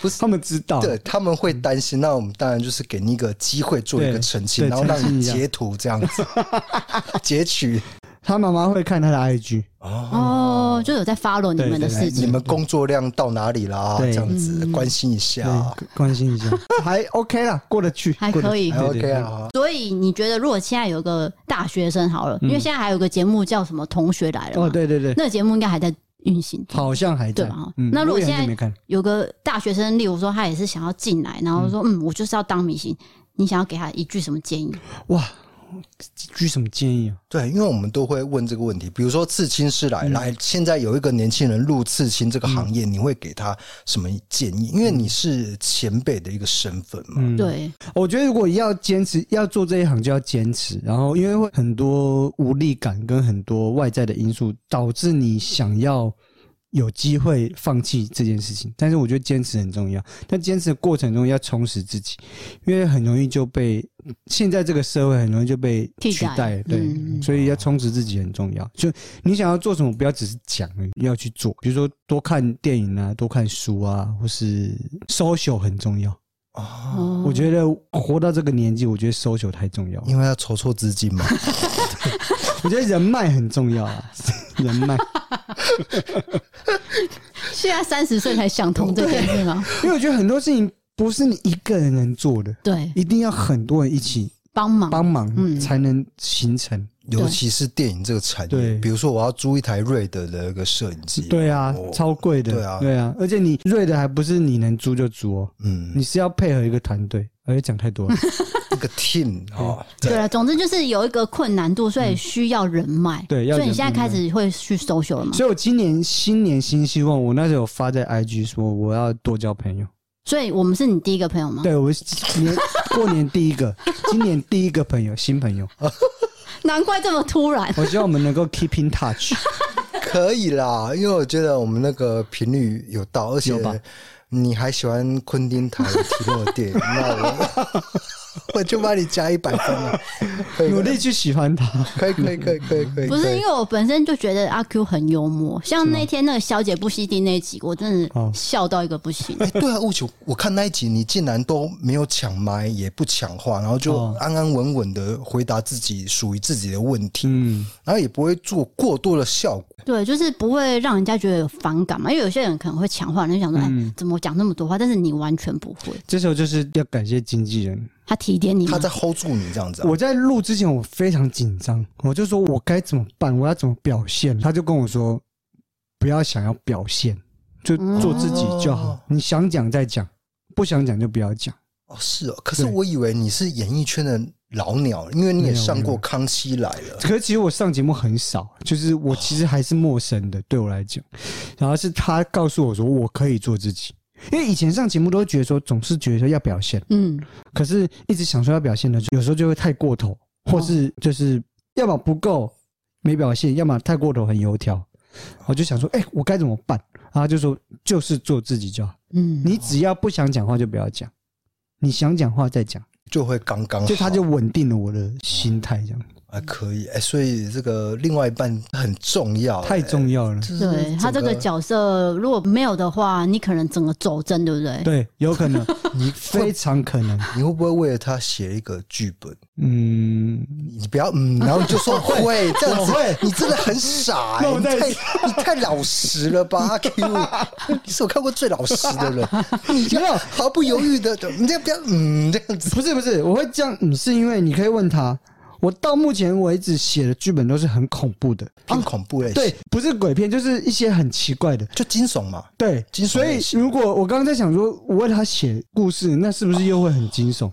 [SPEAKER 2] 不是
[SPEAKER 3] 他们知道，
[SPEAKER 2] 对他们会担心。那我们当然就是给你一个机会做一个
[SPEAKER 3] 对
[SPEAKER 2] 澄清，
[SPEAKER 3] 对
[SPEAKER 2] 然后让
[SPEAKER 3] 澄清
[SPEAKER 2] 你
[SPEAKER 3] 一下
[SPEAKER 2] 截图这样子 截取。
[SPEAKER 3] 他妈妈会看他的 IG，
[SPEAKER 1] 哦，就有在 follow 你们的
[SPEAKER 3] 嗯对对
[SPEAKER 1] 事
[SPEAKER 3] 对
[SPEAKER 2] 你
[SPEAKER 1] 情。
[SPEAKER 2] 们工作量到哪里啦？
[SPEAKER 3] 对
[SPEAKER 2] 这样子关心一下。
[SPEAKER 3] 对，关心一下， 还 OK 啦，过得去，
[SPEAKER 1] 还
[SPEAKER 3] 过得
[SPEAKER 1] 可以
[SPEAKER 3] 去
[SPEAKER 2] 还
[SPEAKER 3] 对对
[SPEAKER 2] OK
[SPEAKER 3] 对
[SPEAKER 2] 啊，
[SPEAKER 1] 所以你觉得，如果现在有个大学生好了，因为现在还有个节目叫什么《同学来了》嘛
[SPEAKER 3] 嗯哦，，对对对，
[SPEAKER 1] 那个节目应该还在运行中。
[SPEAKER 3] 好像还在
[SPEAKER 1] 对吧。
[SPEAKER 3] 嗯
[SPEAKER 1] 那如果
[SPEAKER 3] 我也很久
[SPEAKER 1] 现在
[SPEAKER 3] 没看，
[SPEAKER 1] 有个大学生，例如说他也是想要进来，然后说嗯我就是要当明星，你想要给他一句什么建议？
[SPEAKER 3] 哇，举什么建议啊？
[SPEAKER 2] 对，因为我们都会问这个问题，比如说刺青师
[SPEAKER 3] 嗯
[SPEAKER 2] 来、来，现在有一个年轻人入刺青这个行业，你会给他什么建议？因为你是前辈的一个身份嘛，
[SPEAKER 3] 嗯，
[SPEAKER 1] 对，
[SPEAKER 3] 我觉得如果要坚持，要做这一行就要坚持，然后因为会很多无力感跟很多外在的因素导致你想要有机会放弃这件事情，但是我觉得坚持很重要。但坚持的过程中要充实自己，因为很容易就被现在这个社会很容易就被
[SPEAKER 1] 替
[SPEAKER 3] 取
[SPEAKER 1] 代
[SPEAKER 3] 代，对，
[SPEAKER 1] 嗯
[SPEAKER 3] 所以要充实自己很重要。就你想要做什么，不要只是讲，要去做。比如说多看电影啊，多看书啊，或是 social 很重要。
[SPEAKER 1] 哦
[SPEAKER 3] 我觉得活到这个年纪，我觉得 social 太重要了。
[SPEAKER 2] 因为要筹措资金 嘛。
[SPEAKER 3] 我觉得人脉很重要啊， 人脉，
[SPEAKER 1] 现在三十岁才想通这件事吗？
[SPEAKER 3] 因为我觉得很多事情不是你一个人能做的，
[SPEAKER 1] 对，
[SPEAKER 3] 一定要很多人一起
[SPEAKER 1] 帮忙，
[SPEAKER 3] 帮
[SPEAKER 1] 嗯
[SPEAKER 3] 忙才能形成。
[SPEAKER 2] 尤其是电影这个产业，
[SPEAKER 3] 对
[SPEAKER 2] 比如说我要租一台瑞德的一个摄影机，
[SPEAKER 3] 对啊
[SPEAKER 2] 哦，
[SPEAKER 3] 超贵的，
[SPEAKER 2] 对啊
[SPEAKER 3] 而且你瑞的还不是你能租就租哦，
[SPEAKER 2] 嗯
[SPEAKER 3] 你，是要配合一个团队。而且讲太多了，
[SPEAKER 2] 这个 team 哦，
[SPEAKER 3] 啊
[SPEAKER 1] 对了，总之就是有一个困难度，所以需要人脉。
[SPEAKER 3] 嗯对要
[SPEAKER 1] 所以你
[SPEAKER 3] 人
[SPEAKER 1] 现在开
[SPEAKER 3] 脉
[SPEAKER 1] 始会去 social 了吗？
[SPEAKER 3] 所以我今年新年新希望，我那时候有发在 IG 说我要多交朋友。
[SPEAKER 1] 所以我们是你第一个朋友吗？
[SPEAKER 3] 对我是今年过年第一个，今年第一个朋友，新朋友，
[SPEAKER 1] 难怪这么突然。
[SPEAKER 3] 我希望我们能够 keep in touch。
[SPEAKER 2] 可以啦，因为我觉得我们那个频率有到，而且
[SPEAKER 3] 有吧
[SPEAKER 2] 你还喜欢昆汀塔伦提诺的电影，那我 我就帮你加一百分了。可以
[SPEAKER 3] 努力去喜欢他。
[SPEAKER 2] 可以可以可以可以可以，
[SPEAKER 1] 不
[SPEAKER 2] 可
[SPEAKER 1] 是
[SPEAKER 2] 以
[SPEAKER 1] 因为我本身就觉得阿 Q 很幽默，像那天那个小姐不吸地那一集，我真的
[SPEAKER 3] 哦
[SPEAKER 1] 笑到一个不行。
[SPEAKER 2] 哎、对啊，误球，我看那一集你竟然都没有抢麦，也不抢话，然后就
[SPEAKER 3] 哦
[SPEAKER 2] 安安稳稳的回答自己属于自己的问题，
[SPEAKER 3] 嗯，
[SPEAKER 2] 然后也不会做过多的效果。
[SPEAKER 1] 对，就是不会让人家觉得有反感嘛，因为有些人可能会强化，你就想说，哎、
[SPEAKER 3] 嗯
[SPEAKER 1] 怎么我讲那么多话？但是你完全不会，
[SPEAKER 3] 这时候就是要感谢经纪人。
[SPEAKER 1] 他提点你吗，
[SPEAKER 2] 他在 hold 住你这样子、啊，
[SPEAKER 3] 我在录之前我非常紧张，我就说我该怎么办，我要怎么表现？他就跟我说，不要想要表现，就做自己就好
[SPEAKER 2] 哦。
[SPEAKER 3] 你想讲再讲，不想讲就不要讲。
[SPEAKER 2] 哦是哦，可是
[SPEAKER 3] 对
[SPEAKER 2] 我以为你是演艺圈的老鸟，因为你也上过《康熙来了》
[SPEAKER 3] 可是其实我上节目很少，就是我其实还是陌生的，对我来讲。然后是他告诉我说我可以做自己，因为以前上节目都会觉得说总是觉得说要表现。
[SPEAKER 1] 嗯，
[SPEAKER 3] 可是一直想说要表现的，有时候就会太过头，或是就是要么不够没表现，要么太过头很油条。我就想说，哎、我该怎么办？然后他就说，就是做自己就好，
[SPEAKER 1] 嗯，
[SPEAKER 3] 你只要不想讲话就不要讲，你想讲话再讲，
[SPEAKER 2] 就会刚刚好
[SPEAKER 3] 就他就稳定了我的心态，这样
[SPEAKER 2] 还可以哎、所以这个另外一半很重要、哎
[SPEAKER 3] 太重要了。
[SPEAKER 2] 要
[SPEAKER 1] 对他这个角色如果没有的话，你可能整个走针，对不对？
[SPEAKER 3] 对，有可能，你非常可能，
[SPEAKER 2] 你会不会为了他写一个剧本？
[SPEAKER 3] 嗯，
[SPEAKER 2] 你不要 嗯，然后你就说会这样子
[SPEAKER 3] 我会，
[SPEAKER 2] 你真的很傻、
[SPEAKER 3] 那
[SPEAKER 2] 欸，
[SPEAKER 3] 我
[SPEAKER 2] 你
[SPEAKER 3] 再
[SPEAKER 2] 太你太老实了吧，阿 Q，你是我看过最老实的 人，你就毫不犹豫的，你这样不要嗯这样子，
[SPEAKER 3] 嗯不是不是，我会这样，你是因为你可以问他，我到目前为止写的剧本都是很恐怖的，
[SPEAKER 2] 偏恐怖类型，
[SPEAKER 3] 对，，不是鬼片，就是一些很奇怪的。
[SPEAKER 2] 就惊悚嘛。
[SPEAKER 3] 对，
[SPEAKER 2] 惊悚
[SPEAKER 3] 所以
[SPEAKER 2] 类型
[SPEAKER 3] 如果我刚刚在想说，我为他写故事，那是不是又会很惊悚？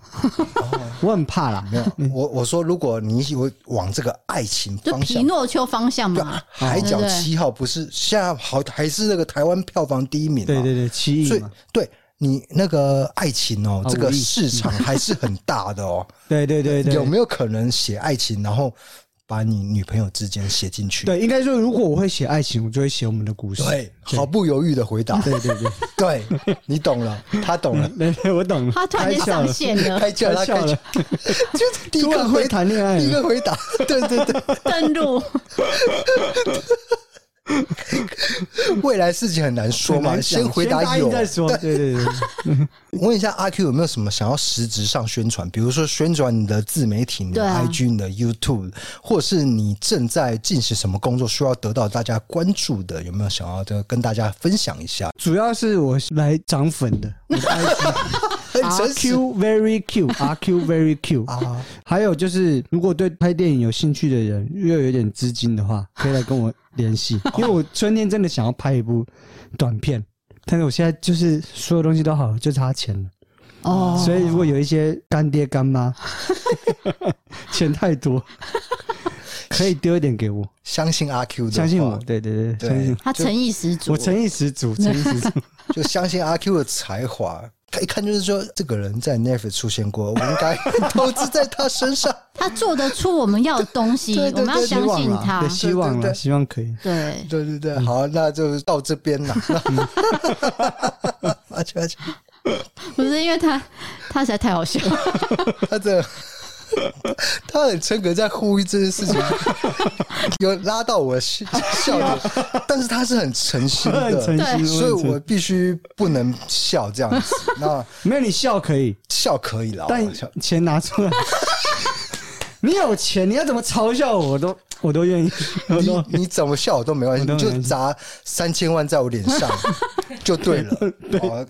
[SPEAKER 3] 我很怕啦。
[SPEAKER 2] 没有，我我说，如果你有往这个爱情
[SPEAKER 1] 就
[SPEAKER 2] 方
[SPEAKER 1] 皮
[SPEAKER 2] 向，
[SPEAKER 1] 诺丘方向
[SPEAKER 2] 对
[SPEAKER 1] 嘛
[SPEAKER 2] 啊，海角
[SPEAKER 1] 对不对
[SPEAKER 2] 七号不是现在好还是那个台湾票房第一名嘛？
[SPEAKER 3] 对对对，奇
[SPEAKER 2] 所
[SPEAKER 3] 异
[SPEAKER 2] 以
[SPEAKER 3] 嘛，
[SPEAKER 2] 对你那个爱情哦
[SPEAKER 3] 啊，
[SPEAKER 2] 这个
[SPEAKER 3] 武力
[SPEAKER 2] 市场还是很大的哦。
[SPEAKER 3] 对对对对，
[SPEAKER 2] 有没有可能写爱情，然后把你女朋友之间写进去？
[SPEAKER 3] 对，应该说，如果我会写爱情，我就会写我们的故事。
[SPEAKER 2] 对，毫不犹豫的回答。
[SPEAKER 3] 对对对 嗯
[SPEAKER 2] 对，你懂了，他懂了，
[SPEAKER 3] 对对，我懂了。
[SPEAKER 1] 他突然间
[SPEAKER 3] 开窍
[SPEAKER 1] 上
[SPEAKER 3] 了，
[SPEAKER 1] 线了，
[SPEAKER 2] 开窍
[SPEAKER 3] 开
[SPEAKER 2] 了，他
[SPEAKER 3] 窍
[SPEAKER 2] 开窍
[SPEAKER 3] 啊了，，
[SPEAKER 2] 就是第一
[SPEAKER 3] 突
[SPEAKER 2] 个
[SPEAKER 3] 然
[SPEAKER 2] 回
[SPEAKER 3] 会
[SPEAKER 2] 答，
[SPEAKER 3] 谈恋爱
[SPEAKER 2] 第一
[SPEAKER 3] 了。
[SPEAKER 2] 个回答，对对对，
[SPEAKER 1] 登录，
[SPEAKER 2] 未来事情很难说嘛，
[SPEAKER 3] 很难讲
[SPEAKER 2] 先回答
[SPEAKER 3] 答
[SPEAKER 2] 有
[SPEAKER 3] 应。再说。对对对，
[SPEAKER 2] 问一下阿 Q 有没有什么想要实质上宣传，比如说宣传你的自媒体、你的
[SPEAKER 1] 对啊
[SPEAKER 2] IG、你的 YouTube，或是你正在进行什么工作需要得到大家关注的，有没有想要这个跟大家分享一下？
[SPEAKER 3] 主要是我来涨粉的。
[SPEAKER 2] 很
[SPEAKER 3] 阿
[SPEAKER 2] 诚实
[SPEAKER 3] Q very Q，阿 Q very Q
[SPEAKER 2] 啊，
[SPEAKER 3] 还有就是，如果对拍电影有兴趣的人又有点资金的话，可以来跟我联系，因为我春天真的想要拍一部短片，但是我现在就是所有东西都好了，就差钱了。
[SPEAKER 1] 哦，
[SPEAKER 3] 所以如果有一些干爹干妈，钱太多，可以丢一点给我，
[SPEAKER 2] 相信阿 Q 的话，
[SPEAKER 3] 相信我，对对
[SPEAKER 2] 对
[SPEAKER 3] 对，相信我
[SPEAKER 1] 他诚意十足，
[SPEAKER 3] 我诚意十足，诚意十足。
[SPEAKER 2] 就相信阿 Q 的才华。他一看就是说，这个人在 Never 出现过，我应该投资在他身上。
[SPEAKER 1] 他做得出我们要的东西，
[SPEAKER 2] 对
[SPEAKER 1] 我
[SPEAKER 2] 对
[SPEAKER 1] 们要
[SPEAKER 2] 对
[SPEAKER 1] 相
[SPEAKER 2] 希望
[SPEAKER 1] 信
[SPEAKER 2] 啦
[SPEAKER 1] 他
[SPEAKER 3] 对，，希望
[SPEAKER 2] 对对
[SPEAKER 3] 了，
[SPEAKER 2] 对
[SPEAKER 3] 希望可以。
[SPEAKER 1] 对，
[SPEAKER 2] 对对
[SPEAKER 3] 嗯
[SPEAKER 2] 对，好，那就到这边 了。阿 Q，阿 Q，
[SPEAKER 1] 不是因为他他实在太好笑了，
[SPEAKER 2] 他的他很诚恳在呼吁这件 事情，有拉到我的笑笑点，但是他是很诚心
[SPEAKER 3] 我 很诚
[SPEAKER 2] 的，
[SPEAKER 3] 心，
[SPEAKER 2] 所以
[SPEAKER 3] 很诚
[SPEAKER 2] 我必须不能笑这样子。那
[SPEAKER 3] 没有你笑可以，
[SPEAKER 2] 笑可以啦，
[SPEAKER 3] 但
[SPEAKER 2] 我笑
[SPEAKER 3] 钱拿出 来，你有钱，你要怎么嘲笑我，我都我都愿意。我都
[SPEAKER 2] 你你怎么笑我都没关系，
[SPEAKER 3] 我都
[SPEAKER 2] 你
[SPEAKER 3] 没
[SPEAKER 2] 就
[SPEAKER 3] 关系
[SPEAKER 2] 砸三千万在我脸 上就对了。哦，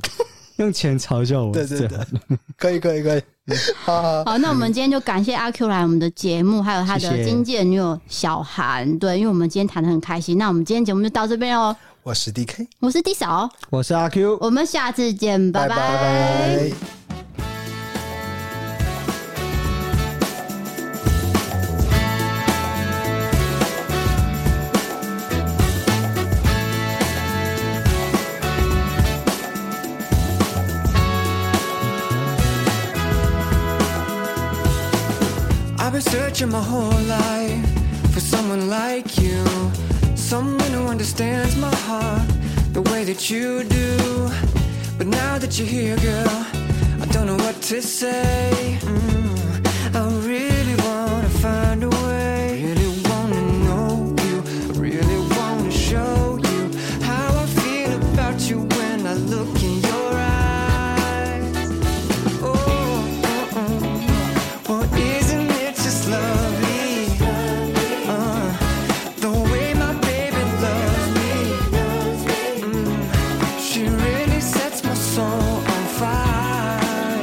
[SPEAKER 3] 用钱嘲笑我，
[SPEAKER 2] 对对
[SPEAKER 3] 是
[SPEAKER 2] 对
[SPEAKER 3] 最好的，
[SPEAKER 2] 可以可以可以，嗯哈哈，
[SPEAKER 1] 好，那我们今天就感谢阿 Q 来我们的节目，还有他
[SPEAKER 3] 谢
[SPEAKER 1] 的
[SPEAKER 3] 谢
[SPEAKER 1] 经纪人女友小韩。对，因为我们今天谈的很开心，那我们今天节目就到这边哦。
[SPEAKER 2] 我是 DK，
[SPEAKER 1] 我是 D 嫂，
[SPEAKER 3] 我是阿 Q，
[SPEAKER 1] 我们下次见，拜拜
[SPEAKER 2] 拜。
[SPEAKER 7] I've been searching my whole life for someone like you. Someone who understands my heart the way that you do. But now that you're here, girl, I don't know what to say. Mm, I really wanna find a way. Really wanna know you. I really wanna show you how I feel about you when I look in your eyes. Oh, oh, oh. Well, isn't it just lovely? Uh, the way my baby loves me. Mm, she really sets my soul on fire.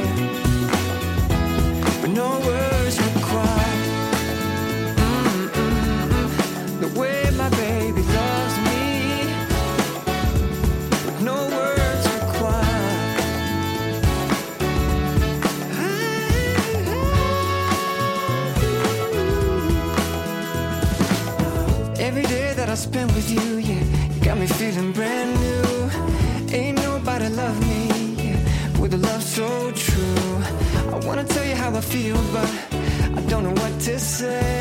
[SPEAKER 7] But no words required. Mm, mm, mm. The way my baby loves me. With no words required. Mm. Every day that I spend with you, yeah, you got me feeling brand new. Ain't nobody love me yeah, with a love so true. I wanna tell you how I feel, but I don't know what to say.